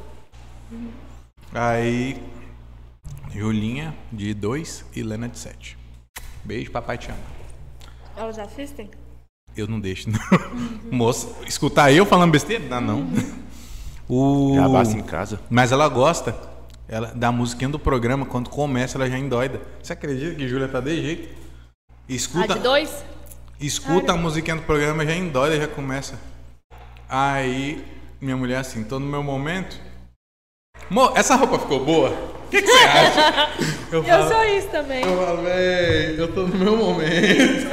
Speaker 1: Aí, Julinha, de dois, e Lena, de sete. Beijo, papai te ama.
Speaker 2: Elas assistem?
Speaker 1: Eu não deixo, não. Moça, escutar eu falando besteira? Dá não. O...
Speaker 3: Já basta em casa.
Speaker 1: Mas ela gosta ela, da musiquinha do programa. Quando começa, ela já endoida. Você acredita que Júlia tá de jeito?
Speaker 2: Ah,
Speaker 1: Escuta,
Speaker 2: de dois?
Speaker 1: escuta a musiquinha do programa, já endoida, já começa. Aí, minha mulher assim, tô no meu momento. Mô, essa roupa ficou boa? O que, que você acha? Eu
Speaker 2: Eu
Speaker 1: falo,
Speaker 2: sou isso também.
Speaker 1: eu falo, véi, eu tô no meu momento.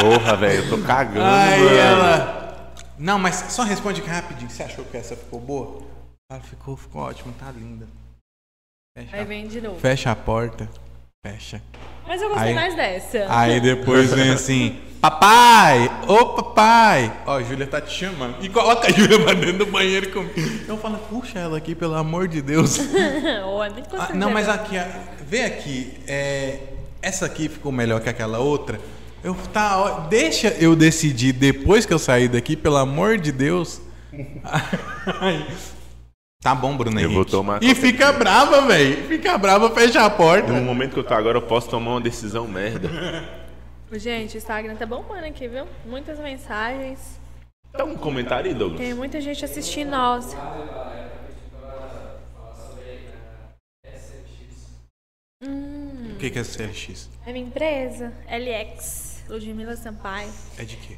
Speaker 3: Porra, velho, eu tô cagando,
Speaker 1: Aí
Speaker 3: mano.
Speaker 1: ela. Não, mas só responde aqui rapidinho. Você achou que essa ficou boa? Ela ficou, ficou ótimo, tá linda. Fecha,
Speaker 2: Aí vem de novo.
Speaker 1: fecha a porta. Fecha.
Speaker 2: Mas eu gostei
Speaker 1: Aí- Ah.
Speaker 2: mais dessa.
Speaker 1: Aí depois vem assim, papai! Ô papai! Ó, a Júlia tá te chamando. E coloca a Júlia pra dentro do banheiro comigo. Então fala, puxa ela aqui, pelo amor de Deus.
Speaker 2: Ô, é muito
Speaker 1: Ah,
Speaker 2: gostoso,
Speaker 1: não,
Speaker 2: né?
Speaker 1: mas aqui, a- vê aqui. é, essa aqui ficou melhor que aquela outra. Eu, tá, ó, deixa eu decidir depois que eu sair daqui, pelo amor de Deus. Ai. tá bom, Bruno
Speaker 3: Eu
Speaker 1: Henrique.
Speaker 3: vou tomar Hum.
Speaker 1: e
Speaker 3: qualquer
Speaker 1: fica brava, velho. Fica brava, fecha a porta.
Speaker 3: No momento que eu tô agora, eu posso tomar uma decisão merda.
Speaker 2: Gente, o Instagram tá bombando aqui, viu? Muitas mensagens.
Speaker 3: Então, um comentário aí, Douglas.
Speaker 2: Tem muita gente assistindo nós.
Speaker 1: O que que é CLX?
Speaker 2: É minha empresa, LX, Ludmila Sampaio.
Speaker 1: É de quê?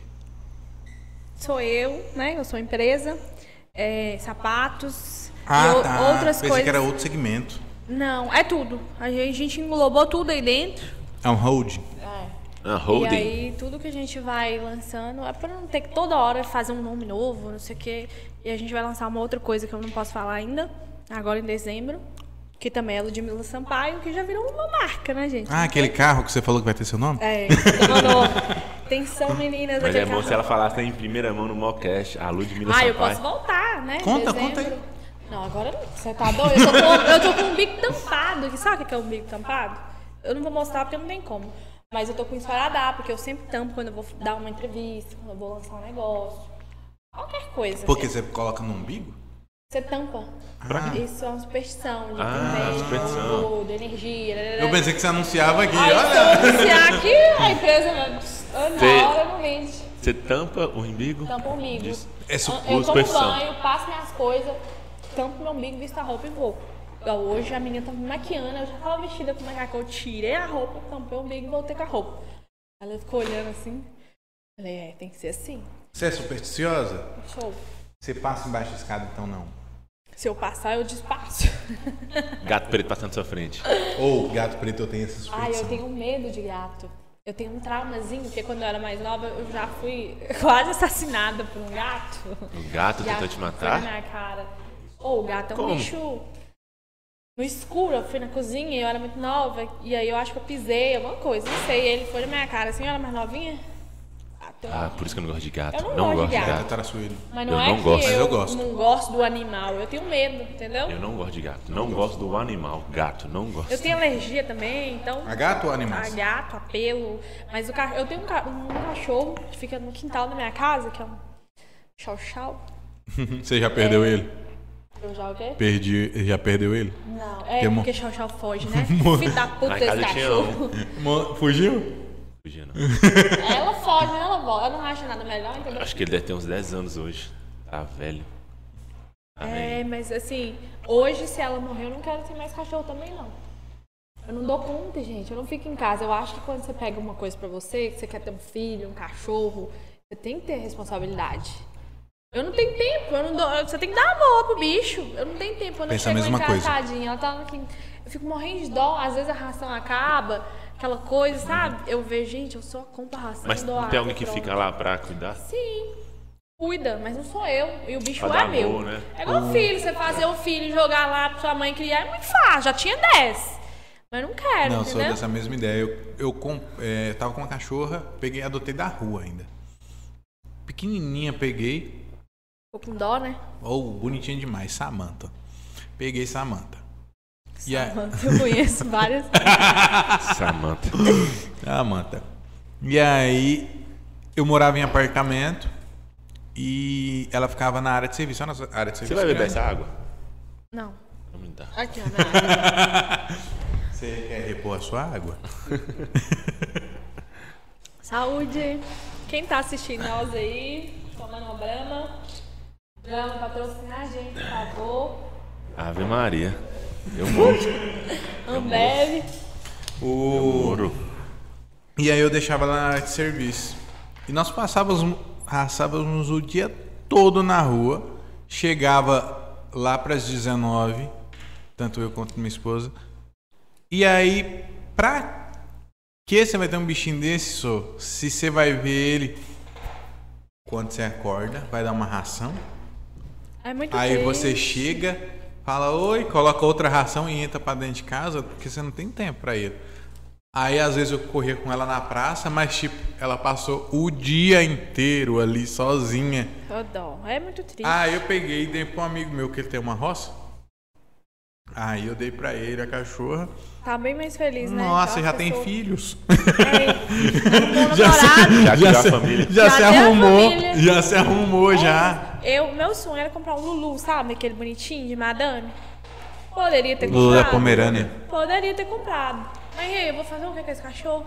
Speaker 2: Sou eu, né? Eu sou empresa. É, sapatos.
Speaker 1: Ah,
Speaker 2: e o-
Speaker 1: tá.
Speaker 2: outras
Speaker 1: Pensei
Speaker 2: coisas.
Speaker 1: que era outro segmento.
Speaker 2: Não, é tudo. A gente, a gente englobou tudo aí dentro.
Speaker 1: É um holding.
Speaker 3: Ah,
Speaker 2: E
Speaker 3: holding.
Speaker 2: aí, tudo que a gente vai lançando é pra não ter que toda hora fazer um nome novo, não sei o quê. E a gente vai lançar uma outra coisa que eu não posso falar ainda, agora em dezembro. Que também é Ludmilla Sampaio, que já virou uma marca, né, gente?
Speaker 1: Ah, aquele carro que você falou que vai ter seu nome?
Speaker 2: É, você mandou. Atenção, meninas.
Speaker 3: Mas
Speaker 2: aquele
Speaker 3: é bom
Speaker 2: carro.
Speaker 3: se ela falasse em primeira mão no Mocast, a Ludmilla
Speaker 2: Ah,
Speaker 3: Sampaio.
Speaker 2: eu posso voltar, né?
Speaker 1: Conta,
Speaker 2: Dezembro.
Speaker 1: conta aí.
Speaker 2: Não, agora não. Você tá doido? Eu tô com, eu tô com um bico tampado. aqui. Sabe o que é um bico tampado? Eu não vou mostrar porque não tem como. Mas eu tô com esparadrapo, porque eu sempre tampo quando eu vou dar uma entrevista, quando eu vou lançar um negócio. Qualquer coisa.
Speaker 1: Porque você coloca no umbigo?
Speaker 2: Você tampa. Isso é uma superstição de
Speaker 3: Ah,
Speaker 2: inveja,
Speaker 3: superstição.
Speaker 2: tudo, energia.
Speaker 1: é
Speaker 2: né,
Speaker 1: Eu pensei que você anunciava aqui,
Speaker 2: Aí se eu
Speaker 1: olha.
Speaker 2: anunciar aqui, a empresa vai-
Speaker 3: Cê-
Speaker 2: na hora não vende.
Speaker 3: Você tampa o umbigo?
Speaker 2: Tampa o umbigo.
Speaker 3: Diz-
Speaker 1: É su-
Speaker 2: eu tomo
Speaker 3: superstição.
Speaker 2: banho, passo minhas coisas, tampo meu umbigo, visto a roupa e vou. Igual Hoje a menina tava me maquiando, eu já tava vestida com macacão, eu tirei a roupa, tampei o umbigo e voltei com a roupa. Ela ficou olhando assim. Falei, é, tem que ser assim.
Speaker 1: Você é supersticiosa?
Speaker 2: Show.
Speaker 1: Você passa embaixo da escada, então não.
Speaker 2: Se eu passar, eu despasso.
Speaker 3: Gato preto passando na sua frente.
Speaker 1: Ou gato preto, eu tenho essa
Speaker 2: Ai,
Speaker 1: superstição.
Speaker 2: eu tenho medo de gato. Eu tenho um traumazinho, porque quando eu era mais nova, eu já fui quase assassinada por um gato.
Speaker 3: O gato tentou
Speaker 2: Gato
Speaker 3: te
Speaker 2: Foi na
Speaker 3: matar?
Speaker 2: minha cara. Ô, o gato é um
Speaker 3: Como?
Speaker 2: bicho. No escuro, eu fui na cozinha, eu era muito nova, e aí eu acho que eu pisei alguma coisa, não sei. Ele foi na minha cara assim, eu era mais novinha. Bateu.
Speaker 3: Ah, por isso que eu não gosto de gato.
Speaker 2: Eu não gosto
Speaker 3: não
Speaker 2: de
Speaker 3: gosto de
Speaker 1: Gato
Speaker 3: gato.
Speaker 1: é traiçoeiro.
Speaker 2: Mas não
Speaker 3: eu
Speaker 2: é
Speaker 3: não
Speaker 2: que
Speaker 3: gosto.
Speaker 2: eu,
Speaker 1: Mas eu gosto.
Speaker 2: não gosto do animal, eu tenho medo, entendeu?
Speaker 3: Eu
Speaker 2: Eu,
Speaker 3: não gosto de gato. Não gosto do animal. Gato, não gosto.
Speaker 2: tenho alergia também, então.
Speaker 1: A é gato ou
Speaker 2: A
Speaker 1: animais?
Speaker 2: gato, a pelo. Mas o ca... eu tenho um, ca- um cachorro que fica no quintal da minha casa, que é um chau-chau.
Speaker 1: Você já perdeu
Speaker 2: É.
Speaker 1: ele?
Speaker 2: Eu já o quê?
Speaker 1: Perdi, já perdeu ele?
Speaker 2: Não, é
Speaker 1: Tem mo-
Speaker 2: porque chau-chau foge, né? Filho da puta
Speaker 3: Na
Speaker 2: desse
Speaker 3: casa tinha
Speaker 2: cachorro.
Speaker 3: um.
Speaker 1: Mo- Fugiu?
Speaker 3: Fugia, não.
Speaker 2: Ela foge, mas ela volta. Ela não acha nada melhor, entendeu?
Speaker 3: Acho que ele deve ter uns 10 anos hoje. Tá velho. Tá velho.
Speaker 2: É, mas assim, hoje se ela morrer, eu não quero ter mais cachorro também, não. Eu não dou conta, gente. Eu não fico em casa. Eu acho que quando você pega uma coisa pra você, que você quer ter um filho, um cachorro, você tem que ter responsabilidade. Eu não tenho tempo, eu não dou, eu- você tem que dar amor pro bicho. Eu não tenho tempo, eu não
Speaker 1: Pensa a
Speaker 2: chego
Speaker 1: mesma
Speaker 2: em casa,
Speaker 1: coisa.
Speaker 2: tadinha, ela tá no quintal. Eu fico morrendo de dó, às vezes a ração acaba, aquela coisa, sabe? Eu vejo, gente, eu só compro a ração
Speaker 3: Mas
Speaker 2: e dou
Speaker 3: não
Speaker 2: água,
Speaker 3: tem alguém que
Speaker 2: pronto.
Speaker 3: fica lá pra cuidar?
Speaker 2: Sim. Cuida, mas não sou eu. E o bicho
Speaker 3: Pra
Speaker 2: é
Speaker 3: dar
Speaker 2: meu.
Speaker 3: amor, né?
Speaker 2: É igual filho, você fazer o filho jogar lá pra sua mãe criar é muito fácil. Já tinha 10. Mas não quero,
Speaker 1: Não, sou
Speaker 2: entendeu?
Speaker 1: dessa mesma ideia. Eu, eu, com- é, tava com uma cachorra, peguei, adotei da rua ainda. Pequenininha peguei,
Speaker 2: Ficou com dó, né?
Speaker 1: ou bonitinha demais, Samanta. Peguei Samanta. E é. a,
Speaker 2: Mano, eu conheço várias.
Speaker 3: Samanta.
Speaker 1: Ah, manta. E aí, eu morava em apartamento e ela ficava na área de serviço. Olha a nossa área de
Speaker 3: Você
Speaker 1: serviço.
Speaker 3: vai beber
Speaker 1: grande.
Speaker 3: essa água?
Speaker 2: Não.
Speaker 3: Não me dá.
Speaker 2: Aqui, ó. né?
Speaker 1: Você quer repor a sua água?
Speaker 2: Saúde. Quem tá assistindo nós aí, tomando uma brama. Brama patrocinar a gente, por favor.
Speaker 3: Ave Maria. Eu moro.
Speaker 2: Ambev.
Speaker 1: O...
Speaker 3: Moro.
Speaker 1: E aí eu deixava ela na área de serviço. E nós passávamos, passávamos o dia todo na rua. Chegava lá para as 19, tanto eu quanto minha esposa. E aí, pra que você vai ter um bichinho desse, só? Se você vai ver ele quando você acorda, vai dar uma ração.
Speaker 2: É muito
Speaker 1: Aí
Speaker 2: bem.
Speaker 1: você chega, fala oi, coloca outra ração e entra pra dentro de casa, porque você não tem tempo pra ele. Aí às vezes eu corria com ela na praça, mas tipo, ela passou o dia inteiro ali sozinha.
Speaker 2: Ô, dó. É muito triste.
Speaker 1: Aí eu peguei e dei pra um amigo meu que ele tem uma roça. Aí eu dei pra ele a cachorra.
Speaker 2: Tá bem mais feliz, né?
Speaker 1: Nossa,
Speaker 2: Aquela
Speaker 1: já tem
Speaker 2: pessoa-
Speaker 1: filhos.
Speaker 2: Ei,
Speaker 1: Já se-
Speaker 2: namorado.
Speaker 3: Já criou a
Speaker 1: se-
Speaker 3: família.
Speaker 1: já
Speaker 2: Já
Speaker 1: se
Speaker 2: tem a
Speaker 1: arrumou,
Speaker 2: família. É.
Speaker 1: já se arrumou já.
Speaker 2: Eu, meu sonho era comprar um Lulu, sabe? Aquele bonitinho de madame. Poderia ter
Speaker 1: Lulu da
Speaker 2: comprado.
Speaker 1: Pomerânia.
Speaker 2: Poderia ter comprado. Mas e aí, eu vou fazer o que com esse cachorro?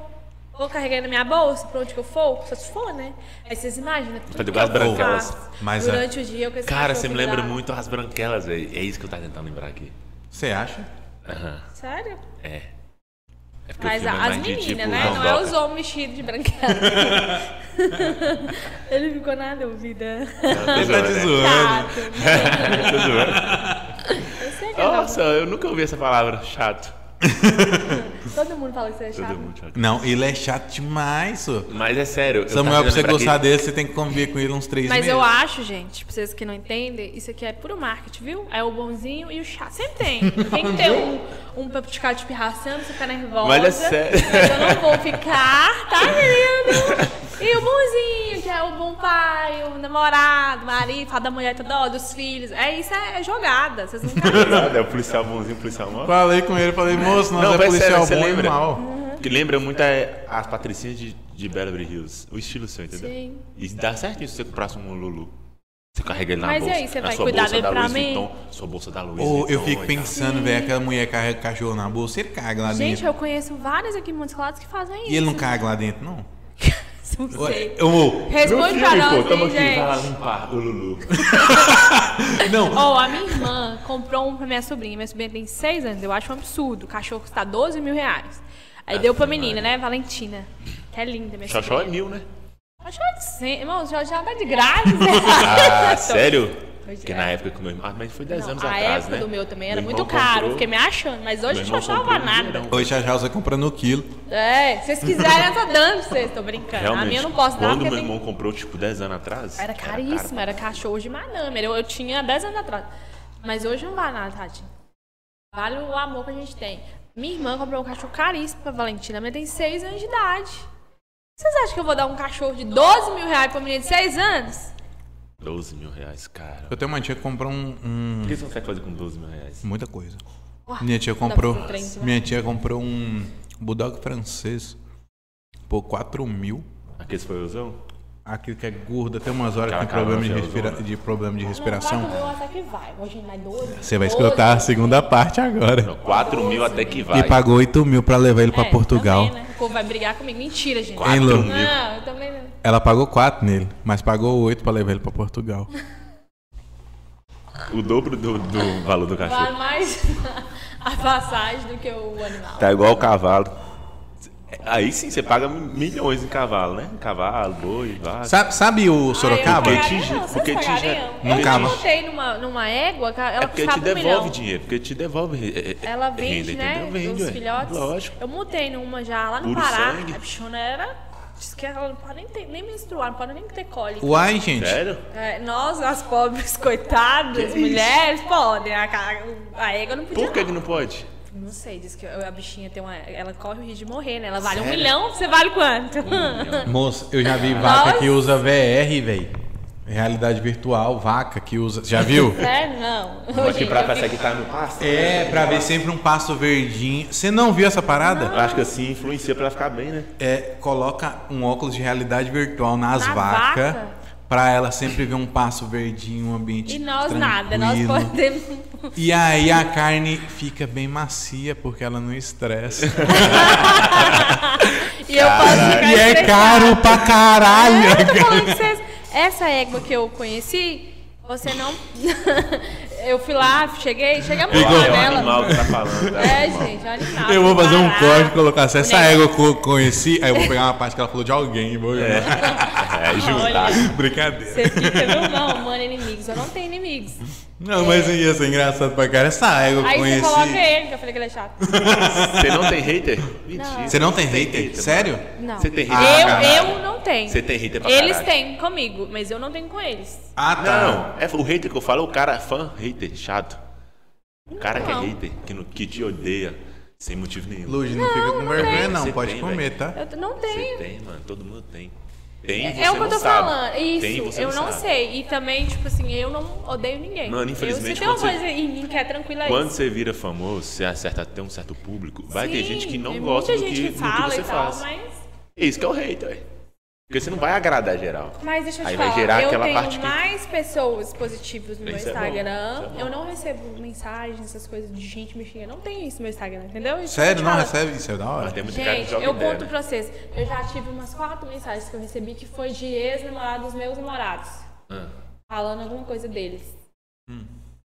Speaker 2: Vou carregar ele na minha bolsa pra onde que eu for? Só se for, né? Aí vocês imaginam tudo
Speaker 3: Fazer
Speaker 2: que
Speaker 3: igual
Speaker 2: eu
Speaker 3: as branquelas.
Speaker 2: faço
Speaker 1: Mas a-
Speaker 2: durante o dia eu com esse
Speaker 3: Cara,
Speaker 2: cachorro
Speaker 3: você me lembra
Speaker 2: cuidado.
Speaker 3: muito as branquelas, velho. É isso que eu tava tentando lembrar aqui.
Speaker 1: Você acha?
Speaker 3: Aham.
Speaker 2: Sério?
Speaker 3: É. É porque
Speaker 2: Mas
Speaker 3: o filme é
Speaker 2: as
Speaker 3: mais de,
Speaker 2: meninas,
Speaker 3: tipo,
Speaker 2: né? Não é
Speaker 3: dondoca.
Speaker 2: os homens vestidos de branquela. ele ficou na dúvida.
Speaker 3: Tô
Speaker 1: Ele tá te
Speaker 3: zoando, né?
Speaker 1: zoando.
Speaker 2: Chato.
Speaker 3: Tô zoando.
Speaker 2: Eu sei que ele tá
Speaker 3: Nossa, eu nunca ouvi essa palavra. Chato.
Speaker 2: Todo mundo fala que você é chato.
Speaker 3: Todo mundo chato.
Speaker 1: Não, ele é chato demais, sô.
Speaker 3: Mas é sério. eu
Speaker 1: Samuel,
Speaker 3: tava
Speaker 1: pra você
Speaker 3: olhando
Speaker 1: gostar
Speaker 3: aqui-
Speaker 1: dele, você tem que conviver com ele uns três
Speaker 2: Mas
Speaker 1: meses.
Speaker 2: eu acho, gente, pra vocês que não entendem, isso aqui é puro marketing, viu? É o bonzinho e o chato. Sempre tem. Tem que ter um, um pra ficar te pirraçando, você fica nervosa.
Speaker 3: Mas é sério.
Speaker 2: Eu não vou ficar, tá lindo? E o bonzinho, que é o bom pai, o namorado, o marido, fala da mulher toda hora, dos filhos. É isso, é, é jogada. Vocês não caem.
Speaker 3: É o policial bonzinho, o policial mal.
Speaker 1: Falei com ele, falei, moço, nós
Speaker 3: Não,
Speaker 1: é
Speaker 3: mas sério,
Speaker 1: policial
Speaker 3: você
Speaker 1: bom e
Speaker 3: lembra?
Speaker 1: mal.
Speaker 3: Que lembra muito é, as patricinhas de, de Beverly Hills. O estilo seu, entendeu?
Speaker 2: Sim.
Speaker 3: E dá certinho se você comprasse um Lulu. Você carrega ele na
Speaker 2: Mas e
Speaker 3: bolsa.
Speaker 2: aí, você
Speaker 3: na
Speaker 2: vai
Speaker 3: sua
Speaker 2: cuidar
Speaker 3: bolsa
Speaker 2: dele
Speaker 3: da
Speaker 2: pra
Speaker 3: Louis
Speaker 2: mim?
Speaker 3: Vuitton, sua bolsa da Louis
Speaker 1: Ou
Speaker 3: Vuitton.
Speaker 1: eu fico
Speaker 3: e tal.
Speaker 1: pensando, velho, aquela mulher carrega cachorro na bolsa, ele caga lá
Speaker 2: Gente,
Speaker 1: dentro.
Speaker 2: eu conheço vários aqui em Montes Claros que fazem isso.
Speaker 1: E ele não caga lá dentro, não?
Speaker 2: Não sei.
Speaker 1: Eu, eu-
Speaker 2: Responde
Speaker 3: Meu
Speaker 2: pra
Speaker 3: filho,
Speaker 2: nós,
Speaker 3: pô, tamo
Speaker 2: hein,
Speaker 3: aqui, vai lá
Speaker 2: gente.
Speaker 3: limpar o Lulu.
Speaker 1: não,
Speaker 2: Ó, a minha irmã comprou um pra minha sobrinha. Minha sobrinha tem 6 anos, eu acho um absurdo. O cachorro custa 12 mil reais. Aí deu pra menina, né? Valentina. Que é linda, minha
Speaker 3: É Xoxó é
Speaker 2: sobrinha.
Speaker 3: mil, né?
Speaker 2: Xoxó é de 100. Irmão, já, já dá de graça. né?
Speaker 3: Ah, sério?
Speaker 2: Pois
Speaker 3: Porque
Speaker 2: é.
Speaker 3: na época que o meu irmão. Ah, mas foi 10
Speaker 2: Não,
Speaker 3: anos
Speaker 2: a
Speaker 3: atrás,
Speaker 2: época
Speaker 3: né?
Speaker 2: do meu também era
Speaker 3: Meu
Speaker 2: muito
Speaker 3: irmão
Speaker 2: caro.
Speaker 3: comprou-
Speaker 2: Fiquei me achando, mas hoje
Speaker 3: meu irmão
Speaker 2: Xoxó não
Speaker 3: comprou
Speaker 2: vale
Speaker 3: um
Speaker 2: nada.
Speaker 3: dinheirão.
Speaker 1: hoje já já você comprando o quilo.
Speaker 2: É, se vocês quiserem, eu tô dando pra vocês. Tô brincando.
Speaker 3: Realmente,
Speaker 2: a minha eu não posso dar
Speaker 3: quando
Speaker 2: porque
Speaker 3: meu
Speaker 2: tem...
Speaker 3: irmão comprou, tipo, 10 anos atrás...
Speaker 2: Era caríssimo, era cachorro de madame. Eu, eu tinha 10 anos atrás. Mas hoje não vale nada, tadinho. Vale o amor que a gente tem. Minha irmã comprou um cachorro caríssimo pra Valentina, mas tem 6 anos de idade. Vocês acham que eu vou dar um cachorro de 12 mil reais pra uma menina de 6 anos?
Speaker 3: 12 mil reais, cara.
Speaker 1: Eu tenho uma tia que comprou um- um
Speaker 3: Por que você não quer fazer com 12 mil reais?
Speaker 1: Muita coisa.
Speaker 2: Uau,
Speaker 1: Minha tia
Speaker 2: dá pra
Speaker 1: comprou.
Speaker 2: fazer um trem em cima.
Speaker 1: Minha tia comprou um bulldog francês por 4 mil.
Speaker 3: Aquele espanholzão?
Speaker 1: Aquele que é gordo, até umas horas que tem
Speaker 3: Aquela
Speaker 1: problema de,
Speaker 3: carona,
Speaker 1: respira-
Speaker 3: gelzona.
Speaker 1: de problema de
Speaker 2: Não, quatro
Speaker 1: respiração.
Speaker 2: mil até que vai. Hoje é vai 12.
Speaker 1: Você vai escutar a segunda parte agora.
Speaker 3: Não, 4 mil até que vai.
Speaker 1: E pagou 8 mil pra levar ele pra
Speaker 2: É,
Speaker 1: Portugal.
Speaker 2: Também, né? O povo vai brigar comigo. Mentira, gente.
Speaker 1: Hein, Lu?
Speaker 3: mil.
Speaker 2: Não, eu também não.
Speaker 1: Ela pagou 4 nele, mas pagou 8 pra levar ele pra Portugal.
Speaker 3: O dobro do, do valor do
Speaker 2: Vale
Speaker 3: cachorro.
Speaker 2: mais a passagem do que o animal.
Speaker 3: Tá igual o cavalo. Aí sim, você paga milhões em cavalo, né? Cavalo, boi, vaca.
Speaker 1: Sabe, sabe o Sorocaba?
Speaker 2: Ah, eu
Speaker 3: Porque
Speaker 2: pagaria,
Speaker 3: te-
Speaker 2: não, vocês
Speaker 3: porque te-
Speaker 2: pagariam?
Speaker 1: Não
Speaker 2: Eu já
Speaker 1: cava.
Speaker 2: montei numa, numa égua, cara, ela
Speaker 3: É porque te
Speaker 2: custava um
Speaker 3: devolve
Speaker 2: milhão.
Speaker 3: dinheiro, porque te devolve. é, é, é,
Speaker 2: Ela
Speaker 3: renda,
Speaker 2: vende, né?
Speaker 3: entendeu? Vende,
Speaker 2: os
Speaker 3: ué.
Speaker 2: filhotes.
Speaker 3: Lógico.
Speaker 2: Eu montei numa já lá no
Speaker 3: Puro
Speaker 2: Pará.
Speaker 3: sangue.
Speaker 2: A bichona era. Diz que ela não pode nem, ter- nem menstruar, não pode nem ter cólica.
Speaker 1: Uai, gente.
Speaker 3: Sério?
Speaker 2: É, nós, as pobres, coitadas, mulheres, podem. A, ca- a égua não podia.
Speaker 3: Por que, que não pode?
Speaker 2: Não sei, diz que a bichinha tem uma. Ela corre o risco de morrer, né? Ela vale um
Speaker 3: Sério? Um
Speaker 2: milhão, você vale quanto?
Speaker 1: Moça, eu já vi vaca
Speaker 2: Nossa.
Speaker 1: que usa VR, velho. Realidade virtual, vaca que usa. Já viu?
Speaker 2: é, não.
Speaker 3: Mas
Speaker 2: Gente,
Speaker 3: que
Speaker 2: eu
Speaker 3: pra
Speaker 2: fico-
Speaker 3: essa aqui tá no pasto.
Speaker 1: É, pra ver sempre um passo verdinho. Você não viu essa parada?
Speaker 3: Eu acho que assim influencia pra ela ficar bem, né?
Speaker 1: É, coloca um óculos de realidade virtual nas
Speaker 2: Na
Speaker 1: vacas.
Speaker 2: vaca?
Speaker 1: Pra ela sempre ver um passo verdinho, um ambiente.
Speaker 2: E nós
Speaker 1: tranquilo.
Speaker 2: nada, nós podemos.
Speaker 1: E aí a carne fica bem macia, porque ela não estressa.
Speaker 2: E eu posso ficar
Speaker 1: e é
Speaker 2: estressada.
Speaker 1: caro pra
Speaker 2: Eu
Speaker 1: caralho!
Speaker 2: tô falando que vocês. Essa égua que eu conheci, você não. eu fui lá, cheguei, chegamos
Speaker 3: Eu acho
Speaker 2: lá
Speaker 3: que é o
Speaker 2: nela.
Speaker 3: animal que tá falando. tá?
Speaker 2: É, gente, é um animal.
Speaker 1: Eu vou fazer um
Speaker 2: Pará.
Speaker 1: corte e colocar. Se essa
Speaker 2: Né?
Speaker 1: égua que eu conheci. Aí eu vou pegar uma parte que ela falou de alguém. Vou...
Speaker 3: É, juntar.
Speaker 1: Brincadeira.
Speaker 2: Você fica, viu? Não, mano, inimigos. Eu não tenho inimigos.
Speaker 1: Não, mas ia ser engraçado pra cara. Essa égua que eu
Speaker 2: é. Aí
Speaker 1: conheci.
Speaker 2: você coloca ele, que eu falei que ele é chato.
Speaker 3: Você não tem hater? Mentira.
Speaker 1: Você não tem
Speaker 3: Tem
Speaker 1: hater?
Speaker 3: hater,
Speaker 1: Sério?
Speaker 2: Não.
Speaker 3: Você tem hater? pra
Speaker 2: eu,
Speaker 3: caralho?
Speaker 2: eu não tenho.
Speaker 3: Você tem hater pra
Speaker 2: Eles
Speaker 3: caralho.
Speaker 2: têm comigo, mas eu não tenho com eles.
Speaker 1: Ah, tá.
Speaker 3: Não, é o hater que eu falo é o cara fã, hater, chato. O cara que é
Speaker 2: Não.
Speaker 3: hater, que, não- que te odeia, sem motivo nenhum.
Speaker 1: Luz, não, fica com
Speaker 2: né?
Speaker 1: vergonha, não.
Speaker 3: Você
Speaker 1: Pode
Speaker 3: tem,
Speaker 1: comer, tá?
Speaker 2: Eu t- não
Speaker 3: Você
Speaker 2: tenho.
Speaker 3: tem, mano, todo mundo tem. Tem, você
Speaker 2: É o que
Speaker 3: não
Speaker 2: eu tô
Speaker 3: sabe.
Speaker 2: falando.
Speaker 3: Tem,
Speaker 2: Isso,
Speaker 3: você
Speaker 2: eu não
Speaker 3: sabe.
Speaker 2: sei. E também, tipo assim, eu não odeio ninguém.
Speaker 3: Mano, infelizmente,
Speaker 2: Eu, se tem uma
Speaker 3: quando
Speaker 2: coisa em mim que é tranquila, é
Speaker 3: Quando
Speaker 2: isso.
Speaker 3: você vira famoso, você acerta até um certo público, vai ter gente que não
Speaker 2: tem
Speaker 3: gosta do
Speaker 2: muita
Speaker 3: que,
Speaker 2: gente
Speaker 3: do que
Speaker 2: fala
Speaker 3: você
Speaker 2: e tal,
Speaker 3: faz.
Speaker 2: Mas,
Speaker 3: Isso que é o hater, ué. Porque você não vai agradar geral.
Speaker 2: mas deixa eu te
Speaker 3: Aí vai
Speaker 2: falar,
Speaker 3: gerar
Speaker 2: eu
Speaker 3: aquela
Speaker 2: tenho
Speaker 3: parte que-
Speaker 2: mais pessoas positivas no meu
Speaker 3: Isso é bom,
Speaker 2: Instagram.
Speaker 3: isso é bom.
Speaker 2: eu não recebo mensagens, essas coisas de gente me xingando. Não tem isso no meu Instagram, entendeu? Isso que eu
Speaker 1: Sério,
Speaker 2: te
Speaker 1: não
Speaker 2: falo.
Speaker 1: recebe? Isso é da
Speaker 3: Mas
Speaker 1: hora.
Speaker 3: tem muito cara que
Speaker 2: Gente,
Speaker 3: joga
Speaker 2: eu
Speaker 3: ideia,
Speaker 2: conto
Speaker 3: né?
Speaker 2: pra vocês. Eu já tive umas quatro mensagens que eu recebi que foi de ex-namorados meus namorados.
Speaker 3: Ah.
Speaker 2: Falando alguma coisa deles.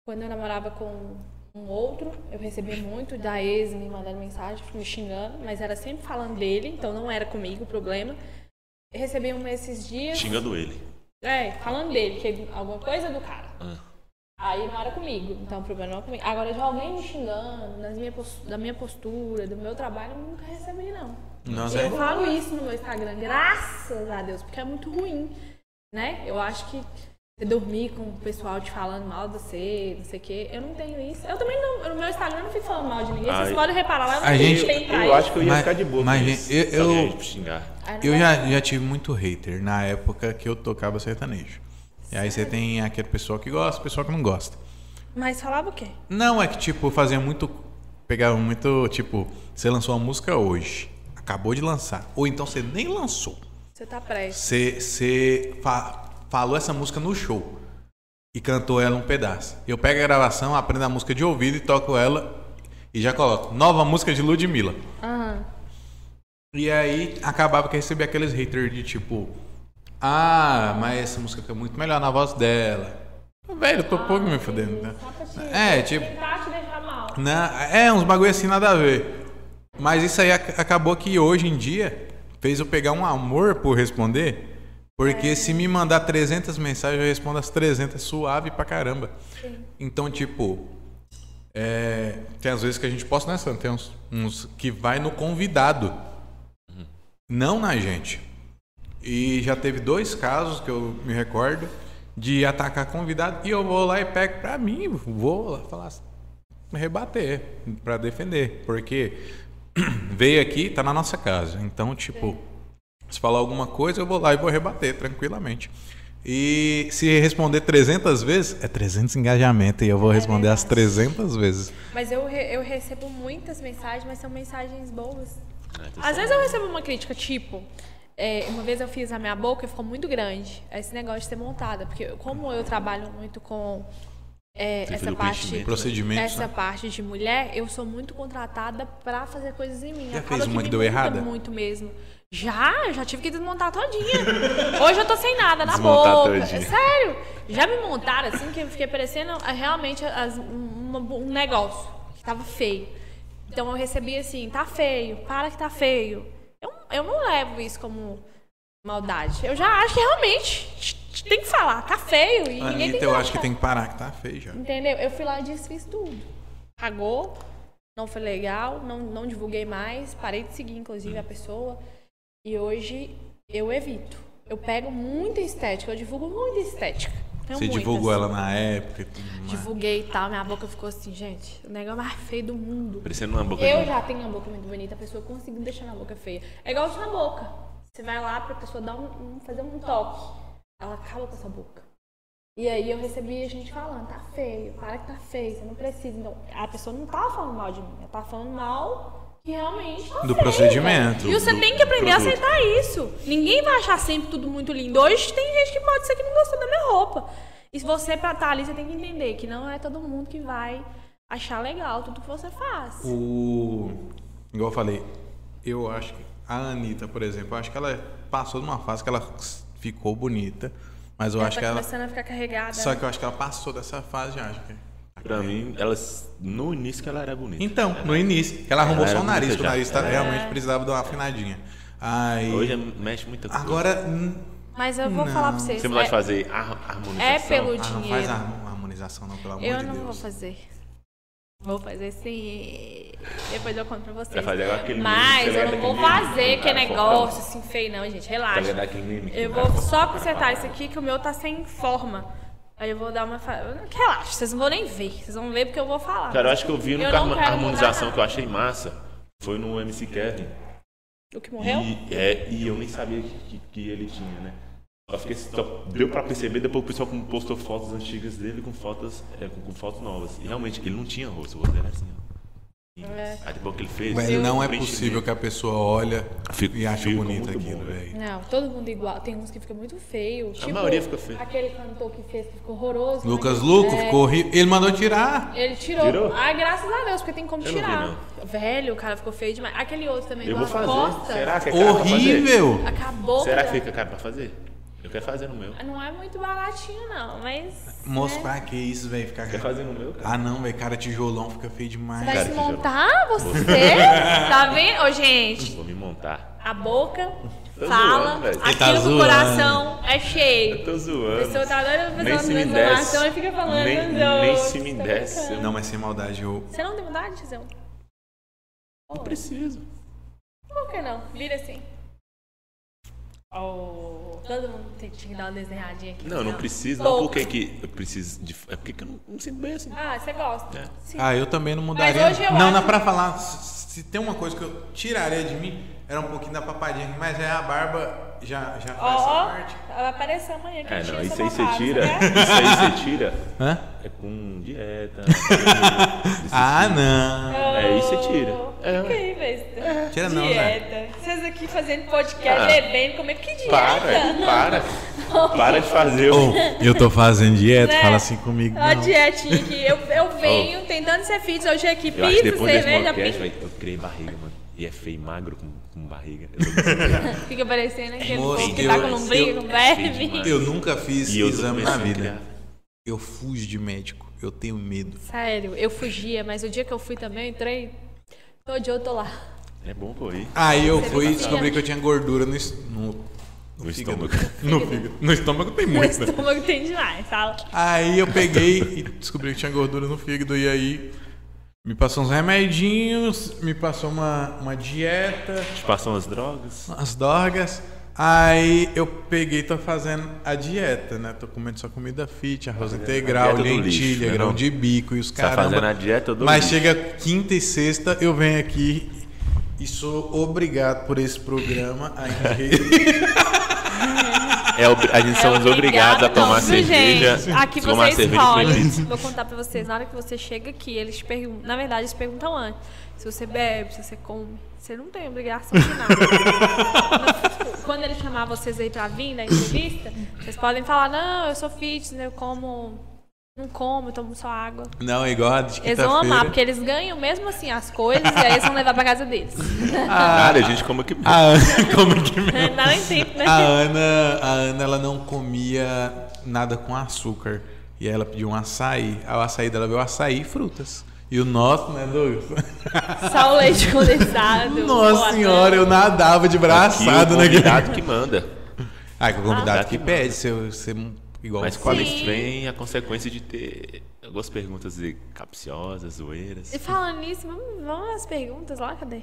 Speaker 2: Quando eu namorava com um outro, eu recebia muito da ex me mandando mensagem, me xingando, mas era sempre falando dele, então não era comigo o problema. Eu recebi um esses dias,
Speaker 3: Xingando ele.
Speaker 2: é, falando dele, que alguma coisa do cara.
Speaker 3: Ah.
Speaker 2: Aí não era comigo, então o problema não é comigo. Agora, de alguém me xingando, nas minha pos- da minha postura, do meu trabalho, eu nunca recebi, não.
Speaker 1: Nossa,
Speaker 2: Eu
Speaker 1: é,
Speaker 2: falo isso no meu Instagram, graças a Deus, porque é muito ruim, né? Eu acho que você dormir com o pessoal te falando mal de você, não sei o quê, eu não tenho isso. Eu também não, no meu Instagram eu não fico falando mal de ninguém,
Speaker 3: Ai.
Speaker 2: vocês podem reparar lá, eu não
Speaker 1: A
Speaker 2: tenho
Speaker 1: gente-
Speaker 2: tempo pra
Speaker 3: Eu
Speaker 2: isso.
Speaker 3: acho que eu ia
Speaker 1: Mas-
Speaker 3: ficar de boa
Speaker 1: mas,
Speaker 3: com
Speaker 1: gente,
Speaker 3: isso.
Speaker 1: eu-
Speaker 3: se alguém
Speaker 1: eu-
Speaker 3: me xingar.
Speaker 2: Aí não
Speaker 1: eu
Speaker 2: vai
Speaker 1: já, já tive muito hater na época que eu tocava sertanejo. E aí você tem aquele pessoal que gosta, pessoal que não gosta.
Speaker 5: Mas falava o quê?
Speaker 1: Não, é que, tipo, fazia muito. Pegava muito. Tipo, você lançou uma música hoje. Acabou de lançar. Ou então você nem lançou.
Speaker 5: Você tá prestes.
Speaker 1: Você, você fa- falou essa música no show. E cantou ela um pedaço. Eu pego a gravação, aprendo a música de ouvido e toco ela. E já coloco. Nova música de Ludmilla. E aí acabava que eu recebia aqueles haters de tipo. Ah, mas essa música fica muito melhor na voz dela. Velho, eu tô pouco me fudendo. Né? É, tipo.
Speaker 2: tentar te deixar mal.
Speaker 1: Na- é, uns bagulho assim nada a ver. Mas isso aí ac- acabou que hoje em dia fez eu pegar um amor por responder. Porque se me mandar 300 mensagens, eu respondo as 300 suave pra caramba. Então, tipo, é, tem às vezes que a gente posta nessa, tem uns, uns que vai no convidado, não na gente. E já teve dois casos que eu me recordo de atacar convidado e eu vou lá e pego pra mim, vou lá falar assim, rebater, pra defender, porque veio aqui, tá na nossa casa. Então, tipo, se falar alguma coisa, eu vou lá e vou rebater tranquilamente. E se responder 300 vezes, é 300 engajamento e eu vou responder as 300 vezes.
Speaker 5: Mas eu, re- eu recebo muitas mensagens, mas são mensagens boas.
Speaker 3: Ah, então
Speaker 1: tá
Speaker 2: Às vezes eu recebo uma crítica, tipo, é, uma vez eu fiz a minha boca e ficou muito grande. É Esse negócio de ser montada, porque eu- como eu trabalho muito com é,
Speaker 3: Tem que fazer
Speaker 2: essa
Speaker 3: o
Speaker 2: parte.
Speaker 3: preenchimento.
Speaker 1: Procedimentos,
Speaker 2: Essa
Speaker 1: né?
Speaker 2: parte de mulher, eu sou muito contratada pra fazer coisas em mim.
Speaker 1: Já
Speaker 2: Acaba
Speaker 1: fez uma
Speaker 2: me
Speaker 1: que deu
Speaker 2: muda
Speaker 1: errada?
Speaker 2: Muito mesmo. Já, já tive que desmontar todinha. Hoje eu tô sem nada na
Speaker 3: Desmontar
Speaker 2: boca.
Speaker 3: todinha.
Speaker 2: Sério. Já me montaram assim que eu fiquei parecendo ah, realmente as- um, um- um negócio que tava feio. Então eu recebi assim, tá feio, para que tá feio. Eu, eu não levo isso como maldade. Eu já acho que realmente tem que falar, tá feio e ninguém tem
Speaker 1: Anitta,
Speaker 2: que
Speaker 1: Então, eu acho que
Speaker 2: gostar.
Speaker 1: tem que parar, que tá feio já.
Speaker 2: Entendeu? Eu fui lá e desfiz tudo. Pagou, não foi legal, não, não divulguei mais, parei de seguir, inclusive, a pessoa. E hoje eu evito. Eu pego muita estética, eu divulgo muita estética. Tenho
Speaker 1: Você
Speaker 2: muitas.
Speaker 1: divulgou ela na época e tudo mais.
Speaker 2: Divulguei e tal, minha boca ficou assim, gente, o negócio mais feio do mundo.
Speaker 3: Parecendo uma boca
Speaker 2: Eu
Speaker 3: de... um
Speaker 2: já tenho uma boca muito bonita, a pessoa conseguiu deixar minha boca feia. É igual sua boca. Você vai lá pra pessoa dar um, um- fazer um toque. Ela acaba com essa boca. E aí eu recebi gente falando, tá feio, para que tá feio, você não precisa. Então, a pessoa não tava falando mal de mim, ela tava falando mal que realmente tá
Speaker 1: Do
Speaker 2: feio,
Speaker 1: procedimento,
Speaker 2: E você
Speaker 3: do
Speaker 2: tem que aprender a
Speaker 3: produto.
Speaker 2: aceitar isso. Ninguém vai achar sempre tudo muito lindo. Hoje tem gente que pode ser que não gostou da minha roupa. E se você pra estar ali, você tem que entender que não é todo mundo que vai achar legal tudo que você faz.
Speaker 1: O. Igual eu falei, eu acho que. A Anitta, por exemplo, eu acho que ela passou de uma fase que ela ficou bonita. Mas eu acho
Speaker 5: tá
Speaker 1: que ela.
Speaker 5: começando a ficar carregada.
Speaker 1: Só que eu acho que ela passou dessa fase já, acho que.
Speaker 3: Pra mim, ela, no início que ela era bonita.
Speaker 1: Então, no início, que ela arrumou
Speaker 3: Ela
Speaker 1: só
Speaker 3: era
Speaker 1: o nariz, porque o
Speaker 3: bonita já.
Speaker 1: nariz tá-
Speaker 3: Ela era-
Speaker 1: realmente precisava dar uma afinadinha. Aí.
Speaker 3: Hoje é- mexe muita coisa.
Speaker 1: Agora. hum,
Speaker 5: Mas eu vou falar pra vocês.
Speaker 3: Você não vai
Speaker 5: é-
Speaker 3: fazer har- harmonização?
Speaker 5: É pelo
Speaker 1: Ah, não faz
Speaker 5: dinheiro.
Speaker 1: a harmonização, não, pelo amor
Speaker 5: Eu
Speaker 1: de
Speaker 5: não
Speaker 1: Deus.
Speaker 5: vou fazer. Vou fazer sim. Depois eu conto pra vocês.
Speaker 3: Vai fazer igual aquele meme,
Speaker 5: Mas
Speaker 3: você
Speaker 5: eu
Speaker 3: lembra
Speaker 5: não vou
Speaker 3: aquele meme?
Speaker 5: fazer que é
Speaker 3: Ah,
Speaker 5: negócio assim feio, não, gente.
Speaker 3: Tá ligado
Speaker 5: Relaxa.
Speaker 3: aquele meme que
Speaker 5: Eu
Speaker 3: o
Speaker 5: vou
Speaker 3: cara-
Speaker 5: só consertar isso aqui que o meu tá sem forma. Aí eu vou dar uma. fa- Relaxa, vocês não vão nem ver. Vocês vão ver porque eu vou falar.
Speaker 3: Cara, eu acho que eu vi
Speaker 5: Eu
Speaker 3: no
Speaker 5: não
Speaker 3: harmo-
Speaker 5: quero
Speaker 3: harmonização
Speaker 5: mudar
Speaker 3: que eu achei massa. Foi no MC Kevin.
Speaker 2: O que morreu?
Speaker 3: E, é, e eu nem sabia que, que- que ele tinha, né? Só fiquei, só deu pra perceber depois que o pessoal com- postou fotos antigas dele com fotos, é, com, com fotos novas. E realmente, ele não tinha rosto, o rosto era assim, ó.
Speaker 5: É,
Speaker 3: Aí depois que ele fez. né?
Speaker 1: Velho, não é
Speaker 3: preenchimento.
Speaker 1: possível que a pessoa olha
Speaker 3: Fico-
Speaker 1: e ache
Speaker 3: fico
Speaker 1: bonito
Speaker 3: muito
Speaker 1: aquilo,
Speaker 3: bom,
Speaker 1: velho.
Speaker 2: Não, todo mundo igual. Tem uns que fica muito feio. tipo,
Speaker 3: maioria fica feio.
Speaker 2: Aquele cantor que fez que ficou horroroso.
Speaker 1: Lucas
Speaker 2: né?
Speaker 1: Luco
Speaker 2: É,
Speaker 1: ficou horrível. Ele mandou tirar.
Speaker 2: Ele tirou.
Speaker 3: Tirou?
Speaker 2: Ai, graças a Deus, porque tem como
Speaker 3: Eu não
Speaker 2: tirar.
Speaker 3: vi,
Speaker 2: Velho, o cara ficou feio demais. Aquele outro também,
Speaker 3: Eu
Speaker 2: do
Speaker 3: vou
Speaker 2: Rafa
Speaker 3: fazer.
Speaker 2: Costa.
Speaker 3: Será que é caro pra fazer?
Speaker 1: Horrível!
Speaker 2: Acabou.
Speaker 3: Será
Speaker 2: com-
Speaker 3: que fica caro pra fazer? Eu quero fazer no meu.
Speaker 2: Não é muito baratinho, não, mas.
Speaker 3: Hum,
Speaker 1: Moço,
Speaker 2: né?
Speaker 1: pra que isso, velho? Ficar.
Speaker 3: Quer fazer no meu, cara?
Speaker 1: Ah, não, velho. Cara, tijolão fica feio demais.
Speaker 2: Vai
Speaker 3: Cara,
Speaker 2: se
Speaker 3: que já-
Speaker 2: montar, você? tá vendo? Ô, gente,
Speaker 3: Vou me montar.
Speaker 2: a boca
Speaker 3: Tá
Speaker 2: fala,
Speaker 3: zoando, velho.
Speaker 1: Ele tá
Speaker 2: aquilo do
Speaker 1: zoando.
Speaker 2: coração é
Speaker 3: Eu
Speaker 2: cheio.
Speaker 3: tô
Speaker 2: A pessoa
Speaker 3: zoando.
Speaker 2: tá doida pra
Speaker 3: Nem
Speaker 2: fazer
Speaker 3: se
Speaker 2: uma
Speaker 3: me
Speaker 2: transformação
Speaker 3: desse.
Speaker 2: e fica falando.
Speaker 3: Nem-
Speaker 2: "Meu Deus,
Speaker 3: nem se me
Speaker 2: tá
Speaker 3: desse, eu
Speaker 2: brincando."
Speaker 1: Não, mas sem maldade, eu.
Speaker 2: Você não tem vontade, Tizão?
Speaker 3: Não preciso.
Speaker 2: Por que não? Vira assim. Oh, todo mundo tem- tinha que dar uma desenhadinha aqui.
Speaker 3: Não, eu não preciso. Não, por que que eu preciso de... É porque que eu não, não sinto bem assim.
Speaker 2: Ah, você gosta.
Speaker 3: É.
Speaker 2: Sim.
Speaker 1: Ah, eu também não mudaria.
Speaker 2: Mas hoje eu
Speaker 1: não, dá
Speaker 2: acho-
Speaker 1: pra falar. Se se tem uma coisa que eu tiraria de mim, era um pouquinho da papadinha, mas é a barba já, já faz
Speaker 2: Ó,
Speaker 1: essa
Speaker 2: ó,
Speaker 1: parte.
Speaker 2: vai aparecer amanhã que
Speaker 3: É,
Speaker 2: eu tiro
Speaker 3: não,
Speaker 2: essa
Speaker 3: isso aí você
Speaker 2: bobagem,
Speaker 3: tira.
Speaker 2: né?
Speaker 3: Isso aí você tira.
Speaker 1: Hã?
Speaker 3: É com dieta. com-
Speaker 1: Ah, não.
Speaker 3: É, isso você tira. É,
Speaker 2: É, que besta.
Speaker 1: Tira não, né?
Speaker 2: dieta. Vocês aqui fazendo podcast,
Speaker 3: Ah.
Speaker 2: bebendo, comendo. Que dieta? Oh.
Speaker 3: Para, para. Para de fazer o.
Speaker 1: eu tô fazendo dieta,
Speaker 2: Né?
Speaker 1: fala assim comigo.
Speaker 2: Ó, a
Speaker 1: não.
Speaker 2: dietinha aqui. Eu, eu venho tentando ser fitness hoje aqui.
Speaker 3: Eu acho que
Speaker 2: Pizza,
Speaker 3: depois desse
Speaker 2: cerveja,
Speaker 3: podcast,
Speaker 2: pizza.
Speaker 3: véi, eu criei barriga, mano. E é feio, magro com, com barriga. Eu tô dizendo,
Speaker 2: Fica parecendo aquele
Speaker 1: Moço,
Speaker 2: povo que tá com
Speaker 1: eu-
Speaker 2: lombriga,
Speaker 1: eu-
Speaker 2: com
Speaker 3: é feio
Speaker 2: verme.
Speaker 3: demais.
Speaker 1: Eu nunca fiz
Speaker 3: e eu tô
Speaker 1: exame na
Speaker 3: começando a
Speaker 1: vida.
Speaker 3: criar.
Speaker 1: Eu fujo de médico. Eu tenho medo.
Speaker 2: Sério, eu fugia, mas o dia que eu fui também, eu entrei. Todo dia eu tô lá.
Speaker 3: É bom pô aí.
Speaker 1: Aí eu fui e
Speaker 2: fica- assim,
Speaker 1: descobri que eu tinha gordura no, es- no,
Speaker 3: No estômago.
Speaker 1: No fígado. No estômago tem
Speaker 2: O
Speaker 1: muito. né?
Speaker 2: estômago tem demais, fala.
Speaker 1: Aí eu peguei e descobri que tinha gordura no fígado. E aí me passou uns remedinhos, me passou uma, uma dieta,
Speaker 3: Te passam as drogas.
Speaker 1: umas drogas. Aí eu peguei e tô fazendo a dieta, né? Tô comendo só comida fit, arroz integral,
Speaker 3: dieta do
Speaker 1: lentilha,
Speaker 3: lixo, né,
Speaker 1: grão
Speaker 3: não?
Speaker 1: de bico e os
Speaker 3: Você tá
Speaker 1: caramba.
Speaker 3: fazendo a dieta do
Speaker 1: Mas
Speaker 3: lixo.
Speaker 1: chega quinta e sexta, eu venho aqui e sou obrigado por esse programa a enriquecer.
Speaker 3: É ob- a gente somos obrigados a tomar
Speaker 2: não, viu,
Speaker 3: cerveja.
Speaker 2: Gente, aqui
Speaker 3: tomar
Speaker 2: vocês
Speaker 3: cerveja e comer
Speaker 2: escolhem.
Speaker 3: pizza.
Speaker 2: Vou contar pra vocês, na hora que você chega aqui, eles perguntam. Na verdade, eles perguntam antes. Se você bebe, se você come. Você não tem obrigação de nada. Mas, tipo, Quando ele chamar vocês aí pra vir na entrevista, vocês podem falar, não, eu sou fitness, eu como. Não como, eu tomo só água.
Speaker 1: Não, igual a de
Speaker 2: Eles vão amar,
Speaker 1: quinta-feira.
Speaker 2: porque eles ganham mesmo assim as coisas e aí eles vão levar pra casa deles. Ah.
Speaker 3: Nada, a gente come que
Speaker 1: A Ana, Ah, como é que mesmo?
Speaker 2: Não entendo, né?
Speaker 1: A Ana, a Ana, ela não comia nada com açúcar. E aí ela pediu um açaí. Aí o açaí dela veio açaí e frutas. E o nosso, né, Douglas?
Speaker 2: Só o leite condensado.
Speaker 1: Nossa
Speaker 2: boa
Speaker 1: senhora, eu nadava de braçado
Speaker 3: o
Speaker 2: né,
Speaker 1: naquele.
Speaker 3: convidado que manda.
Speaker 1: Ah, que o convidado
Speaker 3: Ah.
Speaker 1: que pede, você, você igual
Speaker 3: Mas com a
Speaker 1: qual
Speaker 3: Alex vem a consequência de ter algumas perguntas de- capciosas, zoeiras.
Speaker 2: E falando nisso, vamos, vamos às perguntas lá, cadê?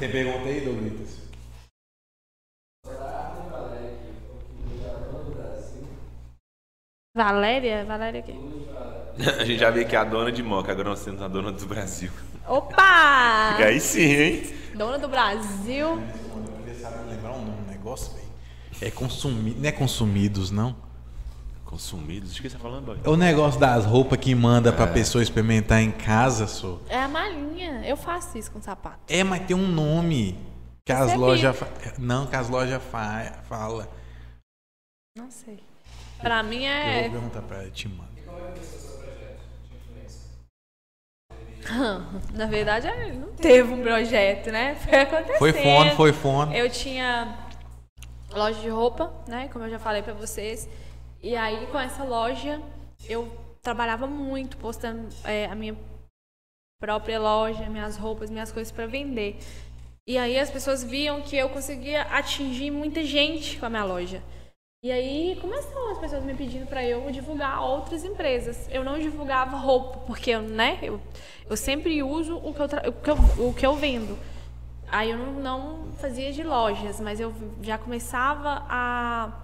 Speaker 1: Tem pergunta aí, Douglas?
Speaker 2: Valéria? Valéria aqui.
Speaker 3: A gente já vê que é a dona de moca, agora nós temos a dona do Brasil.
Speaker 2: Opa!
Speaker 3: Aí sim, hein?
Speaker 2: Dona do Brasil.
Speaker 1: Eu queria saber lembrar um nome do negócio, velho. É consumido. Não é consumidos, não?
Speaker 3: Consumidos, de que você tá falando, boy?
Speaker 1: É o negócio das roupas que manda pra
Speaker 3: É.
Speaker 1: pessoa experimentar em casa, só.
Speaker 2: É a malinha. Eu faço isso com sapato.
Speaker 1: É, mas tem um nome que as
Speaker 2: Percebi.
Speaker 1: lojas. fa- Não, que as lojas fa... fala.
Speaker 2: Não sei. Pra mim
Speaker 1: Eu vou
Speaker 2: é.
Speaker 1: perguntar pra ela, te mando.
Speaker 2: Na verdade, é- não teve um projeto, né? Foi acontecendo.
Speaker 1: Foi fone, foi fone.
Speaker 2: Eu tinha loja de roupa, né? Como eu já falei pra vocês. E aí, com essa loja, eu trabalhava muito, postando é, a minha própria loja, minhas roupas, minhas coisas pra vender. E aí as pessoas viam que eu conseguia atingir muita gente com a minha loja. E aí começaram as pessoas me pedindo pra eu divulgar outras empresas. Eu não divulgava roupa, porque eu, né, eu, eu sempre uso o que eu, tra- o que eu, o que eu vendo. Aí eu não, não fazia de lojas, mas eu já começava a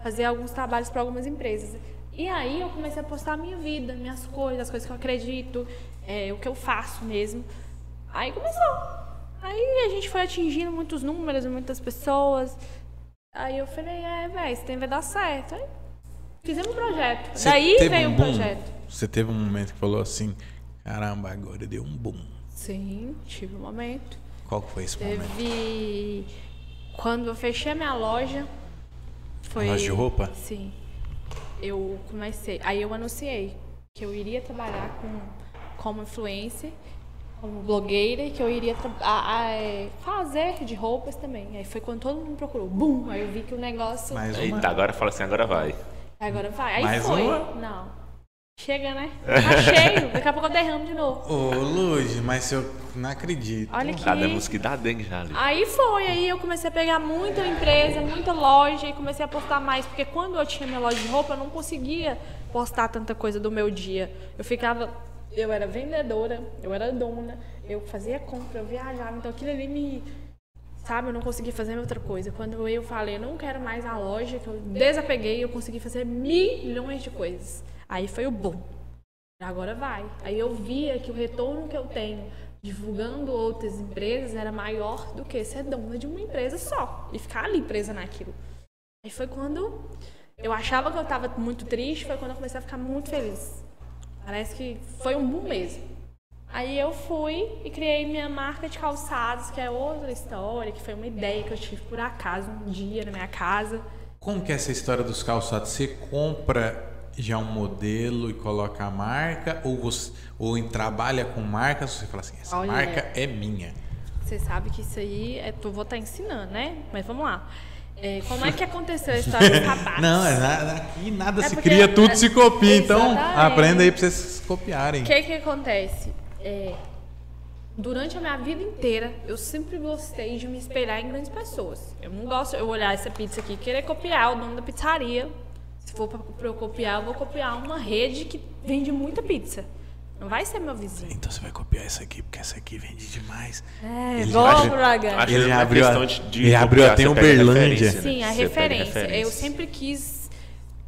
Speaker 2: fazer alguns trabalhos para algumas empresas. E aí eu comecei a postar a minha vida, minhas coisas, as coisas que eu acredito, é, o que eu faço mesmo. Aí começou. Aí a gente foi atingindo muitos números, muitas pessoas. Aí eu falei, é, velho, isso tem vai dar certo. Aí fizemos um projeto.
Speaker 1: Você
Speaker 2: Daí
Speaker 1: teve
Speaker 2: veio
Speaker 1: um
Speaker 2: o
Speaker 1: boom?
Speaker 2: projeto.
Speaker 1: Você teve um momento que falou assim: caramba, agora deu um boom.
Speaker 2: Sim, tive um momento.
Speaker 1: Qual que foi esse momento?
Speaker 2: Teve. Quando eu fechei a minha loja. Foi...
Speaker 1: Loja de roupa?
Speaker 2: Sim. Eu comecei. Aí eu anunciei que eu iria trabalhar com, como influencer como blogueira que eu iria tra- a- a- é, fazer de roupas também. Aí foi quando todo mundo procurou. Bum! Aí eu vi que o negócio.
Speaker 1: Mais uma.
Speaker 3: Eita, agora fala assim, agora vai.
Speaker 2: Agora vai. Aí
Speaker 1: Mais
Speaker 2: foi.
Speaker 1: uma?
Speaker 2: Não. Chega, né? Tá cheio. Daqui a pouco eu derramo de novo.
Speaker 1: Ô, Luz, mas eu não acredito.
Speaker 2: Olha que.
Speaker 3: Tá dando uns que dá dengue já ali.
Speaker 2: Aí foi, aí eu comecei a pegar muita empresa, muita loja e comecei a postar mais, porque quando eu tinha minha loja de roupa, eu não conseguia postar tanta coisa do meu dia. Eu ficava, eu era vendedora, eu era dona, eu fazia compra, eu viajava, então aquilo ali me sabe, eu não consegui fazer outra coisa. Quando eu falei, eu não quero mais a loja, que eu desapeguei, eu consegui fazer milhões de coisas. Aí foi o bom. Agora vai. Aí eu via que o retorno que eu tenho divulgando outras empresas era maior do que ser dona de uma empresa só e ficar ali presa naquilo. Aí foi quando eu achava que eu estava muito triste, foi quando eu comecei a ficar muito feliz. Parece que foi um boom mesmo. Aí eu fui e criei minha marca de calçados, que é outra história, que foi uma ideia que eu tive por acaso um dia na minha casa.
Speaker 1: Como que é essa história dos calçados? Você compra já um modelo e coloca a marca? Ou, você, ou em- trabalha com marcas? Você fala assim, essa
Speaker 2: Olha.
Speaker 1: marca é minha.
Speaker 2: Você sabe que isso aí é, eu vou estar ensinando, né? Mas vamos lá. É, como é que aconteceu a história dos sapatos?
Speaker 1: Não, é nada, aqui nada
Speaker 2: É
Speaker 1: se
Speaker 2: porque-
Speaker 1: cria, tudo se copia. Então,
Speaker 2: Exatamente.
Speaker 1: aprenda aí pra vocês se copiarem.
Speaker 2: O que que acontece? É, durante a minha vida inteira, eu sempre gostei de me espelhar em grandes pessoas. Eu não gosto eu olhar essa pizza aqui e querer copiar o dono da pizzaria. Se for pra, pra eu copiar, eu vou copiar uma rede que vende muita pizza. Não vai ser meu vizinho.
Speaker 1: Então você vai copiar essa aqui, porque essa aqui vende demais.
Speaker 2: É,
Speaker 1: Ele
Speaker 2: vamos,
Speaker 1: acha-
Speaker 2: Braga.
Speaker 3: Acho que
Speaker 1: Ele
Speaker 3: é uma
Speaker 1: abriu
Speaker 3: questão
Speaker 1: a-
Speaker 3: de- de
Speaker 1: ele abriu
Speaker 3: copiar,
Speaker 1: até
Speaker 3: você
Speaker 1: um
Speaker 3: pega
Speaker 1: Berlândia.
Speaker 3: né?
Speaker 2: Sim, a
Speaker 3: Você pega
Speaker 2: referência. Eu
Speaker 3: referência.
Speaker 2: sempre quis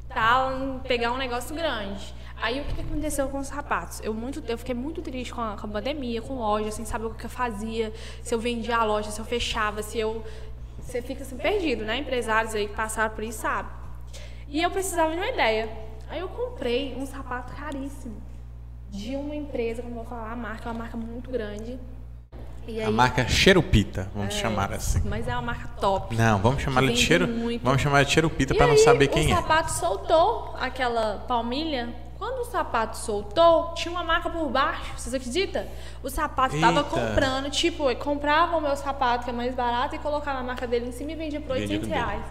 Speaker 2: tá, pegar um negócio grande. Aí o que que aconteceu com os sapatos? Eu, muito, eu fiquei muito triste com a, com a pandemia, com loja, sem saber o que eu fazia, se eu vendia a loja, se eu fechava, se eu. Você fica assim, perdido, né? Empresários aí que passaram por isso sabem. E eu precisava de uma ideia. Aí eu comprei um sapato caríssimo de uma empresa, como eu vou falar, a marca, é uma marca muito grande. E
Speaker 1: A
Speaker 2: aí-
Speaker 1: marca Xerupita, vamos chamar assim.
Speaker 2: Mas é uma marca top.
Speaker 1: Não, vamos chamar ele de
Speaker 2: Vende
Speaker 1: cheiro.
Speaker 2: muito.
Speaker 1: Vamos chamar de Xerupita pra
Speaker 2: E
Speaker 1: não
Speaker 2: aí,
Speaker 1: saber quem
Speaker 2: o
Speaker 1: é.
Speaker 2: sapato soltou aquela palmilha. Quando o sapato soltou, tinha uma marca por baixo. Vocês acreditam? O sapato estava
Speaker 1: Eita.
Speaker 2: comprando, tipo, eu comprava o meu sapato, que é mais barato, e colocava a marca dele em cima e vendia por
Speaker 3: Vendia
Speaker 2: 800
Speaker 3: com
Speaker 2: reais.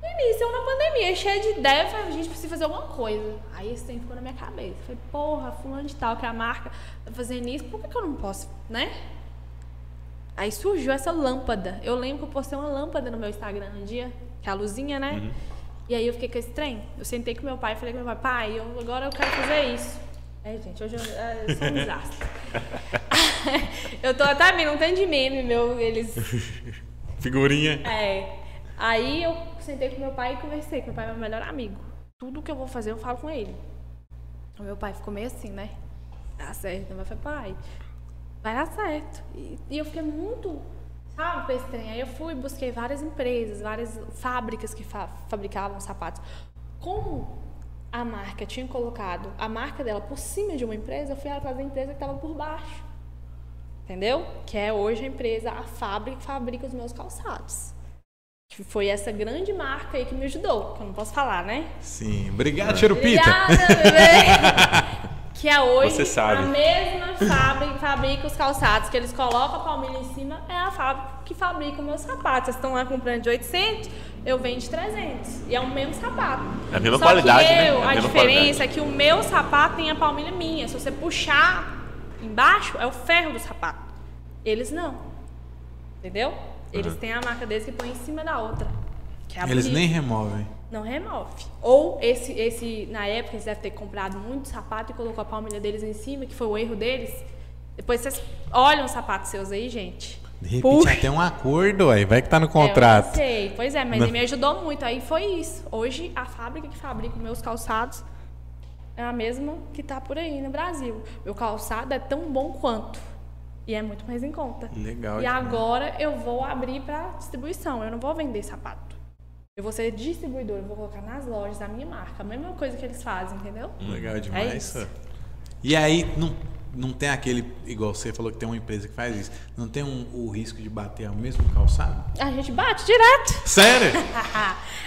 Speaker 2: No início, eu na pandemia, cheia de ideia, eu falei, a gente precisa fazer alguma coisa. Aí esse tempo ficou na minha cabeça. Eu falei, porra, fulano de tal, que é a marca tá fazendo isso, por que, que eu não posso, né? Aí surgiu essa lâmpada. Eu lembro que eu postei uma lâmpada no meu Instagram um dia, que é a luzinha, né? E aí eu fiquei com esse trem. Eu sentei com meu pai e falei com meu pai, pai, eu, agora eu quero fazer isso. É, gente, hoje eu, eu sou um desastre. eu tô até vendo um tanto de meme, meu, eles
Speaker 1: Figurinha.
Speaker 2: é. Aí eu sentei com meu pai e conversei, que meu pai é meu melhor amigo. Tudo que eu vou fazer, eu falo com ele. O meu pai ficou meio assim, né? Dá certo, mas foi pai. Vai dar certo. E, e eu fiquei muito, sabe, pra esse trem. Aí eu fui, busquei várias empresas, várias fábricas que fa- fabricavam sapatos. Como a marca tinha colocado a marca dela por cima de uma empresa, eu fui atrás da empresa que estava por baixo. Entendeu? Que é hoje a empresa, a fábrica que fabrica os meus calçados. Que foi essa grande marca aí que me ajudou, que eu não posso falar, né?
Speaker 1: Sim. Obrigado, Xerupita.
Speaker 2: bebê! que é hoje
Speaker 3: Você sabe.
Speaker 2: a mesma fábrica que fabrica os calçados, que eles colocam a palmilha em cima, é a fábrica que fabrica os meus sapatos. Vocês estão lá comprando de 800, eu vendo de 300. E é o mesmo sapato.
Speaker 3: É a mesma
Speaker 2: Só
Speaker 3: qualidade,
Speaker 2: que eu,
Speaker 3: né? É a
Speaker 2: A,
Speaker 3: mesma
Speaker 2: diferença é que o meu sapato tem a palmilha minha. Se você puxar embaixo, é o ferro do sapato. Eles não. Entendeu? Eles
Speaker 3: Uhum.
Speaker 2: têm a marca deles que põe em cima da outra. que é a
Speaker 1: Eles
Speaker 2: bonita.
Speaker 1: nem removem.
Speaker 2: Não remove. Ou esse, esse, na época, eles devem ter comprado muito sapato e colocou a palmilha deles em cima, que foi o erro deles. Depois vocês olham os sapatos seus aí, gente.
Speaker 1: De repente
Speaker 2: Puxa.
Speaker 1: até um acordo aí. Vai que tá no
Speaker 2: É, eu
Speaker 1: contrato.
Speaker 2: sei, pois é, mas
Speaker 1: Não.
Speaker 2: ele me ajudou muito. Aí foi isso. Hoje, a fábrica que fabrica meus calçados é a mesma que tá por aí no Brasil. Meu calçado é tão bom quanto. E é muito mais em conta.
Speaker 1: Legal
Speaker 2: E
Speaker 1: demais.
Speaker 2: agora eu vou abrir para distribuição. Eu não vou vender sapato. Eu vou ser distribuidora, eu vou colocar nas lojas da minha marca. A mesma coisa que eles fazem, entendeu?
Speaker 1: Legal demais.
Speaker 2: Hum. É isso.
Speaker 1: E aí não, não tem aquele, igual você falou que tem uma empresa que faz isso, não tem um- o risco de bater o mesmo calçado?
Speaker 2: A gente bate direto.
Speaker 1: Sério?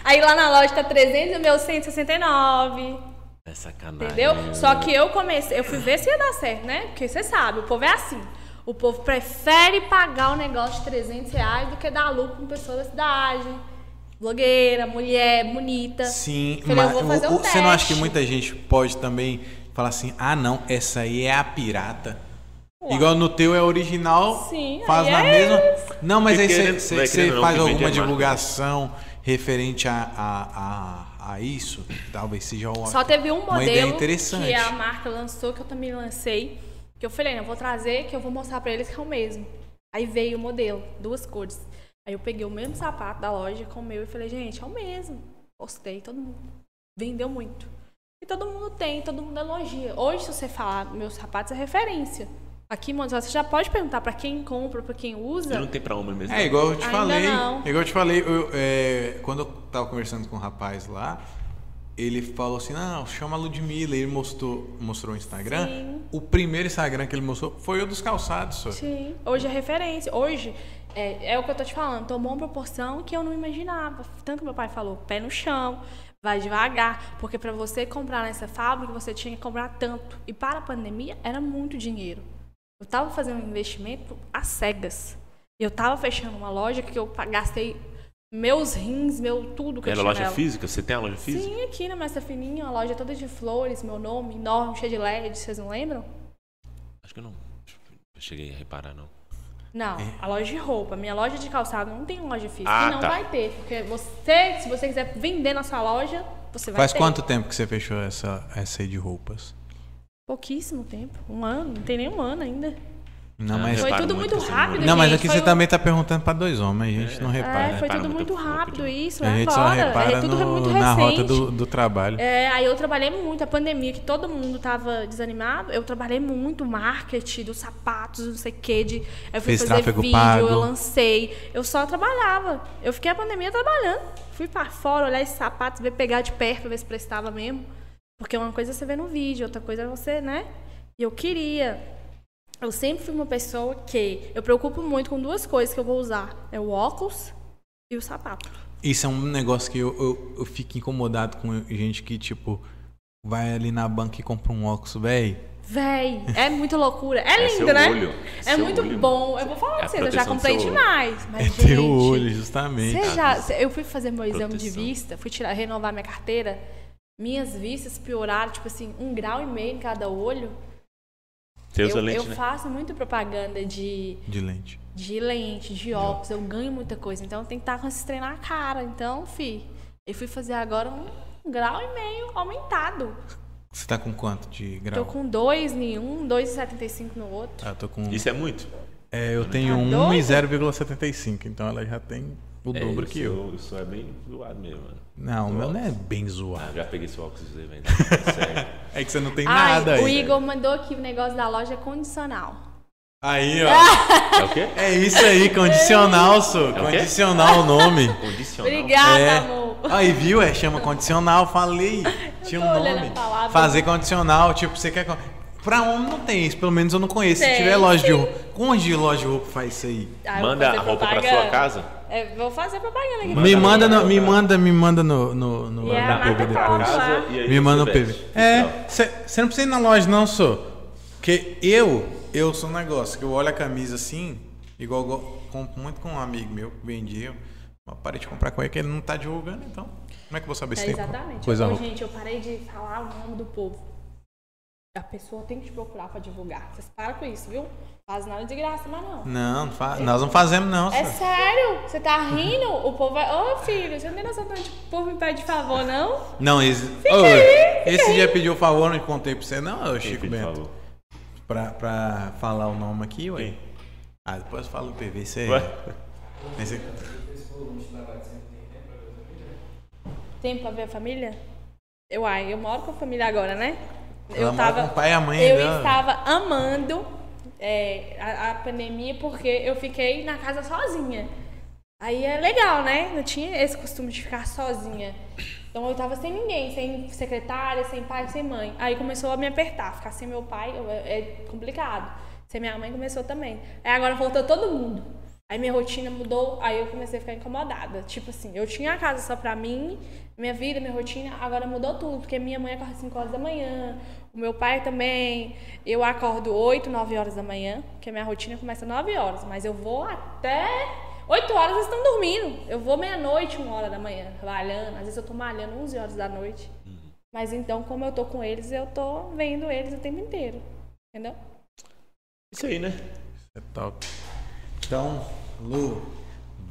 Speaker 2: Aí lá na loja tá 300 e o meu 169.
Speaker 3: É sacanagem.
Speaker 2: Entendeu?
Speaker 3: né?
Speaker 2: Só que eu comecei, eu fui ver se ia dar certo, né? Porque você sabe, o povo é assim. O povo prefere pagar o negócio de 300 reais do que dar lucro com pessoa da cidade. Blogueira, mulher, bonita.
Speaker 1: Sim,
Speaker 2: Falei,
Speaker 1: mas
Speaker 2: eu vou fazer
Speaker 1: o-
Speaker 2: um
Speaker 1: o- você não acha que
Speaker 2: teste.
Speaker 1: muita gente pode também falar assim, ah não, essa aí é a pirata? Igual no teu é original,
Speaker 2: Sim,
Speaker 1: faz
Speaker 2: aí
Speaker 1: na
Speaker 2: é
Speaker 1: mesma. Não, mas
Speaker 3: Porque
Speaker 1: aí
Speaker 3: querendo- vai
Speaker 1: você
Speaker 3: querendo ou não,
Speaker 1: faz
Speaker 3: quem vende é
Speaker 1: alguma
Speaker 3: a marca.
Speaker 1: divulgação referente a, a, a, a isso, talvez seja uma,
Speaker 2: Só teve um
Speaker 1: uma
Speaker 2: modelo
Speaker 1: ideia interessante.
Speaker 2: que a marca lançou, que eu também lancei, que eu falei, não, eu vou trazer, que eu vou mostrar pra eles que é o mesmo. Aí veio o modelo, duas cores. Aí eu peguei o mesmo sapato da loja com o meu e falei, gente, é o mesmo. Postei, todo mundo. Vendeu muito. E todo mundo tem, todo mundo elogia. Hoje, se você falar, meus sapatos é referência. Aqui, em Montes Claros, você já pode perguntar pra quem compra, pra quem
Speaker 3: E não
Speaker 2: usa.
Speaker 3: tem pra homem mesmo.
Speaker 1: É, igual eu te
Speaker 2: Ainda
Speaker 1: falei.
Speaker 2: não.
Speaker 1: Igual eu te falei, eu, é, quando eu tava conversando com um rapaz lá, ele falou assim: não, chama a Ludmilla. Ele mostrou, mostrou o Instagram.
Speaker 2: Sim.
Speaker 1: O primeiro Instagram que ele mostrou foi o dos calçados, só.
Speaker 2: Sim, hoje é referência. Hoje, é, é o que eu tô te falando, tomou uma proporção que eu não imaginava. Tanto que meu pai falou, pé no chão, vai devagar. Porque para você comprar nessa fábrica, você tinha que comprar tanto. E para a pandemia, era muito dinheiro. Eu tava fazendo um investimento às cegas. Eu tava fechando uma loja que eu pa- gastei meus rins, meu tudo que eu
Speaker 3: Era
Speaker 2: tinha
Speaker 3: É loja
Speaker 2: nela.
Speaker 3: física? Você tem a loja física?
Speaker 2: Sim, aqui na Mestra Fininha, uma loja toda de flores, meu nome, enorme, cheia de LED, vocês não lembram?
Speaker 3: Acho que eu não. Eu cheguei a reparar, não.
Speaker 2: Não,
Speaker 1: É.
Speaker 2: a loja de roupa. Minha loja de calçado não tem loja física.
Speaker 3: Ah,
Speaker 2: e não
Speaker 3: tá.
Speaker 2: vai ter. Porque você, se você quiser vender na sua loja, você vai
Speaker 1: Faz
Speaker 2: ter.
Speaker 1: quanto tempo que você fechou essa, essa aí de roupas?
Speaker 2: Pouquíssimo tempo. Um ano. Não tem nem um ano ainda.
Speaker 1: Não,
Speaker 3: Ah,
Speaker 1: mas,
Speaker 2: Foi
Speaker 3: Reparo
Speaker 2: tudo
Speaker 3: muito
Speaker 2: muito
Speaker 3: essa
Speaker 2: rápido,
Speaker 3: mulher.
Speaker 1: não, mas
Speaker 2: gente.
Speaker 1: aqui
Speaker 2: Foi
Speaker 1: você
Speaker 2: um-
Speaker 1: também tá perguntando pra dois homens, a gente não
Speaker 2: É,
Speaker 1: repara.
Speaker 2: foi
Speaker 3: Repara
Speaker 2: tudo
Speaker 3: muito
Speaker 2: muito
Speaker 3: pouco,
Speaker 2: rápido isso,
Speaker 1: a
Speaker 2: é
Speaker 1: gente só
Speaker 2: agora.
Speaker 1: repara
Speaker 2: é tudo
Speaker 1: no-
Speaker 2: muito
Speaker 1: na rota
Speaker 2: recente.
Speaker 1: do, do trabalho.
Speaker 2: É, aí eu trabalhei muito, a pandemia, que todo mundo tava desanimado, eu trabalhei muito marketing dos sapatos, não sei o que, de. Eu fui
Speaker 1: Fez
Speaker 2: fazer
Speaker 1: tráfego
Speaker 2: vídeo,
Speaker 1: pago.
Speaker 2: eu lancei. Eu só trabalhava. Eu fiquei a pandemia trabalhando. Fui pra fora olhar esses sapatos, ver pegar de perto, ver se prestava mesmo. Porque uma coisa você vê no vídeo, outra coisa é você, né? E eu queria. Eu sempre fui uma pessoa que eu preocupo muito com duas coisas que eu vou usar: é o óculos e o sapato.
Speaker 1: Isso é um negócio que eu, eu, eu fico incomodado com gente que, tipo, vai ali na banca e compra um óculos, velho.
Speaker 2: Véi, é muita loucura. É
Speaker 3: É
Speaker 2: lindo,
Speaker 3: seu
Speaker 2: né?
Speaker 3: olho.
Speaker 2: É
Speaker 3: Seu
Speaker 2: muito
Speaker 3: olho.
Speaker 2: bom. Eu vou falar
Speaker 3: É a
Speaker 2: pra vocês, eu já
Speaker 3: proteção do
Speaker 2: comprei
Speaker 3: seu olho. Ah,
Speaker 2: demais. Mas,
Speaker 1: É
Speaker 2: gente,
Speaker 1: teu olho, justamente.
Speaker 2: Você já, cê- eu fui fazer meu exame de
Speaker 3: Proteção.
Speaker 2: vista, fui tirar, renovar minha carteira. Minhas vistas pioraram, tipo assim, um grau e meio em cada olho.
Speaker 3: Você usa
Speaker 2: eu
Speaker 3: lente,
Speaker 2: eu
Speaker 3: né?
Speaker 2: faço muito propaganda de,
Speaker 1: De lente.
Speaker 2: de lente, de óculos, eu ganho muita coisa. Então tem que estar com esse trem na cara. Então, fi, eu fui fazer agora um grau e meio aumentado.
Speaker 1: Você tá com quanto de grau?
Speaker 2: Tô com dois em um, 2,75 no outro.
Speaker 1: Ah, eu tô com.
Speaker 3: Isso é muito?
Speaker 1: É, eu tenho
Speaker 2: Tá
Speaker 1: 1
Speaker 2: doido?
Speaker 1: e 0,75, então ela já tem o dobro que eu.
Speaker 3: É Isso é bem zoado mesmo, mano.
Speaker 1: Não, o meu não é bem
Speaker 3: Ah,
Speaker 1: zoado.
Speaker 3: já peguei esse óculos tá e usei, velho. Sério.
Speaker 1: É que você não tem
Speaker 2: Ai,
Speaker 1: nada
Speaker 2: o
Speaker 1: aí.
Speaker 2: Igor mandou aqui o negócio da loja condicional.
Speaker 1: Aí,
Speaker 2: Ah!
Speaker 1: ó.
Speaker 3: É o quê?
Speaker 1: É isso aí, condicional, só.
Speaker 3: É o quê?
Speaker 1: Condicional o nome.
Speaker 3: Condicional.
Speaker 2: Obrigada,
Speaker 1: é.
Speaker 2: amor.
Speaker 1: Aí, viu? É, chama condicional, falei. Tinha um
Speaker 2: tô olhando
Speaker 1: nome.
Speaker 2: a palavra.
Speaker 1: Fazer condicional, tipo, você quer. con- Pra homem não tem isso, pelo menos eu não conheço. Se
Speaker 2: Tem,
Speaker 1: tiver loja de roupa. Onde loja de roupa faz isso aí?
Speaker 2: Ah, eu vou
Speaker 3: Manda
Speaker 2: fazer
Speaker 3: a roupa pra
Speaker 2: propaganda.
Speaker 3: sua casa?
Speaker 2: É, vou fazer propaganda aqui.
Speaker 1: Me
Speaker 3: Manda
Speaker 1: manda,
Speaker 3: no-
Speaker 1: no, me manda, me manda no, no, no
Speaker 2: E a
Speaker 1: na
Speaker 2: marca
Speaker 1: PV
Speaker 2: Vamos
Speaker 1: depois.
Speaker 2: própria. lá.
Speaker 3: Casa, e aí
Speaker 1: Me manda o
Speaker 3: você Então,
Speaker 1: PV.
Speaker 3: veste.
Speaker 1: É, você não precisa ir na loja não, sou. Porque eu, eu sou um negócio que eu olho a camisa assim, igual eu compro muito com um amigo meu que vendia. Mas parei de comprar com ele que ele não tá divulgando, então. Como é que eu vou saber se
Speaker 2: É,
Speaker 1: tem
Speaker 2: exatamente.
Speaker 1: coisa
Speaker 2: Ô,
Speaker 1: roupa?
Speaker 2: gente, eu parei de falar o nome do povo. A pessoa tem que te procurar pra divulgar. Vocês param com isso, viu? Faz nada de graça, mas não.
Speaker 1: Não, não fa- nós não fazemos não,
Speaker 2: É
Speaker 1: só.
Speaker 2: sério? Você tá rindo? O povo vai. Ô, filho, você não tem noção de onde o povo me pede favor, não?
Speaker 1: Não, esse, Ô, esse dia pediu favor, não contei pra você não, ô,
Speaker 3: Quem
Speaker 1: Chico
Speaker 3: pediu
Speaker 1: Bento.
Speaker 3: favor?
Speaker 1: Pra, pra falar o nome aqui, ué.
Speaker 3: Quem?
Speaker 1: Ah, depois eu falo o PV,
Speaker 3: É.
Speaker 1: você...
Speaker 3: Ué?
Speaker 1: Mas você-
Speaker 2: Tem pra ver a família? Eu, ai, eu moro com a família agora, né?
Speaker 1: Ela
Speaker 2: eu
Speaker 1: mora
Speaker 2: tava.
Speaker 1: com o pai e a mãe né?
Speaker 2: eu
Speaker 1: dela.
Speaker 2: estava amando é, a, a pandemia porque eu fiquei na casa sozinha. Aí é legal, né? Não tinha esse costume de ficar sozinha. Então eu tava sem ninguém, sem secretária, sem pai, sem mãe. Aí começou a me apertar. Ficar sem é meu pai eu- é complicado. Sem minha mãe começou também. Aí agora voltou todo mundo. Aí minha rotina mudou, aí eu comecei a ficar incomodada. Tipo assim, eu tinha a casa só pra mim, minha vida, minha rotina, agora mudou tudo, porque minha mãe acorda 5 horas da manhã, o meu pai também. Eu acordo 8, 9 horas da manhã, porque a minha rotina começa 9 horas, mas eu vou até 8 horas eles estão dormindo. Eu vou meia-noite, 1 hora da manhã, trabalhando. Às vezes eu tô malhando 11 horas da noite. Mas então, como eu tô com eles, eu tô vendo eles o tempo inteiro. Entendeu?
Speaker 3: Isso aí, né?
Speaker 1: É top. Então, Lu,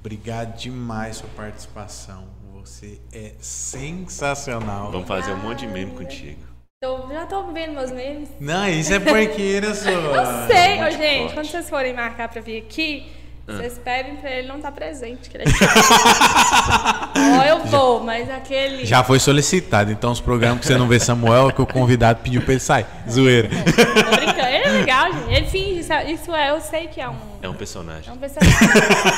Speaker 1: obrigado demais pela participação. Você é sensacional.
Speaker 3: Vamos fazer um monte de meme contigo.
Speaker 2: Então, já tô vendo meus memes.
Speaker 1: Não, isso é porqueira, sua.
Speaker 2: Eu sei, ô,
Speaker 3: muito
Speaker 2: gente,
Speaker 3: forte.
Speaker 2: quando vocês forem marcar pra vir aqui, vocês pedem pra ele não estar presente. Que ele... é Ó, eu vou, mas aquele.
Speaker 1: Já foi solicitado, então os programas que você não vê Samuel, é que o convidado pediu pra ele sair. Zoeira.
Speaker 2: Tô brincando. Ele é legal, gente. Ele finge, sabe? isso é, eu sei que é um.
Speaker 3: É um personagem.
Speaker 2: É um personagem.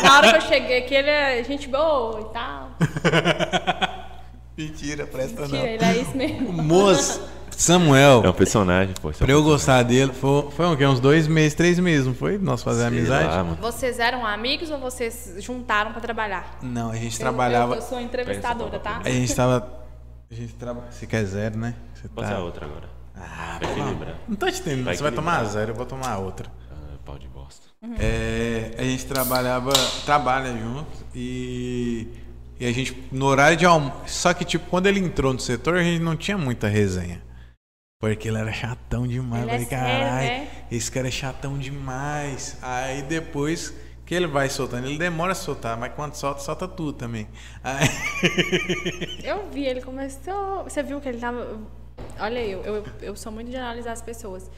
Speaker 2: Na hora que eu cheguei aqui, ele é gente boa e tal.
Speaker 1: Mentira, presta
Speaker 2: Tira, ele é isso mesmo.
Speaker 1: Moço, Samuel,
Speaker 3: É um personagem, pô.
Speaker 1: pra eu gostar dele, foi, foi o quê? Uns dois meses, três meses, não foi? Nós fazer amizade?
Speaker 2: Vocês eram amigos ou vocês juntaram pra trabalhar?
Speaker 1: Não, a gente
Speaker 2: Eu-
Speaker 1: trabalhava.
Speaker 2: Eu, eu sou entrevistadora,
Speaker 3: Pensa,
Speaker 2: tá?
Speaker 1: A gente tava. A gente traba... Você quer zero, né? Você
Speaker 3: Vou passar
Speaker 1: tá...
Speaker 3: outra agora.
Speaker 1: Ah,
Speaker 3: Vai
Speaker 1: não.
Speaker 3: equilibrar.
Speaker 1: Não tô te entendendo.
Speaker 3: Vai
Speaker 1: Você vai tomar
Speaker 3: equilibrar.
Speaker 1: zero, eu vou tomar outra.
Speaker 3: Ah, pau de bosta.
Speaker 2: Uhum.
Speaker 1: É, a gente trabalhava, trabalha junto e, e a gente no horário de almoço. Só que tipo quando ele entrou no setor a gente não tinha muita resenha, porque ele era chatão demais. Eu
Speaker 2: Ele é
Speaker 1: falei,
Speaker 2: sério,
Speaker 1: "Carai,
Speaker 2: né?"
Speaker 1: esse cara é chatão demais. Aí depois que ele vai soltando, ele demora a soltar, mas quando solta solta tudo também. Aí-
Speaker 2: Eu vi, ele começou. Você viu que ele tava. Olha, eu, eu, eu sou muito de analisar as pessoas.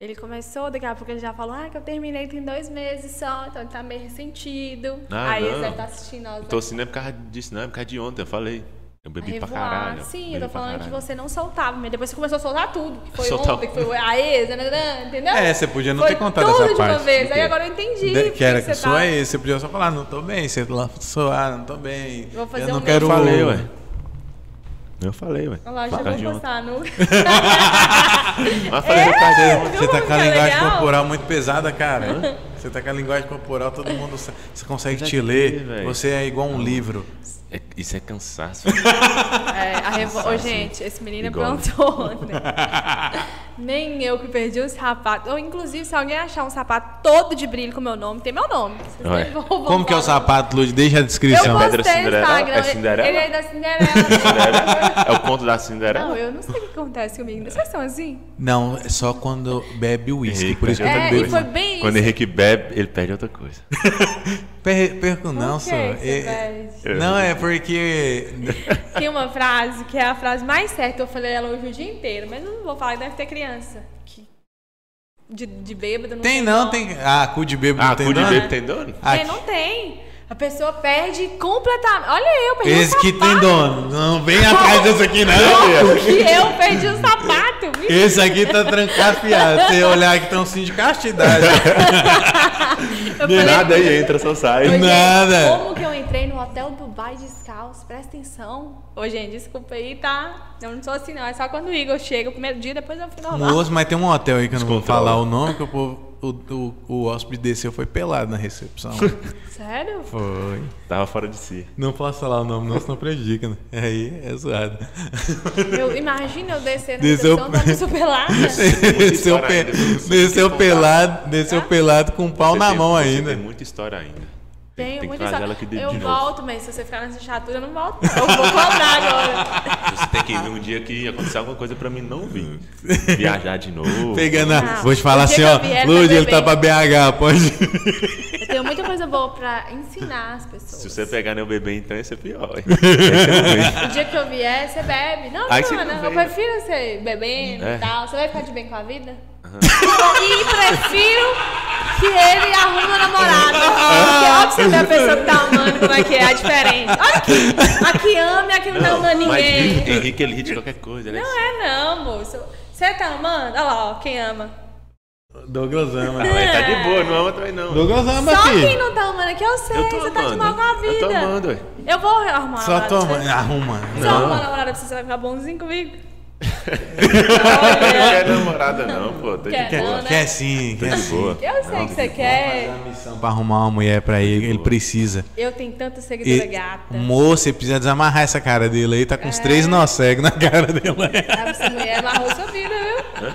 Speaker 2: Ele começou, daqui a pouco ele já falou, ah, que eu terminei tem dois meses só, então ele tá meio ressentido.
Speaker 3: Ah,
Speaker 2: Aí
Speaker 3: não.
Speaker 2: ele deve estar assistindo nós.
Speaker 3: Eu tô assim, não é por causa disso, não. É por causa de ontem, eu falei. Eu bebi pra
Speaker 2: revoar.
Speaker 3: caralho.
Speaker 2: Sim,
Speaker 3: bebi
Speaker 2: eu tô
Speaker 3: pra
Speaker 2: falando que
Speaker 3: caralho.
Speaker 2: você não soltava, mas depois você começou a soltar tudo. Que foi
Speaker 3: Soltar
Speaker 2: ontem, que
Speaker 3: o-
Speaker 2: foi a ex, nananã, entendeu?
Speaker 1: É, você podia não
Speaker 2: Foi
Speaker 1: ter contado
Speaker 2: tudo
Speaker 1: essa
Speaker 2: de uma
Speaker 1: parte.
Speaker 2: vez, aí
Speaker 3: Por quê?
Speaker 2: agora eu entendi.
Speaker 1: De-
Speaker 2: por
Speaker 1: que era
Speaker 2: que
Speaker 1: que
Speaker 2: você
Speaker 1: só
Speaker 2: tá-
Speaker 1: esse, você podia só falar, não tô bem, você lá só, ah, não tô bem.
Speaker 2: Vou fazer
Speaker 1: eu não
Speaker 2: um
Speaker 1: quero
Speaker 3: Eu
Speaker 2: meme.
Speaker 3: falei, ué. Eu falei, ué.
Speaker 2: Olha lá,
Speaker 3: Por
Speaker 2: já
Speaker 3: causa de
Speaker 2: vou
Speaker 3: ontem.
Speaker 2: postar no.
Speaker 3: Mas falei, por causa de ontem.
Speaker 1: Você tá com a
Speaker 2: Não,
Speaker 1: linguagem
Speaker 2: É, legal.
Speaker 1: corporal muito pesada, cara. Você tá com a linguagem corporal, todo mundo sa- você consegue
Speaker 3: Já
Speaker 1: te
Speaker 3: te
Speaker 1: ler.
Speaker 3: li, véi.
Speaker 1: Você é igual um livro.
Speaker 3: É- Isso é cansaço.
Speaker 2: É, a revo... Ô,
Speaker 3: Nossa,
Speaker 2: gente, esse menino
Speaker 3: igual.
Speaker 2: aprontou ontem. Nem eu que perdi os sapatos. Ou, inclusive, se alguém achar um sapato todo de brilho com meu nome, tem meu nome. Vocês
Speaker 3: Ué,
Speaker 2: devolvam
Speaker 1: Como que é o
Speaker 2: pra mim.
Speaker 1: sapato, Lud? Deixa a
Speaker 2: Eu
Speaker 1: descrição.
Speaker 3: Pedra
Speaker 2: postei no
Speaker 3: Cinderela?
Speaker 2: Instagram.
Speaker 3: É Cinderela?
Speaker 2: Ele é da Cinderela.
Speaker 3: Cinderela. É o conto da Cinderela?
Speaker 2: não, eu não sei o que acontece comigo. Vocês são assim?
Speaker 1: Não, é só quando bebe uísque.
Speaker 3: Henrique,
Speaker 1: Por isso que eu tô
Speaker 2: É,
Speaker 1: com
Speaker 2: e
Speaker 1: bebendo.
Speaker 2: foi bem
Speaker 3: Quando o
Speaker 2: isso.
Speaker 3: Henrique bebe, ele perde outra coisa.
Speaker 1: Per- Perco não,
Speaker 2: Por
Speaker 1: só.
Speaker 2: que que
Speaker 1: É-
Speaker 2: você perde?
Speaker 1: Não, é porque.
Speaker 2: Tem uma frase que é a frase mais certa. Eu falei ela hoje o dia inteiro, mas eu não vou falar que deve ter criança. Que... De, de bêbado, não
Speaker 1: Tem não, tem. Ah, cu de bêbado
Speaker 3: Ah,
Speaker 1: não tem
Speaker 3: cu de
Speaker 1: dono?
Speaker 3: bebê tem dono?
Speaker 1: Ah,
Speaker 2: Tem, não tem. A pessoa perde completamente. Olha eu, perdi
Speaker 1: Esse
Speaker 2: o
Speaker 1: que
Speaker 2: sapato.
Speaker 1: tem dono. Não vem atrás desse aqui, não.
Speaker 2: Que eu perdi o sapato. viu?
Speaker 1: Esse aqui tá trancafiado. Você olhar que tem um cinto de castidade.
Speaker 2: Eu
Speaker 3: De
Speaker 2: falei,
Speaker 3: nada aí entra, só sai.
Speaker 2: "Ô, gente,
Speaker 1: nada."
Speaker 2: Como que eu entrei no hotel Dubai descalço? Presta atenção. Ô, gente, desculpa aí, tá? Eu não sou assim, não. É só quando o Igor chega o primeiro dia, depois eu fico normal.
Speaker 1: Moço, mas tem um hotel aí que eu não vou
Speaker 3: Descontrola.
Speaker 1: falar o nome, que o povo. O, o, o hóspede desceu, foi pelado na recepção.
Speaker 2: Sério?
Speaker 1: foi.
Speaker 3: Tava fora de si.
Speaker 1: Não posso falar o nome, não, senão prejudica, né? Aí é zoado.
Speaker 2: Eu, imagina eu descer na
Speaker 1: Desceu-
Speaker 2: recepção, tá pessoa pelada.
Speaker 1: desceu
Speaker 3: história
Speaker 1: pe-
Speaker 3: ainda, viu? Você
Speaker 1: desceu
Speaker 3: tem que
Speaker 1: pelado, desceu pelado com o pau
Speaker 3: Você
Speaker 1: na
Speaker 3: tem-
Speaker 1: mão
Speaker 3: você
Speaker 1: ainda.
Speaker 3: Tem muita história ainda. Tem,
Speaker 2: Tenho
Speaker 3: tem que
Speaker 2: muita
Speaker 3: trazer
Speaker 2: história.
Speaker 3: ela aqui de,
Speaker 2: eu
Speaker 3: de novo.
Speaker 2: volto, mas se você ficar nessa chatura, eu não volto. não. Eu vou cobrar agora.
Speaker 3: Você tem que vir um dia que acontecer alguma coisa pra mim não vir. Viajar de novo.
Speaker 1: Pegando a.
Speaker 2: Ah,
Speaker 1: Vou te falar
Speaker 2: o dia
Speaker 1: assim,
Speaker 2: que
Speaker 1: ó.
Speaker 2: eu vier,
Speaker 1: Lud,
Speaker 2: tá
Speaker 1: ele tá
Speaker 2: bebendo.
Speaker 1: pra BH, pode.
Speaker 2: Eu tenho muita coisa boa pra ensinar as pessoas.
Speaker 3: Se você pegar meu bebê, então esse é pior. hein? Esse eu não venho.
Speaker 2: O dia que eu vier, você bebe. Não,
Speaker 3: Aí
Speaker 2: não,
Speaker 3: você não
Speaker 2: não. Eu
Speaker 3: veio.
Speaker 2: prefiro você bebendo e
Speaker 3: É.
Speaker 2: tal. Você vai ficar de bem com a vida? E prefiro que ele arrume um uma namorada. Porque ó, pra você ver a pessoa que tá amando, como é que é a diferença. Olha aqui. A que ama e a que não tá amando
Speaker 3: Mas Henrique,
Speaker 2: ninguém.
Speaker 3: Henrique, ele ri de qualquer coisa, né?
Speaker 2: Não é não, moço. Você tá amando? Olha lá, ó, quem ama.
Speaker 1: Douglas ama.
Speaker 3: Mas
Speaker 2: é.
Speaker 3: tá de boa, não ama também não.
Speaker 1: É. Douglas ama,
Speaker 2: Só quem
Speaker 1: filho.
Speaker 2: não tá amando aqui, eu sei.
Speaker 3: Eu tô
Speaker 2: você tá de
Speaker 3: amando.
Speaker 2: mal com a vida.
Speaker 3: Eu tô amando, ué.
Speaker 2: Eu vou arrumar uma
Speaker 1: Só
Speaker 2: namorada. pra
Speaker 1: toma.
Speaker 2: você.
Speaker 1: Arruma.
Speaker 2: Se eu arrumar uma namorada pra você, você vai ficar bonzinho comigo?
Speaker 3: Não
Speaker 2: é.
Speaker 3: quer namorada, não, pô. Tá
Speaker 4: Quer
Speaker 3: de
Speaker 1: Quer,
Speaker 3: boa.
Speaker 4: né?
Speaker 1: quer sim,
Speaker 3: Tá
Speaker 1: quer
Speaker 3: de
Speaker 1: sim.
Speaker 3: boa. Tá
Speaker 4: Eu sei que você
Speaker 3: Não, tá de boa.
Speaker 1: Fazer
Speaker 4: quer.
Speaker 1: uma missão Pra arrumar uma mulher pra ele, ele precisa.
Speaker 2: Eu tenho tanta seguidora
Speaker 1: E,
Speaker 2: gata. É.
Speaker 1: moço, você precisa desamarrar essa cara dele aí, tá com os três nó cego na cara dele.
Speaker 4: Sabe, essa mulher amarrou sua vida, viu?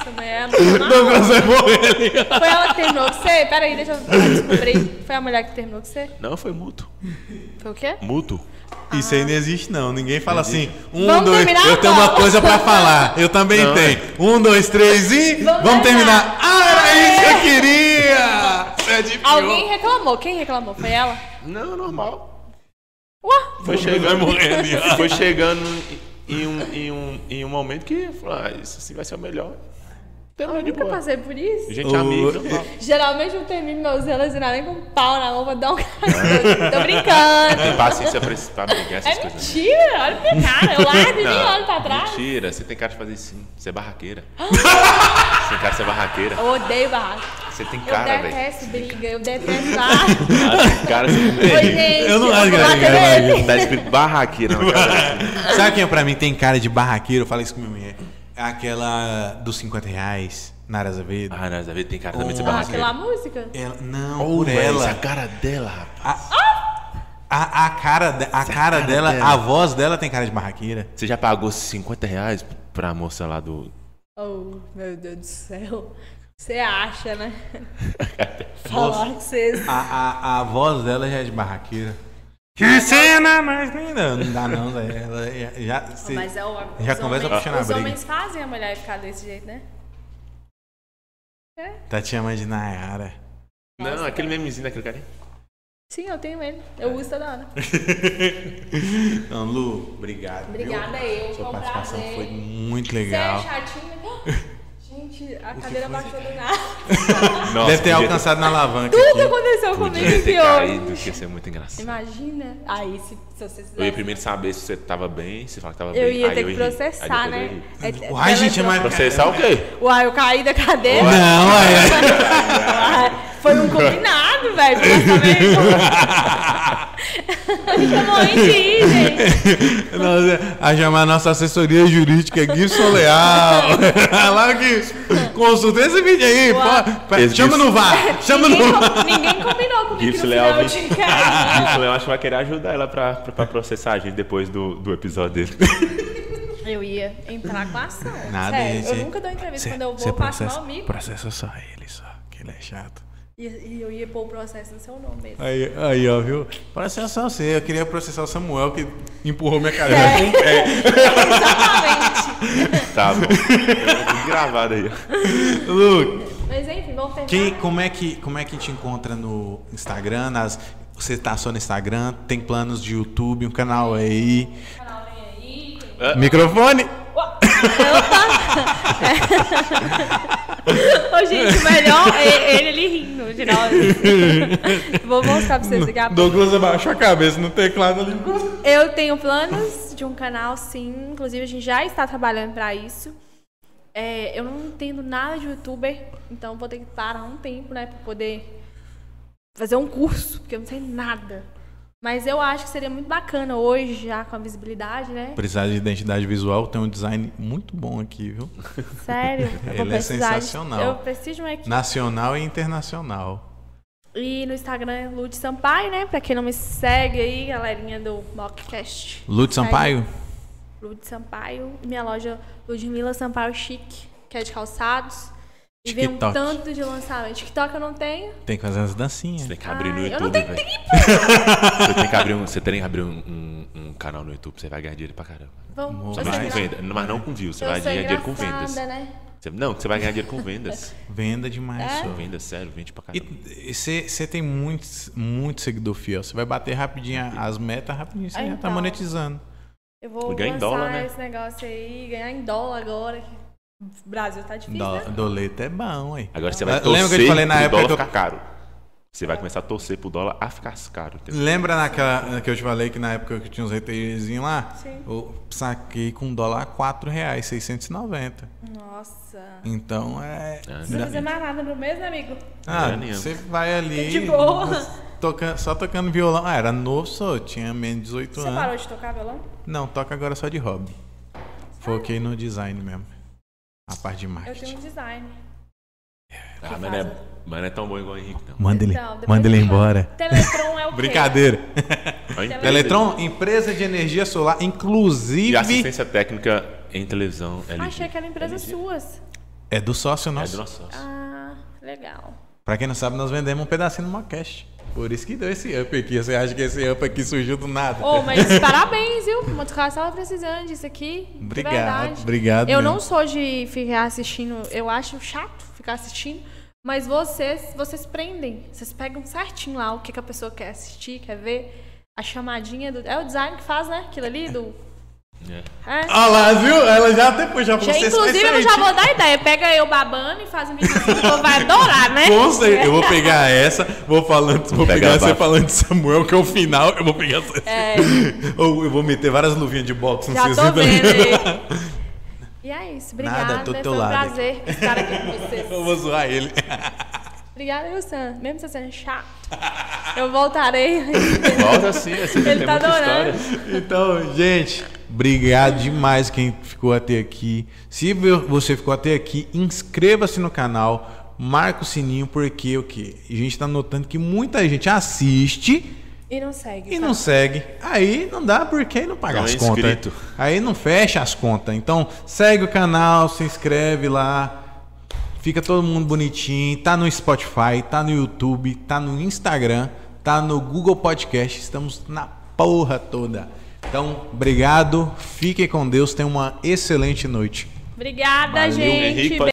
Speaker 2: Essa mulher amarrou.
Speaker 1: consegue morrer.
Speaker 2: Foi ela que terminou com você? Peraí, deixa eu descobrir. Foi a mulher que terminou com você?
Speaker 3: Não, foi mútuo.
Speaker 2: Foi o quê?
Speaker 3: Mútuo.
Speaker 1: Isso aí não existe, não. Ninguém fala assim. Um,
Speaker 2: Vamos
Speaker 1: dois,
Speaker 2: terminar
Speaker 1: eu tenho uma
Speaker 2: agora.
Speaker 1: coisa pra falar. Eu também
Speaker 3: Não,
Speaker 1: tenho. Um, dois, três e. Vamos,
Speaker 2: Vamos
Speaker 1: terminar.
Speaker 2: terminar.
Speaker 1: Ah, era isso que eu queria! Você é de pior.
Speaker 2: Alguém reclamou. Quem reclamou? Foi ela?
Speaker 3: Não, normal.
Speaker 2: Ué?
Speaker 3: Foi chegando.
Speaker 1: vai morrer ali, ó.
Speaker 3: Foi chegando em um, em um, em um momento que eu falei, ah, isso assim vai ser o melhor. Terminou de
Speaker 2: Nunca
Speaker 3: boa.
Speaker 2: passei por isso.
Speaker 3: Gente
Speaker 1: Ô,
Speaker 3: amiga, normal.
Speaker 2: Geralmente eu termino meus relacionamentos nem com um pau na mão pra dar um cacete. Tô brincando.
Speaker 3: Tem paciência pra, esse- pra brigar essas
Speaker 2: É
Speaker 3: coisas. né?
Speaker 2: mentira. Olha pra minha cara. Eu largo e nem
Speaker 3: Não,
Speaker 2: olho pra trás.
Speaker 3: Mentira, você tem cara de fazer isso sim. Você é barraqueira. você tem cara de ser barraqueira.
Speaker 2: Eu odeio barraco.
Speaker 3: Você tem
Speaker 2: Eu
Speaker 3: cara, velho.
Speaker 2: detesto briga. Eu detesto barraco.
Speaker 3: Ah, tem cara de
Speaker 2: Oi, gente.
Speaker 1: Eu não acho que
Speaker 2: vou
Speaker 1: ela tem
Speaker 2: bater
Speaker 1: cara de
Speaker 2: nele.
Speaker 3: Tá escrito barraqueira na cara.
Speaker 1: Sabe quem pra mim tem cara de barraqueiro? Eu falo isso com minha mulher. Aquela dos 50 reais, Nara Azevedo.
Speaker 3: Ah, não, Zavi tem cara também de ser
Speaker 1: Ah,
Speaker 2: Ah,
Speaker 3: barraqueira.
Speaker 2: aquela música?
Speaker 1: Ela, não,
Speaker 3: Ô,
Speaker 1: por
Speaker 3: velho,
Speaker 1: ela.
Speaker 3: Essa é cara dela, rapaz.
Speaker 1: A, a cara, de- a cara
Speaker 3: cara
Speaker 1: dela,
Speaker 3: dela.
Speaker 1: a voz dela tem cara de barraqueira.
Speaker 3: Você já pagou 50 reais pra moça lá do.
Speaker 2: Oh, meu Deus do céu. Você acha, né? Falar que vocês.
Speaker 1: A, a, a voz dela já é de barraqueira. Que cena mais linda! Não dá não, velho. Ela já- já, cê-
Speaker 2: Mas é o.
Speaker 1: Ah, Já
Speaker 2: os
Speaker 1: começa
Speaker 2: homens-
Speaker 1: puxando a
Speaker 2: Os
Speaker 1: briga.
Speaker 2: homens fazem a mulher ficar desse jeito, né?
Speaker 1: tá te chamando de Nayara.
Speaker 3: Não, aquele memezinho daquele cara.
Speaker 2: Sim, eu tenho ele. Eu uso toda hora.
Speaker 1: Então, Lu, obrigado. viu?
Speaker 2: Obrigada
Speaker 1: Sua
Speaker 2: eu, foi um
Speaker 1: participação
Speaker 2: prazer.
Speaker 1: foi muito
Speaker 2: Você é
Speaker 1: legal.
Speaker 2: chatinho, mas... Gente, a
Speaker 1: foi?
Speaker 2: cadeira baixou do nada.
Speaker 3: Nossa,
Speaker 1: Deve ter
Speaker 3: podia
Speaker 1: alcançado na alavanca.
Speaker 2: Tudo que
Speaker 1: aqui.
Speaker 2: aconteceu comigo
Speaker 3: Podia
Speaker 2: aqui
Speaker 3: ter caído,
Speaker 2: hoje.
Speaker 3: que ia ser muito engraçado.
Speaker 2: Imagina. Aí, se, se vocês
Speaker 3: Eu ia primeiro saber se você tava bem, se falava que tava bem.
Speaker 2: Eu ia
Speaker 3: aí
Speaker 2: ter que
Speaker 3: ri. Aí
Speaker 2: processar,
Speaker 3: depois eu
Speaker 2: né?
Speaker 3: ri.
Speaker 2: É- é
Speaker 1: Uai, gente, mas-
Speaker 2: teletro-
Speaker 3: Processar o quê?
Speaker 2: Uai, eu caí da cadeira.
Speaker 1: Não, é.
Speaker 2: Uai, Foi um combinado, velho. Me chamou antes de ir, gente.
Speaker 1: Nós- a chamar a nossa assessoria jurídica Gibson Leal. Lá que consulta esse vídeo aí.
Speaker 2: Uau.
Speaker 1: pô. Pá,
Speaker 3: Esse
Speaker 1: chama no
Speaker 3: Gibson.
Speaker 1: VAR. Chama no
Speaker 2: Ninguém,
Speaker 1: VAR.
Speaker 2: com- ninguém combinou comigo
Speaker 3: Gifs
Speaker 2: que no
Speaker 3: Leal,
Speaker 2: final eu
Speaker 3: vim.
Speaker 2: tinha caído.
Speaker 3: Isso, eu acho que vai querer ajudar ela pra, pra, pra processar a gente depois do, do episódio dele.
Speaker 2: Eu ia entrar com a ação.
Speaker 1: Nada,
Speaker 2: Sério,
Speaker 1: gente.
Speaker 2: eu nunca dou entrevista
Speaker 1: Cê-
Speaker 2: quando eu
Speaker 1: cê
Speaker 2: vou passar
Speaker 1: processa-
Speaker 2: mal amigo.
Speaker 1: Processa só ele, só, que ele é chato.
Speaker 2: E, e eu ia pôr o processo no seu nome mesmo.
Speaker 1: Aí, aí ó, viu? Processa você. Eu queria processar o Samuel, que empurrou minha cadeira com o pé.
Speaker 2: É. Exatamente.
Speaker 3: Tá bom. Tudo gravado aí. ó.
Speaker 1: Lu,
Speaker 2: Mas enfim, vamos terminar.
Speaker 1: quem, como, é que, como é que te encontra no Instagram? Nas, você tá só no Instagram? Tem planos de YouTube, um canal aí?
Speaker 2: canal vem aí.
Speaker 1: Microfone?
Speaker 2: Ô, gente, o melhor é ele, ele rindo, geral. Vou mostrar pra vocês daqui a pouco.
Speaker 1: Douglas abaixou a cabeça no teclado ali.
Speaker 2: Eu tenho planos de um canal, sim. Inclusive, a gente já está trabalhando pra isso. É, eu não entendo nada de youtuber, então vou ter que parar um tempo, né, pra poder fazer um curso, porque eu não sei nada. Mas eu acho que seria muito bacana hoje, já com a visibilidade, né?
Speaker 1: Precisar de identidade visual, tem um design muito bom aqui, viu?
Speaker 2: Sério. eu vou
Speaker 1: Ele é
Speaker 2: precisar de-
Speaker 1: sensacional.
Speaker 2: Eu preciso de uma equipe.
Speaker 1: Nacional e internacional.
Speaker 2: E no Instagram é Lud Sampaio, né? Pra quem não me segue aí, galerinha do Mockcast.
Speaker 1: Lute Sampaio?
Speaker 2: Lud Sampaio. Minha loja Ludmilla Sampaio Chic, que é de calçados. E vem um
Speaker 1: TikTok.
Speaker 2: tanto de lançamento. TikTok eu não tenho.
Speaker 1: Tem que fazer as
Speaker 3: Você
Speaker 1: dancinhas.
Speaker 3: tem que abrir
Speaker 2: Ai,
Speaker 3: no
Speaker 2: Ah, eu
Speaker 3: YouTube,
Speaker 2: não tenho
Speaker 3: velho.
Speaker 2: tempo.
Speaker 3: Você tem que abrir, um, você tem que abrir um, um- um canal no YouTube, você vai ganhar dinheiro pra caramba.
Speaker 2: Vamos.
Speaker 1: Vai,
Speaker 2: eu sou
Speaker 3: Mas, com
Speaker 2: engra-
Speaker 3: venda, mas não com views, você
Speaker 2: eu
Speaker 3: vai
Speaker 2: sou
Speaker 3: ganhar dinheiro com
Speaker 2: engraçada,
Speaker 3: vendas.
Speaker 2: né?
Speaker 3: Você- Não, você vai ganhar dinheiro com vendas.
Speaker 1: Venda demais,
Speaker 2: É?
Speaker 1: só.
Speaker 3: Vendas, sério, vende pra caramba.
Speaker 1: E você tem muitos, muito seguidor fiel. Você vai bater rapidinho as metas, rapidinho você já tá
Speaker 2: Então.
Speaker 1: monetizando.
Speaker 2: Eu vou
Speaker 3: Ganhar em
Speaker 2: lançar
Speaker 3: dólar, né?
Speaker 2: esse negócio aí, ganhar em dólar agora. que o Brasil tá difícil,
Speaker 1: Do,
Speaker 2: né?
Speaker 1: doleta é bom, hein?
Speaker 3: Agora você vai torcer
Speaker 1: Lembra que eu te falei na
Speaker 3: pro
Speaker 1: época
Speaker 3: dólar
Speaker 1: que eu-
Speaker 3: ficar caro. Você vai começar a torcer pro dólar a ficar caro. entendeu?
Speaker 1: Lembra naquela que eu te falei que na época que tinha uns retalhozinhos lá? Sim. Eu saquei com dólar a 4 reais, 690.
Speaker 2: Nossa.
Speaker 1: Então é.
Speaker 3: Ah,
Speaker 2: Não precisa fazer mais nada no mês, né, amigo?
Speaker 1: Ah,
Speaker 3: Não é
Speaker 1: você vai ali.
Speaker 2: De boa.
Speaker 1: toca- só tocando violão. Ah, era novo, só tinha menos de 18
Speaker 2: Você
Speaker 1: anos.
Speaker 2: parou de tocar violão?
Speaker 1: Não, toca agora só de hobby. Foquei no design mesmo. A parte de
Speaker 2: Eu tenho
Speaker 1: marketing.
Speaker 2: um design.
Speaker 3: Ah, mas não, é, mas não é tão bom igual o Henrique, não.
Speaker 1: Manda ele,
Speaker 2: Então, depois
Speaker 1: manda ele
Speaker 2: eu falo. É.
Speaker 1: embora.
Speaker 2: Teletron é o quê?
Speaker 1: Brincadeira.
Speaker 3: A empresa
Speaker 1: Teletron, empresa de energia solar,
Speaker 3: E
Speaker 1: inclusive
Speaker 3: assistência técnica em televisão. LG.
Speaker 2: Ah, Achei que era empresa
Speaker 3: LG.
Speaker 2: suas.
Speaker 1: é do sócio
Speaker 3: É do
Speaker 1: nosso.
Speaker 3: nosso sócio.
Speaker 2: Ah, legal.
Speaker 1: Pra quem não sabe, nós vendemos um pedacinho no Mocash. Por isso que deu esse up aqui. Você acha que esse up aqui surgiu do nada?
Speaker 2: Ô, mas parabéns, viu? Monte Carlo estava precisando disso aqui. de
Speaker 1: Obrigado,
Speaker 2: verdade.
Speaker 1: obrigado
Speaker 2: Eu
Speaker 1: mesmo.
Speaker 2: não sou de ficar assistindo, eu acho chato ficar assistindo, mas vocês, vocês prendem. Vocês pegam certinho lá o que, que a pessoa quer assistir, quer ver. A chamadinha do. É o design que faz, né? Aquilo ali do.
Speaker 3: É.
Speaker 2: É.
Speaker 1: Olha lá, viu? Ela já é até puxou pra
Speaker 2: Já,
Speaker 1: Ah, vocês.
Speaker 2: inclusive, eu já vou dar ideia. Pega eu babando e faz um vídeo assim, o povo vai adorar, né?
Speaker 1: Com certeza. Eu vou pegar essa, vou falando, vou
Speaker 3: Pega
Speaker 1: pegar
Speaker 3: a
Speaker 1: você
Speaker 3: barra.
Speaker 1: falando de Samuel, que é o final, eu vou pegar essa. Ou eu vou meter várias luvinhas de boxe,
Speaker 2: É. Já
Speaker 1: não sei
Speaker 2: tô vendo né?
Speaker 1: se
Speaker 2: E é isso.
Speaker 1: Nada,
Speaker 2: Obrigada.
Speaker 1: tô do teu
Speaker 2: Foi um
Speaker 1: lado aqui.
Speaker 2: prazer estar aqui com vocês.
Speaker 1: Eu vou zoar ele.
Speaker 2: Obrigada, Wilson. Mesmo você sendo chato, eu voltarei.
Speaker 3: Volta sim, assim,
Speaker 2: Ele
Speaker 3: tem
Speaker 2: tá
Speaker 3: muita
Speaker 2: adorando.
Speaker 3: história.
Speaker 1: Então, gente, obrigado demais quem ficou até aqui. Se vo- você ficou até aqui, inscreva-se no canal, marca o sininho, porque o quê? A gente tá notando que muita gente assiste
Speaker 2: E não segue.
Speaker 1: e
Speaker 2: tá?
Speaker 1: não segue. Aí não dá porque aí não paga
Speaker 3: Não
Speaker 1: as
Speaker 3: é
Speaker 1: contas.
Speaker 3: inscrito.
Speaker 1: Aí não fecha as contas. Então, segue o canal, se inscreve lá. Fica todo mundo bonitinho. Tá no Spotify, tá no YouTube, tá no Instagram, tá no Google Podcast. Estamos na porra toda. Então, obrigado. Fique com Deus. Tenha uma excelente noite.
Speaker 2: Obrigada,
Speaker 3: Valeu,
Speaker 2: gente.
Speaker 3: Henrique,